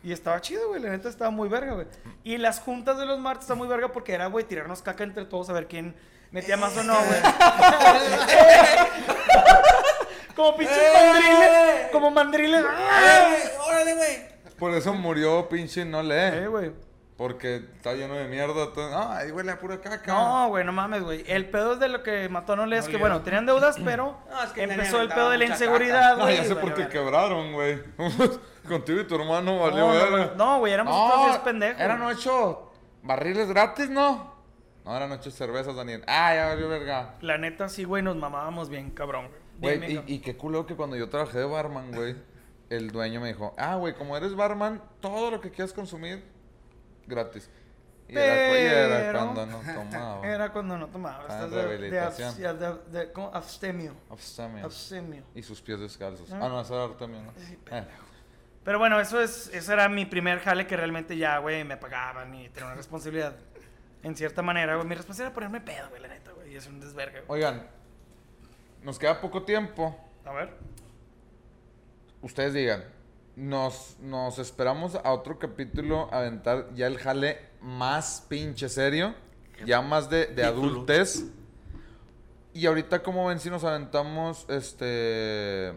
Speaker 2: Y estaba chido, güey, la neta estaba muy verga, güey. Y las juntas de los martes estaban muy verga porque era, güey, tirarnos caca entre todos a ver quién metía más o no, güey. como pinches mandriles, como mandriles.
Speaker 4: Eh, ¡Órale, güey!
Speaker 1: Por eso murió pinche no
Speaker 2: Eh,
Speaker 1: lee.
Speaker 2: güey.
Speaker 1: Porque está lleno de mierda. todo- Ay, huele a pura caca.
Speaker 2: No, güey, no mames, güey. El pedo es de lo que mató a Nole, es
Speaker 3: No,
Speaker 2: que,
Speaker 3: ya.
Speaker 2: bueno, tenían deudas, pero
Speaker 4: No, es que
Speaker 2: empezó
Speaker 4: tenían-
Speaker 2: el pedo de la
Speaker 4: mucha
Speaker 2: inseguridad,
Speaker 4: caca.
Speaker 1: No,
Speaker 2: güey.
Speaker 1: ya sé
Speaker 2: y
Speaker 1: por
Speaker 2: valió
Speaker 1: qué
Speaker 2: verga.
Speaker 1: quebraron, güey. Contigo y tu hermano valió
Speaker 2: No, no,
Speaker 1: verga.
Speaker 2: no, no, güey, éramos todos bien pendejos.
Speaker 1: Eran ocho barriles gratis, ¿no? No, eran ocho cervezas, Daniel. Ah, ya valió verga.
Speaker 2: La neta, sí, güey, nos mamábamos bien, cabrón, güey. Bien,
Speaker 1: Güey,
Speaker 2: bien,
Speaker 1: y,
Speaker 2: cabrón.
Speaker 1: y qué culo que cuando yo trabajé de barman, güey, el dueño me dijo, ah, güey, como eres barman, todo lo que quieras consumir, gratis. Y era, cu- y era
Speaker 2: Pero-
Speaker 1: cuando no tomaba.
Speaker 2: Era cuando no tomaba.
Speaker 1: Ah,
Speaker 2: estás de, de, abs-
Speaker 1: rehabilitación.
Speaker 2: de- de- ¿cómo? abstemio.
Speaker 1: Abstemio.
Speaker 2: Abstemio.
Speaker 1: Y sus pies descalzos.
Speaker 2: Ah.
Speaker 1: Ah, no, esa era también, ¿no?
Speaker 2: Sí,
Speaker 1: Eh,
Speaker 2: Pero bueno, eso es, ese era mi primer jale que realmente ya, güey, me pagaban y tenía una responsabilidad. En cierta manera, güey. Mi responsabilidad era ponerme pedo, güey, la neta, güey. Y es un desvergue, güey.
Speaker 1: Oigan, nos queda poco tiempo.
Speaker 2: A ver.
Speaker 1: ustedes digan, nos, nos esperamos a otro capítulo aventar ya el jale más pinche serio, ya más de, de adultez. Y ahorita, ¿cómo ven si nos aventamos este.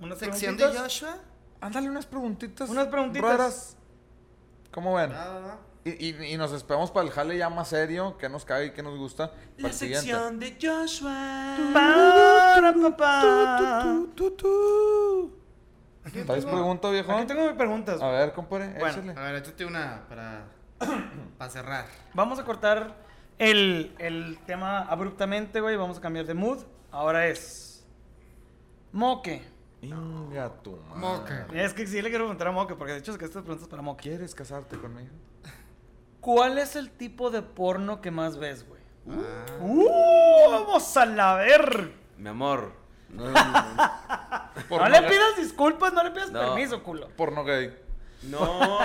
Speaker 2: ¿Unas
Speaker 3: Sección de
Speaker 2: preguntitas?
Speaker 3: Joshua.
Speaker 1: Ándale unas preguntitas.
Speaker 2: Unas preguntitas. Ah.
Speaker 1: Raras. ¿Cómo ven?
Speaker 3: Va, va, va.
Speaker 1: Y, y- y nos esperamos para el jale ya más serio, que nos cae y que nos gusta. Para el siguiente.
Speaker 4: de Joshua.
Speaker 2: Para, papá.
Speaker 1: ¿Traes pregunta, viejo?
Speaker 2: Aquí tengo mis preguntas.
Speaker 1: A ver, compadre,
Speaker 2: Bueno,
Speaker 1: échale.
Speaker 3: A ver, échate una para, para cerrar.
Speaker 2: Vamos a cortar el, el tema abruptamente, güey. Vamos a cambiar de mood. Ahora es. Moque.
Speaker 1: Inga tu madre.
Speaker 3: Moca.
Speaker 2: Es que sí le quiero preguntar a Moque, porque de hecho es que estas preguntas para Moque.
Speaker 1: ¿Quieres casarte conmigo?
Speaker 2: ¿Cuál es el tipo de porno que más ves, güey?
Speaker 3: Ah.
Speaker 2: ¡Uh! ¡Vamos a la ver!
Speaker 4: Mi amor.
Speaker 2: no le pidas disculpas, no le pidas
Speaker 4: No.
Speaker 2: permiso, culo.
Speaker 1: Porno gay.
Speaker 4: No.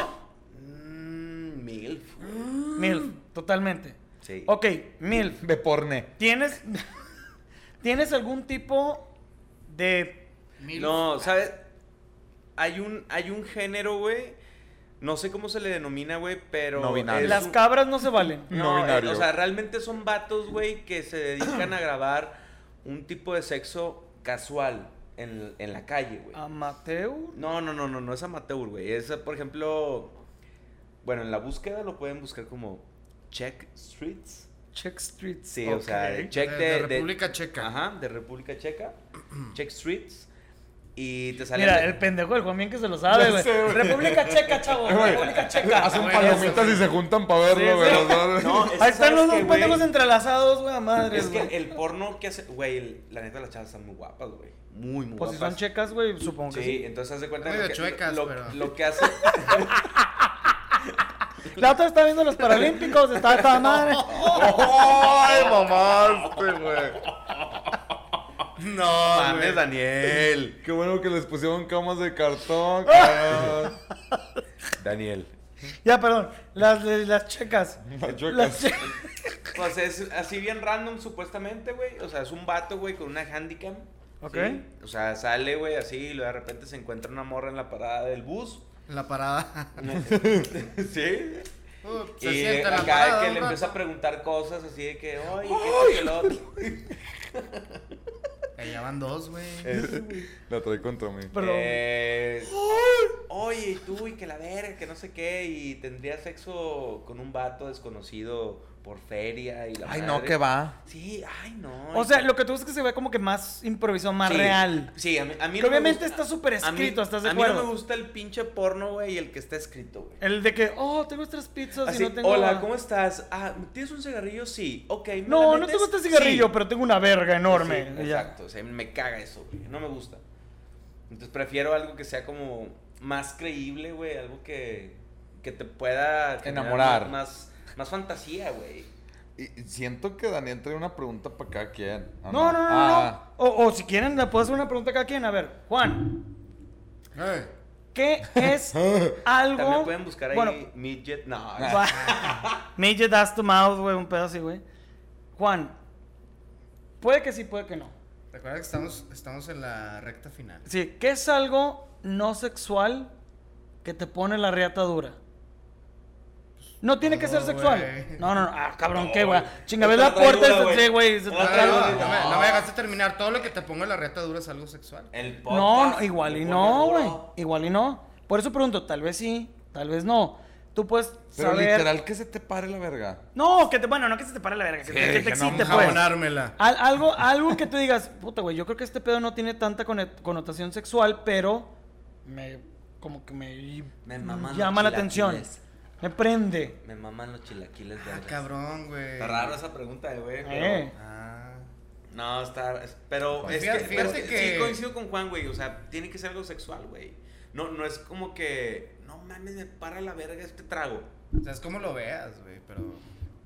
Speaker 4: mm, Milf.
Speaker 2: Milf, totalmente.
Speaker 4: Sí.
Speaker 2: Ok, Milf,
Speaker 1: De porne.
Speaker 2: ¿tienes, ¿tienes algún tipo de...
Speaker 3: Mil-
Speaker 4: No, ¿sabes? Hay un, hay un género, güey. No sé cómo se le denomina, güey, pero.
Speaker 1: No binario.
Speaker 4: es
Speaker 2: Las
Speaker 4: un-
Speaker 2: cabras no se valen?
Speaker 1: No
Speaker 4: No, eh,
Speaker 1: binario.
Speaker 4: o sea, realmente son vatos, güey, que se dedican a grabar un tipo de sexo casual en, en la calle, güey.
Speaker 2: ¿Amateur?
Speaker 4: No, no, no, no, no es amateur, güey. Es, por ejemplo, bueno, en la búsqueda lo pueden buscar como check streets.
Speaker 2: Check Streets.
Speaker 4: Sí, o sea,
Speaker 2: ok.
Speaker 4: check
Speaker 3: De-
Speaker 4: de,
Speaker 3: de
Speaker 4: de-
Speaker 3: República Checa.
Speaker 4: Ajá, de República Checa. check streets. Y te sale.
Speaker 2: Mira, el pendejo del Juan bien que se lo sabe, güey. República Checa, chavo. República Checa.
Speaker 1: Hacen
Speaker 3: bueno,
Speaker 1: palomitas
Speaker 3: eso,
Speaker 1: y se juntan para verlo,
Speaker 2: Ah, Sí, sí.
Speaker 1: güey. los dos.
Speaker 4: No, es que
Speaker 2: Ahí están
Speaker 4: ¿sabes
Speaker 2: los dos
Speaker 4: qué, güey?
Speaker 2: pendejos entrelazados, güey, a madre.
Speaker 4: Es que el porno que hace. Güey, el- la neta, las chavas están muy guapas, güey. Muy, muy
Speaker 2: Pues si
Speaker 4: guapas.
Speaker 2: son checas, güey, supongo que
Speaker 4: Sí,
Speaker 2: sí.
Speaker 4: entonces haz de cuenta
Speaker 3: Medio
Speaker 4: lo que,
Speaker 3: chuecas,
Speaker 4: lo,
Speaker 3: pero-
Speaker 4: lo que hace.
Speaker 2: La otra está viendo los Paralímpicos, está esta madre.
Speaker 1: ¡Ay, mamaste, güey!
Speaker 3: No,
Speaker 1: Ah,
Speaker 3: güey.
Speaker 4: Mames, Daniel.
Speaker 1: Qué bueno que les pusieron camas de cartón,
Speaker 2: Ah.
Speaker 1: cabrón.
Speaker 4: Daniel.
Speaker 2: Ya, perdón, las, de- las checas.
Speaker 1: Las chuecas.
Speaker 2: Las che-
Speaker 4: Pues es así bien random, supuestamente, güey. O sea, es un vato, güey, con una handicam.
Speaker 2: Ok.
Speaker 4: ¿sí? O sea, sale, güey, así y luego de repente se encuentra una morra en la parada del bus.
Speaker 3: La parada.
Speaker 4: sí.
Speaker 3: Uh, se
Speaker 4: y
Speaker 3: sienta en la
Speaker 4: acá
Speaker 3: parada.
Speaker 4: que
Speaker 3: un
Speaker 4: le
Speaker 3: rato.
Speaker 4: empieza a preguntar cosas así de que, oye, ¿qué es el otro?
Speaker 3: Eh, ya van dos, güey.
Speaker 1: La trae contra mí.
Speaker 2: Perdón.
Speaker 4: Eh, oye, y tú, y que la verga, que no sé qué, y tendría sexo con un vato desconocido por feria y la
Speaker 1: Ay, no,
Speaker 4: madre.
Speaker 1: que va.
Speaker 4: Sí, ay, no.
Speaker 2: O sea, lo que tú buscas es que se ve como que más improvisado, más
Speaker 4: Sí,
Speaker 2: real.
Speaker 4: Sí, a mí, a mí
Speaker 2: Que
Speaker 4: no me
Speaker 2: obviamente
Speaker 4: gusta-
Speaker 2: está súper
Speaker 4: a mí-
Speaker 2: escrito, ¿estás de
Speaker 4: A mí no
Speaker 2: acuerdo?
Speaker 4: me gusta el pinche porno, güey, y el que está escrito, güey.
Speaker 2: El de que, oh, tengo tres pizzas
Speaker 4: Así,
Speaker 2: y no tengo.
Speaker 4: hola, ¿cómo estás? Ah, ¿tienes un cigarrillo? Sí, ok. ¿me
Speaker 2: No,
Speaker 4: la
Speaker 2: no
Speaker 4: metes?
Speaker 2: tengo este cigarrillo,
Speaker 4: Sí.
Speaker 2: pero tengo una verga enorme.
Speaker 4: Sí,
Speaker 2: Y ya.
Speaker 4: exacto, o sea, me caga eso, güey. No me gusta. Entonces prefiero algo que sea como más creíble, güey. Algo que, que te pueda generar
Speaker 1: Enamorar.
Speaker 4: Más, más fantasía, güey.
Speaker 1: Y y siento que Daniel trae una pregunta para cada quien. ¿o
Speaker 2: No, no, no, no.
Speaker 1: Ah,
Speaker 2: O, o si quieren, le puedo hacer una pregunta a cada quien. A ver, Juan,
Speaker 3: Eh,
Speaker 2: ¿qué es algo.
Speaker 4: También pueden buscar ahí
Speaker 2: Bueno, Ah.
Speaker 4: midget. No,
Speaker 2: Va- Midget ass to mouth, güey, un pedo así, güey. Juan, puede que sí, puede que no.
Speaker 3: Recuerda que estamos, estamos en la recta final.
Speaker 2: Sí, ¿qué es algo no sexual que te pone la riata dura? No tiene que
Speaker 3: No,
Speaker 2: ser sexual.
Speaker 3: güey.
Speaker 2: No, no, no. Ah, cabrón, qué, güey. Chinga,
Speaker 4: No
Speaker 2: ves
Speaker 4: te
Speaker 2: la
Speaker 4: la traigo
Speaker 2: puerta
Speaker 4: dura,
Speaker 2: este,
Speaker 4: güey.
Speaker 2: sí, güey. se te
Speaker 4: No la
Speaker 3: No,
Speaker 2: trae-
Speaker 4: traigo
Speaker 3: no,
Speaker 4: dura.
Speaker 3: no me, no me dejaste terminar. Todo lo que te pongo en la reta dura es algo sexual.
Speaker 4: El
Speaker 2: No,
Speaker 4: podcast
Speaker 2: no, igual y
Speaker 4: me
Speaker 2: no,
Speaker 4: pone
Speaker 2: güey.
Speaker 4: duro.
Speaker 2: Igual y no. Por eso pregunto, tal vez sí, tal vez no. tú puedes
Speaker 1: Pero
Speaker 2: saber...
Speaker 1: literal que se te pare la verga.
Speaker 2: No, que te, bueno, no que se te pare la verga, que, te- que te
Speaker 3: Dije, no,
Speaker 2: excite, pues.
Speaker 3: jabonármela.
Speaker 2: Al- algo, algo que tú digas, puta, güey, yo creo que este pedo no tiene tanta conet- connotación sexual, pero me, como que me,
Speaker 4: Me maman los
Speaker 2: llama la atención.
Speaker 4: chilaquiles.
Speaker 2: Me prende.
Speaker 4: Me maman los chilaquiles
Speaker 3: Ah,
Speaker 4: vergas.
Speaker 3: cabrón, güey.
Speaker 4: Está raro esa pregunta, eh, güey. pero-
Speaker 2: Eh.
Speaker 3: Ah.
Speaker 4: No, está. es- Pero
Speaker 1: Pues
Speaker 4: es
Speaker 3: fíjate-
Speaker 4: que,
Speaker 3: fíjate
Speaker 4: pero
Speaker 3: que-
Speaker 4: Sí, coincido con Juan, güey. O sea, tiene que ser algo sexual, güey. No, no es como que. No mames, me para la verga este trago.
Speaker 3: O sea, es como lo veas, güey, pero...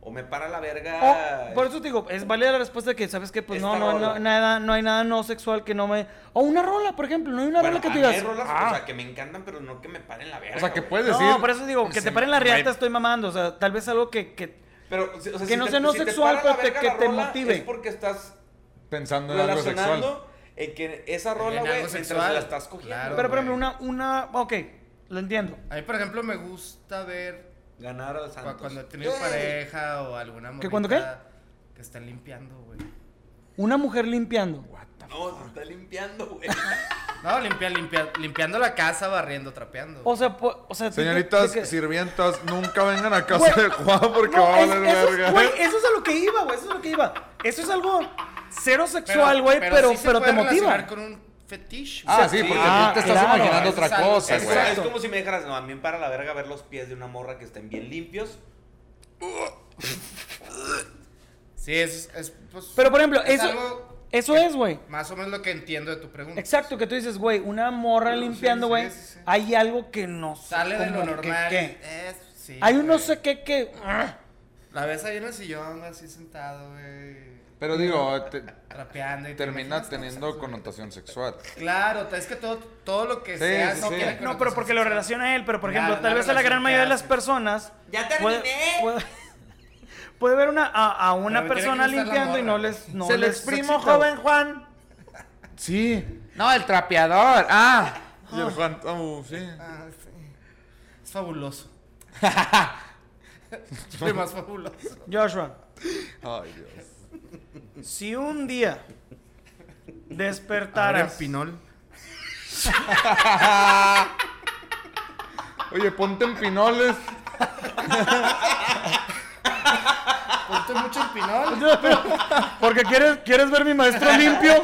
Speaker 4: O me para la verga.
Speaker 2: O, por Oh, eso te digo, es válida la respuesta de que, ¿sabes qué? Pues no,
Speaker 4: Esta
Speaker 2: no, no,
Speaker 4: rola.
Speaker 2: nada, no hay nada no sexual que no me... O una rola, por ejemplo, no hay una
Speaker 4: Bueno,
Speaker 2: rola que
Speaker 4: a
Speaker 2: te
Speaker 4: mí hay
Speaker 2: digas...
Speaker 4: rolas, O
Speaker 2: "Ah".
Speaker 4: sea, que me encantan, pero no que me paren la verga.
Speaker 1: O sea, que
Speaker 4: güey.
Speaker 1: puedes decir.
Speaker 2: No, por eso digo, que
Speaker 1: se
Speaker 2: te paren la
Speaker 1: me-
Speaker 2: riata estoy mamando, o sea, tal vez algo que... que
Speaker 4: Pero, o sea,
Speaker 2: Que
Speaker 4: si
Speaker 2: no
Speaker 4: te-
Speaker 2: sea no
Speaker 4: si te
Speaker 2: sexual,
Speaker 4: para la
Speaker 2: pero
Speaker 4: verga
Speaker 2: que
Speaker 4: la
Speaker 2: te
Speaker 4: rola,
Speaker 2: motive.
Speaker 4: Es porque estás
Speaker 1: Pensando en algo sexual.
Speaker 4: relacionando en que esa rola,
Speaker 3: algo
Speaker 4: güey, mientras
Speaker 3: sexual.
Speaker 4: se la estás cogiendo.
Speaker 3: Claro,
Speaker 2: pero, por ejemplo,
Speaker 3: güey.
Speaker 2: una, una... Ok, lo entiendo.
Speaker 3: A mí, por ejemplo, me gusta ver
Speaker 4: Ganar al
Speaker 3: cu-
Speaker 4: Santos.
Speaker 3: cuando he tenido
Speaker 4: Güey.
Speaker 3: pareja o alguna mujer.
Speaker 2: ¿Que cuando qué?
Speaker 3: Que están limpiando, güey.
Speaker 2: Una mujer limpiando.
Speaker 4: No, se está limpiando, güey.
Speaker 3: No, limpia, limpia, limpiando la casa, barriendo, trapeando.
Speaker 2: O sea, po- o sea... tú-
Speaker 1: Señoritas,
Speaker 2: de que-
Speaker 1: sirvientas, nunca vengan a casa de Juan porque
Speaker 2: No,
Speaker 1: va a
Speaker 2: es-
Speaker 1: valer
Speaker 2: eso, es-
Speaker 1: verga.
Speaker 2: güey, eso es a lo que iba, güey. Eso es a lo que iba. Eso es algo cero sexual, güey, pero, pero,
Speaker 3: sí se puede
Speaker 2: te motiva.
Speaker 3: relacionar con un fetiche.
Speaker 1: Ah,
Speaker 3: güey.
Speaker 1: sí, porque
Speaker 2: Ah,
Speaker 1: tú te estás
Speaker 2: claro.
Speaker 1: imaginando
Speaker 3: Eso es
Speaker 1: otra
Speaker 3: algo-
Speaker 1: cosa,
Speaker 4: Es,
Speaker 1: güey.
Speaker 4: es como si me dejaras, no, a mí me para la verga ver los pies de una morra que estén bien limpios.
Speaker 3: Sí, es, es, pues,
Speaker 2: Pero, por ejemplo, eso-
Speaker 3: algo
Speaker 2: eso
Speaker 3: que-
Speaker 2: es, güey.
Speaker 3: Más o menos lo que entiendo de tu pregunta.
Speaker 2: Exacto, que tú dices, güey, una morra
Speaker 3: Sí,
Speaker 2: limpiando,
Speaker 3: sí,
Speaker 2: güey.
Speaker 3: sí, sí.
Speaker 2: Hay algo que no sé
Speaker 3: Sale de
Speaker 2: cómo
Speaker 3: lo
Speaker 2: que
Speaker 3: normal.
Speaker 2: qué.
Speaker 3: Es- sí,
Speaker 2: Hay un no
Speaker 3: güey.
Speaker 2: sé qué que. ah,
Speaker 3: La ves ahí en el sillón, así sentado, güey.
Speaker 1: Pero digo, te-
Speaker 3: Trapeando y te
Speaker 1: termina
Speaker 3: imaginas
Speaker 1: teniendo
Speaker 3: cosas, güey.
Speaker 1: connotación sexual.
Speaker 3: Claro, es que todo, todo lo que
Speaker 1: Sí,
Speaker 3: sea.
Speaker 1: sí,
Speaker 3: no
Speaker 1: sí.
Speaker 3: tiene
Speaker 2: No, pero
Speaker 3: connotación
Speaker 2: porque lo
Speaker 3: sexual.
Speaker 2: relaciona a él. Pero, por ejemplo,
Speaker 3: Claro,
Speaker 2: tal
Speaker 3: una
Speaker 2: vez a la gran
Speaker 3: relación
Speaker 2: mayoría de
Speaker 3: que
Speaker 2: las
Speaker 3: hace.
Speaker 2: personas.
Speaker 4: ¡Ya
Speaker 2: puede-
Speaker 4: terminé!
Speaker 2: Puede, puede ver una, a, a una
Speaker 3: Pero tiene que
Speaker 2: persona
Speaker 3: gustar la
Speaker 2: limpiando y no
Speaker 3: morra.
Speaker 2: les. No
Speaker 1: Se lo
Speaker 2: les
Speaker 1: exprimo,
Speaker 2: excita, güey.
Speaker 1: joven Juan. Sí. No, el trapeador. Ah. Y el Juan, oh, sí.
Speaker 3: Ah, sí. Es fabuloso. Soy más fabuloso.
Speaker 2: Joshua.
Speaker 1: Ay, Dios.
Speaker 2: Si un día despertaras.
Speaker 3: Pinol.
Speaker 1: Oye, ponte en pinoles.
Speaker 3: Ponte mucho el Pinol.
Speaker 2: No, pero- Porque quieres, quieres ver mi maestro limpio.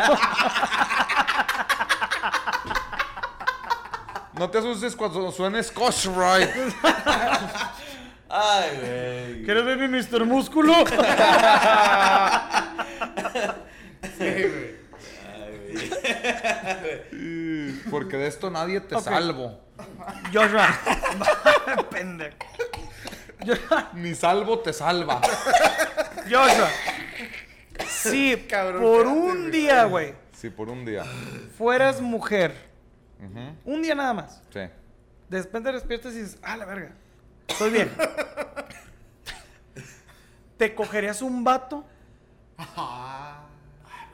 Speaker 1: No te asustes cuando suene Scotch Rite.
Speaker 4: Ay, güey.
Speaker 2: ¿Quieres ver mi Mr. Músculo?
Speaker 1: Porque de esto nadie te salvo.
Speaker 2: Joshua. Pendejo. Joshua.
Speaker 1: Ni salvo te salva.
Speaker 2: Joshua. Si
Speaker 3: Cabrón,
Speaker 2: por
Speaker 3: espérate,
Speaker 2: un
Speaker 3: güey.
Speaker 2: día, güey,
Speaker 1: Sí, por un día.
Speaker 2: fueras mujer,
Speaker 1: Ujú,
Speaker 2: un día nada más,
Speaker 1: Sí.
Speaker 2: de repente despiertas y dices, ah, la verga, estoy bien. ¿Te cogerías un vato?
Speaker 1: Ah.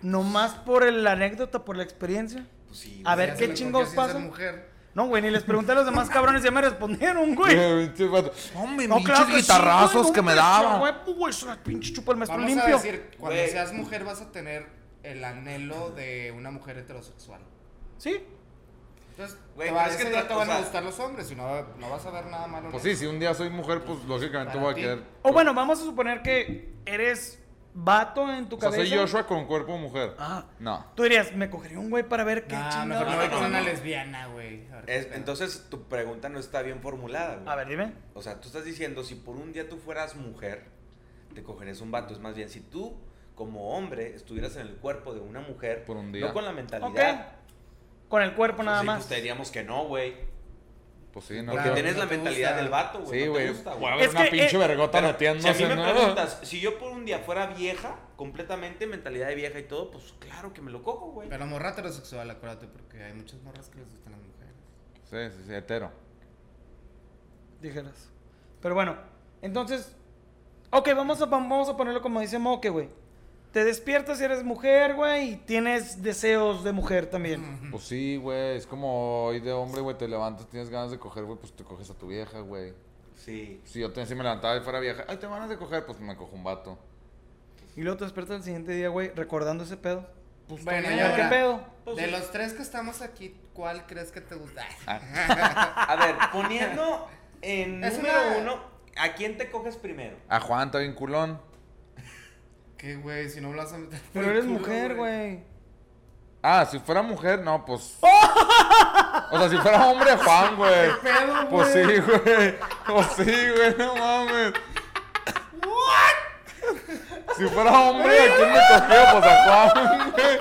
Speaker 2: Nomás por el- la anécdota, por la experiencia.
Speaker 4: Pues sí,
Speaker 2: A
Speaker 4: güey.
Speaker 2: ver, ¿qué chingados pasa?
Speaker 3: mujer.
Speaker 2: No, güey, ni les pregunté a los demás cabrones, ya me respondieron, güey.
Speaker 1: Hombre,
Speaker 2: No,
Speaker 1: pinches
Speaker 2: claro que sí,
Speaker 1: guitarrazos
Speaker 2: güey, no,
Speaker 1: que me
Speaker 2: hombre,
Speaker 1: daban.
Speaker 2: Güey, pues, güey, se la pinche chupa el maestro
Speaker 3: Vamos
Speaker 2: limpio.
Speaker 3: a decir, cuando
Speaker 4: Güey.
Speaker 3: seas mujer vas a tener el anhelo de una mujer heterosexual.
Speaker 2: Sí.
Speaker 3: Entonces,
Speaker 4: Güey,
Speaker 3: te va-
Speaker 4: pero es
Speaker 3: ese
Speaker 4: que
Speaker 3: día
Speaker 4: tra-
Speaker 3: te
Speaker 4: o
Speaker 3: van a
Speaker 4: sea-
Speaker 3: gustar los hombres y no, no vas a ver nada malo. en
Speaker 1: Pues sí,
Speaker 3: eso.
Speaker 1: si un día soy mujer, pues lógicamente
Speaker 3: Para
Speaker 1: voy a
Speaker 3: ti.
Speaker 1: quedar.
Speaker 2: O bueno, vamos a suponer que eres vato en tu
Speaker 1: O sea,
Speaker 2: cabeza.
Speaker 1: soy Joshua con cuerpo de mujer.
Speaker 2: Ah.
Speaker 1: No.
Speaker 2: Tú dirías, me cogería un güey para ver qué
Speaker 3: Nah, mejor
Speaker 2: chingados.
Speaker 3: me voy con
Speaker 4: no,
Speaker 3: una
Speaker 4: no.
Speaker 3: lesbiana, güey. A ver qué
Speaker 4: Es-
Speaker 3: pedo.
Speaker 4: entonces tu pregunta no está bien formulada, güey.
Speaker 2: A ver, dime.
Speaker 4: O sea, tú estás diciendo si por un día tú fueras mujer, te cogerías un vato. Es más bien, si tú, como hombre, estuvieras en el cuerpo de una mujer,
Speaker 1: Por un día.
Speaker 4: no con la mentalidad.
Speaker 2: Ok. Con el cuerpo
Speaker 4: pues
Speaker 2: nada
Speaker 4: sí,
Speaker 2: más.
Speaker 4: pues te diríamos que no, güey.
Speaker 1: Pues sí, no. quiero-
Speaker 4: Porque
Speaker 3: Claro,
Speaker 4: tienes
Speaker 3: no
Speaker 4: la
Speaker 3: te
Speaker 4: mentalidad
Speaker 3: gusta.
Speaker 4: del vato, güey.
Speaker 1: Sí,
Speaker 4: no
Speaker 1: güey.
Speaker 4: te gusta,
Speaker 1: Voy a
Speaker 4: güey.
Speaker 1: ver
Speaker 2: Es
Speaker 1: una
Speaker 2: que,
Speaker 1: pinche
Speaker 2: eh,
Speaker 1: vergota
Speaker 4: Pero si a
Speaker 1: metiéndose,
Speaker 4: mí me
Speaker 1: ¿no?
Speaker 4: preguntas, si yo por un día fuera vieja, completamente mentalidad de vieja y todo, pues claro que me lo cojo, güey.
Speaker 3: Pero morra heterosexual, acuérdate, porque hay muchas morras que les gustan las mujeres.
Speaker 1: Sí, sí, sí, hetero.
Speaker 2: Dijeras. Pero bueno, entonces. Ok, vamos a, vamos a ponerlo como dice Moque, güey. Te despiertas y eres mujer, güey, y tienes deseos de mujer también.
Speaker 1: Pues sí, güey. Es como hoy de hombre, güey, te levantas, tienes ganas de coger, güey, pues te coges a tu vieja, güey.
Speaker 4: Sí.
Speaker 1: Si yo te, si me levantaba y fuera vieja, ay, te van a coger, pues me cojo un vato.
Speaker 2: Y luego te despiertas el siguiente día, güey, recordando ese pedo.
Speaker 3: Pues
Speaker 2: A
Speaker 3: bueno,
Speaker 2: ver,
Speaker 3: y ahora,
Speaker 2: ¿Qué pedo?
Speaker 4: Pues
Speaker 3: de
Speaker 4: sí. Ah.
Speaker 3: Ah, los tres que estamos aquí, ¿cuál crees que te gusta?
Speaker 4: A ver, poniendo En
Speaker 3: Es
Speaker 4: número
Speaker 3: una-
Speaker 4: uno, ¿a quién te coges primero?
Speaker 1: A Juan está bien culón.
Speaker 3: ¿Qué, güey? Si no me lo vas a meter. por
Speaker 2: Pero
Speaker 3: el
Speaker 2: eres
Speaker 3: culo,
Speaker 2: mujer, güey.
Speaker 1: Ah, si fuera mujer, no, pues. O sea, si fuera hombre, Juan, güey.
Speaker 3: ¿Qué pedo, güey?
Speaker 1: Pues sí, güey. Pues sí, güey, no mames. Si fuera hombre, ¿a quién me cogió? Pues a Juan, güey.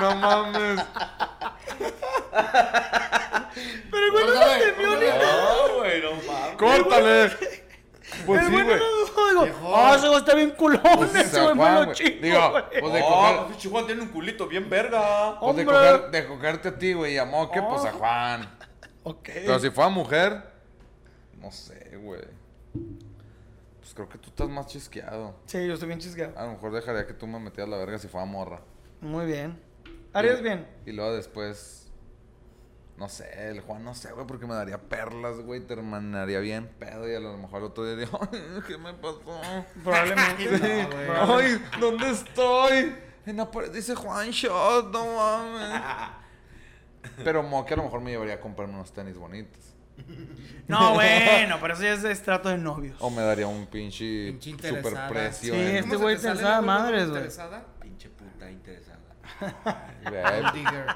Speaker 1: No mames.
Speaker 2: Pero el güey no
Speaker 3: Córtale,
Speaker 2: entendió ni
Speaker 3: córtale.
Speaker 4: No, Ah, güey, no mames.
Speaker 1: ¡Córtale! Pues
Speaker 2: el
Speaker 1: sí,
Speaker 2: güey no
Speaker 1: güey.
Speaker 2: lo digo.
Speaker 3: Mejor.
Speaker 2: Ah, ese güey está bien culón.
Speaker 1: Pues
Speaker 2: ese
Speaker 1: San
Speaker 2: güey me
Speaker 1: Juan,
Speaker 2: lo
Speaker 1: güey.
Speaker 2: chingo,
Speaker 1: Digo,
Speaker 2: güey. Oh,
Speaker 1: pues, de
Speaker 4: No,
Speaker 1: coger-
Speaker 4: pinche Juan tiene un culito bien verga.
Speaker 1: Pues de,
Speaker 2: Hombre. Oh.
Speaker 1: coger- de cogerte a ti, güey, y a Moque, pues a Juan.
Speaker 2: Ok.
Speaker 1: Pero si fuera mujer, no sé, güey. Pues creo que tú estás más chisqueado.
Speaker 2: Sí, yo estoy bien chisgado.
Speaker 1: A lo mejor dejaría que tú me metieras la verga si fuera morra.
Speaker 2: Muy bien. Harías
Speaker 1: Y-
Speaker 2: bien.
Speaker 1: Y luego después. No sé, el Juan no sé, güey, porque me daría perlas, güey, terminaría bien pedo y a lo mejor el otro día diría, "Ay, ¿qué me pasó?
Speaker 2: Probablemente.
Speaker 3: No, güey.
Speaker 2: probablemente.
Speaker 1: Ay, ¿dónde estoy? En la pared dice Juan Shot, no mames.
Speaker 4: Ah,
Speaker 1: Pero mo, que a lo mejor me llevaría a comprarme unos tenis bonitos.
Speaker 2: No, bueno, pero eso ya es de trato de novios.
Speaker 1: O me daría un pinche
Speaker 3: Pinche interesada.
Speaker 1: superprecio.
Speaker 2: Sí,
Speaker 4: ¿eh?
Speaker 1: en-
Speaker 2: este
Speaker 3: ¿Cómo se
Speaker 2: güey
Speaker 3: te sale,
Speaker 2: pensaba madres,
Speaker 3: ¿Cómo
Speaker 2: güey.
Speaker 3: te interesada?
Speaker 4: Pinche puta interesada.
Speaker 1: Güey,
Speaker 3: Gold digger.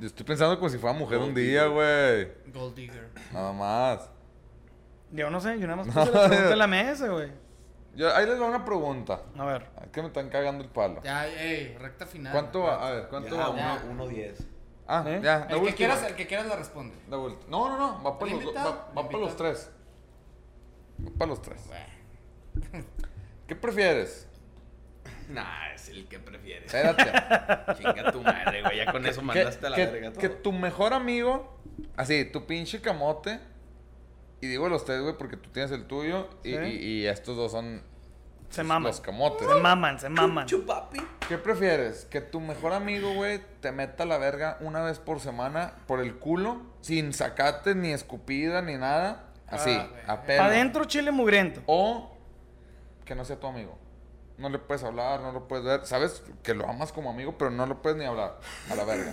Speaker 1: Yo estoy pensando como si fuera mujer un día, güey.
Speaker 3: Gold digger.
Speaker 1: Nada más.
Speaker 2: Yo no sé, yo nada más puse la pregunta en la mesa, güey.
Speaker 1: Yo- ahí les va una pregunta.
Speaker 2: A ver.
Speaker 1: Es que me están cagando el palo.
Speaker 3: Ya, ey, recta final.
Speaker 1: ¿Cuánto va? A ver,
Speaker 4: Ya,
Speaker 1: ¿cuánto va?
Speaker 4: uno-
Speaker 1: Uno-
Speaker 3: Ya.
Speaker 4: 1.10.
Speaker 1: Ah,
Speaker 2: ¿Eh?
Speaker 1: ya, la
Speaker 3: El que,
Speaker 1: última.
Speaker 3: quieras, el que quieras la responde.
Speaker 1: La última. No, no, no, va para los, do-
Speaker 3: Invitado,
Speaker 1: va, va para
Speaker 3: invitado.
Speaker 1: los tres. Va para los tres. ¿Qué prefieres?
Speaker 4: Nah, es el que prefieres.
Speaker 1: Espérate.
Speaker 4: Chinga tu madre, güey. Ya con eso mandaste a la
Speaker 1: que,
Speaker 4: verga todo.
Speaker 1: que tu mejor amigo, así, tu pinche camote, y digo los tres, güey, porque tú tienes el tuyo, y,
Speaker 2: Sí.
Speaker 1: y- y estos dos son
Speaker 2: Se maman.
Speaker 1: los camotes.
Speaker 2: Se maman, se maman.
Speaker 4: Chupapi.
Speaker 1: ¿Qué prefieres? ¿Que tu mejor amigo, güey, te meta la verga una vez por semana por el culo, sin sacate ni escupida ni nada? Así,
Speaker 3: Ah, güey.
Speaker 1: a pelo.
Speaker 2: Adentro chile mugriento.
Speaker 1: O que no sea tu amigo. No le puedes hablar, no lo puedes ver. Sabes que lo amas como amigo, pero no lo puedes ni hablar. A la verga.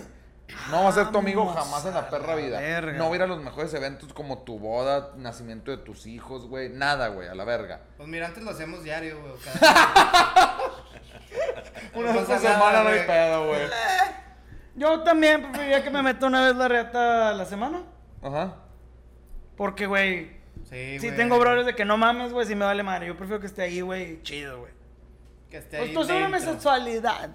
Speaker 1: No va a ser tu amigo
Speaker 2: Vamos
Speaker 1: jamás en la
Speaker 2: a
Speaker 1: perra
Speaker 2: la
Speaker 1: vida.
Speaker 2: verga.
Speaker 1: No va a ir a los mejores eventos como tu boda, nacimiento de tus hijos, güey. Nada, güey, a la verga.
Speaker 3: Pues mira, antes lo hacíamos diario, güey. cada-
Speaker 1: Una
Speaker 3: No
Speaker 1: vez por
Speaker 3: pasa nada,
Speaker 1: semana no hay
Speaker 3: güey.
Speaker 1: pedo, güey.
Speaker 2: Yo también preferiría que me meta una vez la reata a la semana.
Speaker 1: Ajá.
Speaker 2: Porque, güey,
Speaker 3: Sí,
Speaker 2: si
Speaker 3: güey.
Speaker 2: tengo brothers de que no mames, güey, si me vale madre. Yo prefiero que esté ahí, güey, chido, güey.
Speaker 3: Que esté
Speaker 2: Pues
Speaker 3: ahí
Speaker 2: tú sabes mi
Speaker 3: dentro.
Speaker 2: sexualidad.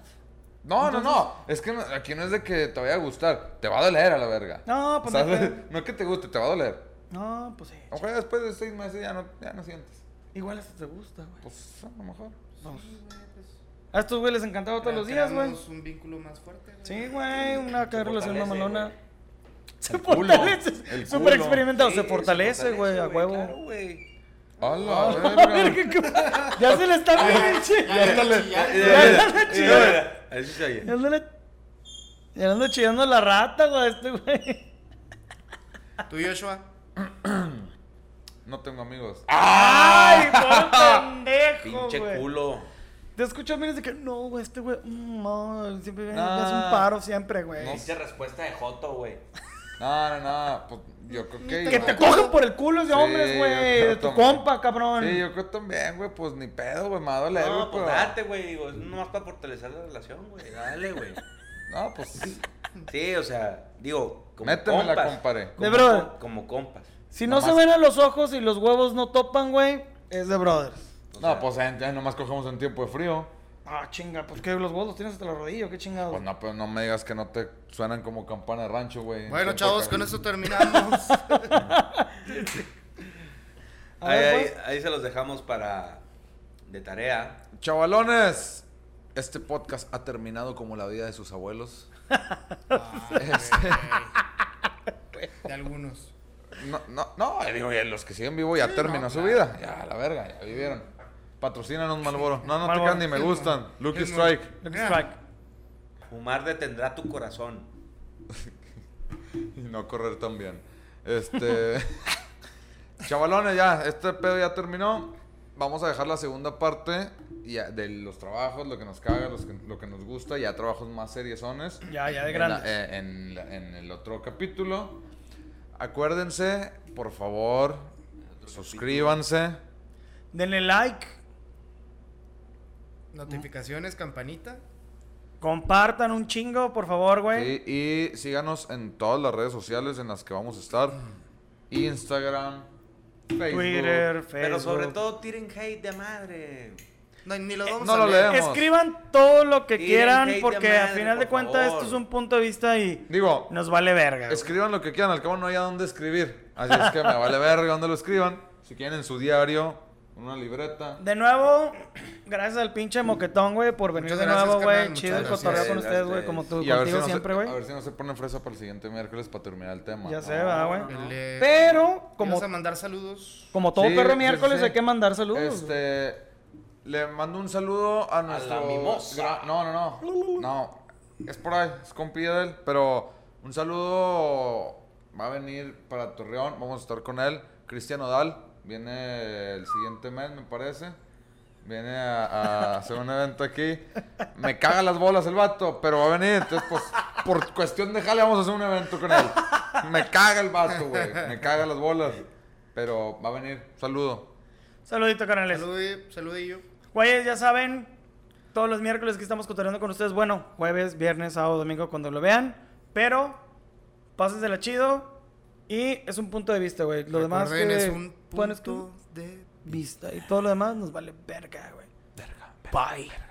Speaker 1: No, no, no. Es que no- aquí no es de que te vaya a gustar. Te va a doler a la verga.
Speaker 2: No, pues,
Speaker 1: ¿Sabes?
Speaker 2: no
Speaker 1: no.
Speaker 2: creo.
Speaker 1: es que te guste, te va a doler.
Speaker 2: No, pues sí.
Speaker 3: Oh.
Speaker 1: Ojalá después de seis meses ya no, ya no sientes.
Speaker 2: Igual hasta te gusta, güey.
Speaker 1: Pues a lo mejor.
Speaker 2: Vamos.
Speaker 3: Sí, güey, pues,
Speaker 2: A estos güey les encantaba todos los días, güey.
Speaker 3: creamos un vínculo más fuerte, güey.
Speaker 2: Sí, güey, una
Speaker 4: Se
Speaker 2: relación
Speaker 4: fortalece,
Speaker 2: mamalona.
Speaker 4: güey.
Speaker 2: Se
Speaker 1: El culo,
Speaker 2: fortalece.
Speaker 1: el
Speaker 2: Súper
Speaker 1: culo.
Speaker 2: experimentado.
Speaker 4: Sí,
Speaker 2: se fortalece, güey, a huevo.
Speaker 4: Claro, güey.
Speaker 1: A la
Speaker 2: A
Speaker 1: verga.
Speaker 2: ver, qué co- ya se le está pinche.
Speaker 3: Ya ándale.
Speaker 1: Eh,
Speaker 2: ya, ya, ya,
Speaker 4: Mira, Así se oye.
Speaker 2: Ya le Ya ando chillando la rata, güey, a este güey.
Speaker 3: Tú, Joshua.
Speaker 1: No tengo amigos.
Speaker 2: ¡Ay, por pendejo,
Speaker 4: Pinche
Speaker 2: güey!
Speaker 4: culo.
Speaker 2: Te escucho miren de que no, güey, este güey, mm, no, siempre viene,
Speaker 1: Ah.
Speaker 2: hace un paro siempre, güey.
Speaker 1: No.
Speaker 4: Pinche respuesta de Joto, güey.
Speaker 1: No, no, no. Pues yo creo que.
Speaker 2: que te cogen por el culo de
Speaker 1: Sí,
Speaker 2: hombres, güey,
Speaker 1: yo
Speaker 2: de tu
Speaker 1: también.
Speaker 2: compa, cabrón.
Speaker 1: Sí, yo creo también, güey. Pues ni pedo, güey. Me va a doler, güey.
Speaker 4: No, pues
Speaker 1: pero-
Speaker 4: date, güey. Digo, es nomás para fortalecer la relación, güey. Dale, güey.
Speaker 1: No, pues.
Speaker 4: Sí, o sea, digo, como
Speaker 1: Métemela,
Speaker 4: compas.
Speaker 1: compadre.
Speaker 4: Como
Speaker 2: De brother.
Speaker 4: com- Como compas.
Speaker 2: si no
Speaker 1: nomás-
Speaker 2: se ven a los ojos y los huevos no topan, güey, es de brothers.
Speaker 4: O
Speaker 1: No,
Speaker 4: sea,
Speaker 1: pues eh, ya nomás cogemos en tiempo de frío.
Speaker 2: Ah, chinga, pues que los huevos los tienes hasta la rodilla, qué chingados.
Speaker 1: Pues no, pero no me digas que no te suenan como campana de rancho, güey. en
Speaker 3: Bueno,
Speaker 1: tiempo de
Speaker 3: chavos,
Speaker 1: calor.
Speaker 3: con eso terminamos.
Speaker 2: A
Speaker 4: Ahí,
Speaker 2: ver,
Speaker 4: ahí-
Speaker 2: pues.
Speaker 4: ahí se los dejamos para. de tarea.
Speaker 1: Chavalones, este podcast ha terminado como la vida de sus abuelos.
Speaker 3: De algunos.
Speaker 1: No, no, no, eh, digo, ya los que siguen vivo ya terminó su vida. Ya, la verga, ya vivieron. Patrocínanos, Malboro. No, no te
Speaker 2: Marlboro.
Speaker 1: quedan ni me gustan. Lucky
Speaker 3: Es muy-
Speaker 1: Strike.
Speaker 2: Lucky
Speaker 3: Mira,
Speaker 2: Strike.
Speaker 4: Fumar detendrá tu corazón.
Speaker 1: Y no correr tan bien. Este. Chavalones, ya, este pedo ya terminó. Vamos a dejar la segunda parte y ya, de los trabajos, lo que nos caga, los que- lo que nos gusta, ya trabajos más seriezones.
Speaker 2: Ya, ya de
Speaker 1: en la-
Speaker 2: grandes.
Speaker 1: eh, en, la- en el otro capítulo. Acuérdense, por favor, Suscríbanse.
Speaker 2: Denle like,
Speaker 3: Notificaciones, campanita.
Speaker 2: compartan un chingo, por favor, güey.
Speaker 1: Sí, y síganos en todas las redes sociales en las que vamos a estar. Instagram, Facebook.
Speaker 2: Twitter, Facebook.
Speaker 4: Pero sobre todo tiren hate de madre.
Speaker 3: No, ni los
Speaker 2: Eh,
Speaker 3: vamos
Speaker 1: no
Speaker 3: a
Speaker 1: lo
Speaker 3: leer.
Speaker 1: leo. leemos.
Speaker 2: Escriban todo lo que
Speaker 4: Tiren
Speaker 2: quieran
Speaker 4: hate de
Speaker 2: porque al
Speaker 4: madre,
Speaker 2: final de
Speaker 4: por
Speaker 2: cuentas
Speaker 4: favor.
Speaker 2: esto es un punto de vista y
Speaker 1: Digo,
Speaker 2: nos vale verga. güey.
Speaker 1: escriban lo que quieran, al cabo no hay a dónde escribir. Así es que me vale verga dónde lo escriban. Si quieren en su diario, una libreta.
Speaker 2: De nuevo, gracias al pinche moquetón, güey, por venir
Speaker 3: Muchas
Speaker 2: de
Speaker 3: gracias,
Speaker 2: nuevo,
Speaker 3: carnal,
Speaker 2: güey. Chido el
Speaker 3: muchas
Speaker 2: cotorreo
Speaker 4: gracias.
Speaker 2: con ustedes, güey,
Speaker 4: Gracias.
Speaker 2: como tú,
Speaker 1: Y a ver, si
Speaker 2: contigo
Speaker 1: no
Speaker 2: siempre,
Speaker 1: se,
Speaker 2: güey.
Speaker 1: a ver si no se ponen fresa para el siguiente miércoles para terminar el tema.
Speaker 2: Ya
Speaker 1: No.
Speaker 2: se va, güey.
Speaker 3: Le-
Speaker 2: Pero,
Speaker 3: Vamos
Speaker 2: como,
Speaker 3: a mandar saludos.
Speaker 2: como todo
Speaker 1: Sí,
Speaker 2: perro
Speaker 1: sí,
Speaker 2: miércoles,
Speaker 1: sí.
Speaker 2: hay que mandar saludos. güey.
Speaker 1: Este, le mando un saludo a nuestro...
Speaker 4: mimosa.
Speaker 1: gra- No, no, no. No, es por ahí, es compi de él, pero un saludo va a venir para Torreón, vamos a estar con él, Cristian Odal, viene el siguiente mes, me parece. Viene a, a hacer un evento aquí. Me caga las bolas el vato, pero va a venir. Entonces, pues, por cuestión de jale, vamos a hacer un evento con él. Me caga el vato, güey. Me caga las bolas. Pero va a venir. Saludo.
Speaker 2: Saludito, canales.
Speaker 3: Saludi- saludillo.
Speaker 2: Güeyes, ya saben, todos los miércoles que estamos cotorreando con ustedes, bueno, jueves, viernes, sábado, domingo, cuando lo vean, pero pásensela chido y es un punto de vista, güey. Lo demás
Speaker 3: Recuerden,
Speaker 2: que
Speaker 3: es un
Speaker 2: pueden
Speaker 3: punto
Speaker 2: escri-
Speaker 3: de
Speaker 2: vista y todo lo demás nos vale verga, güey. Verga. Bye.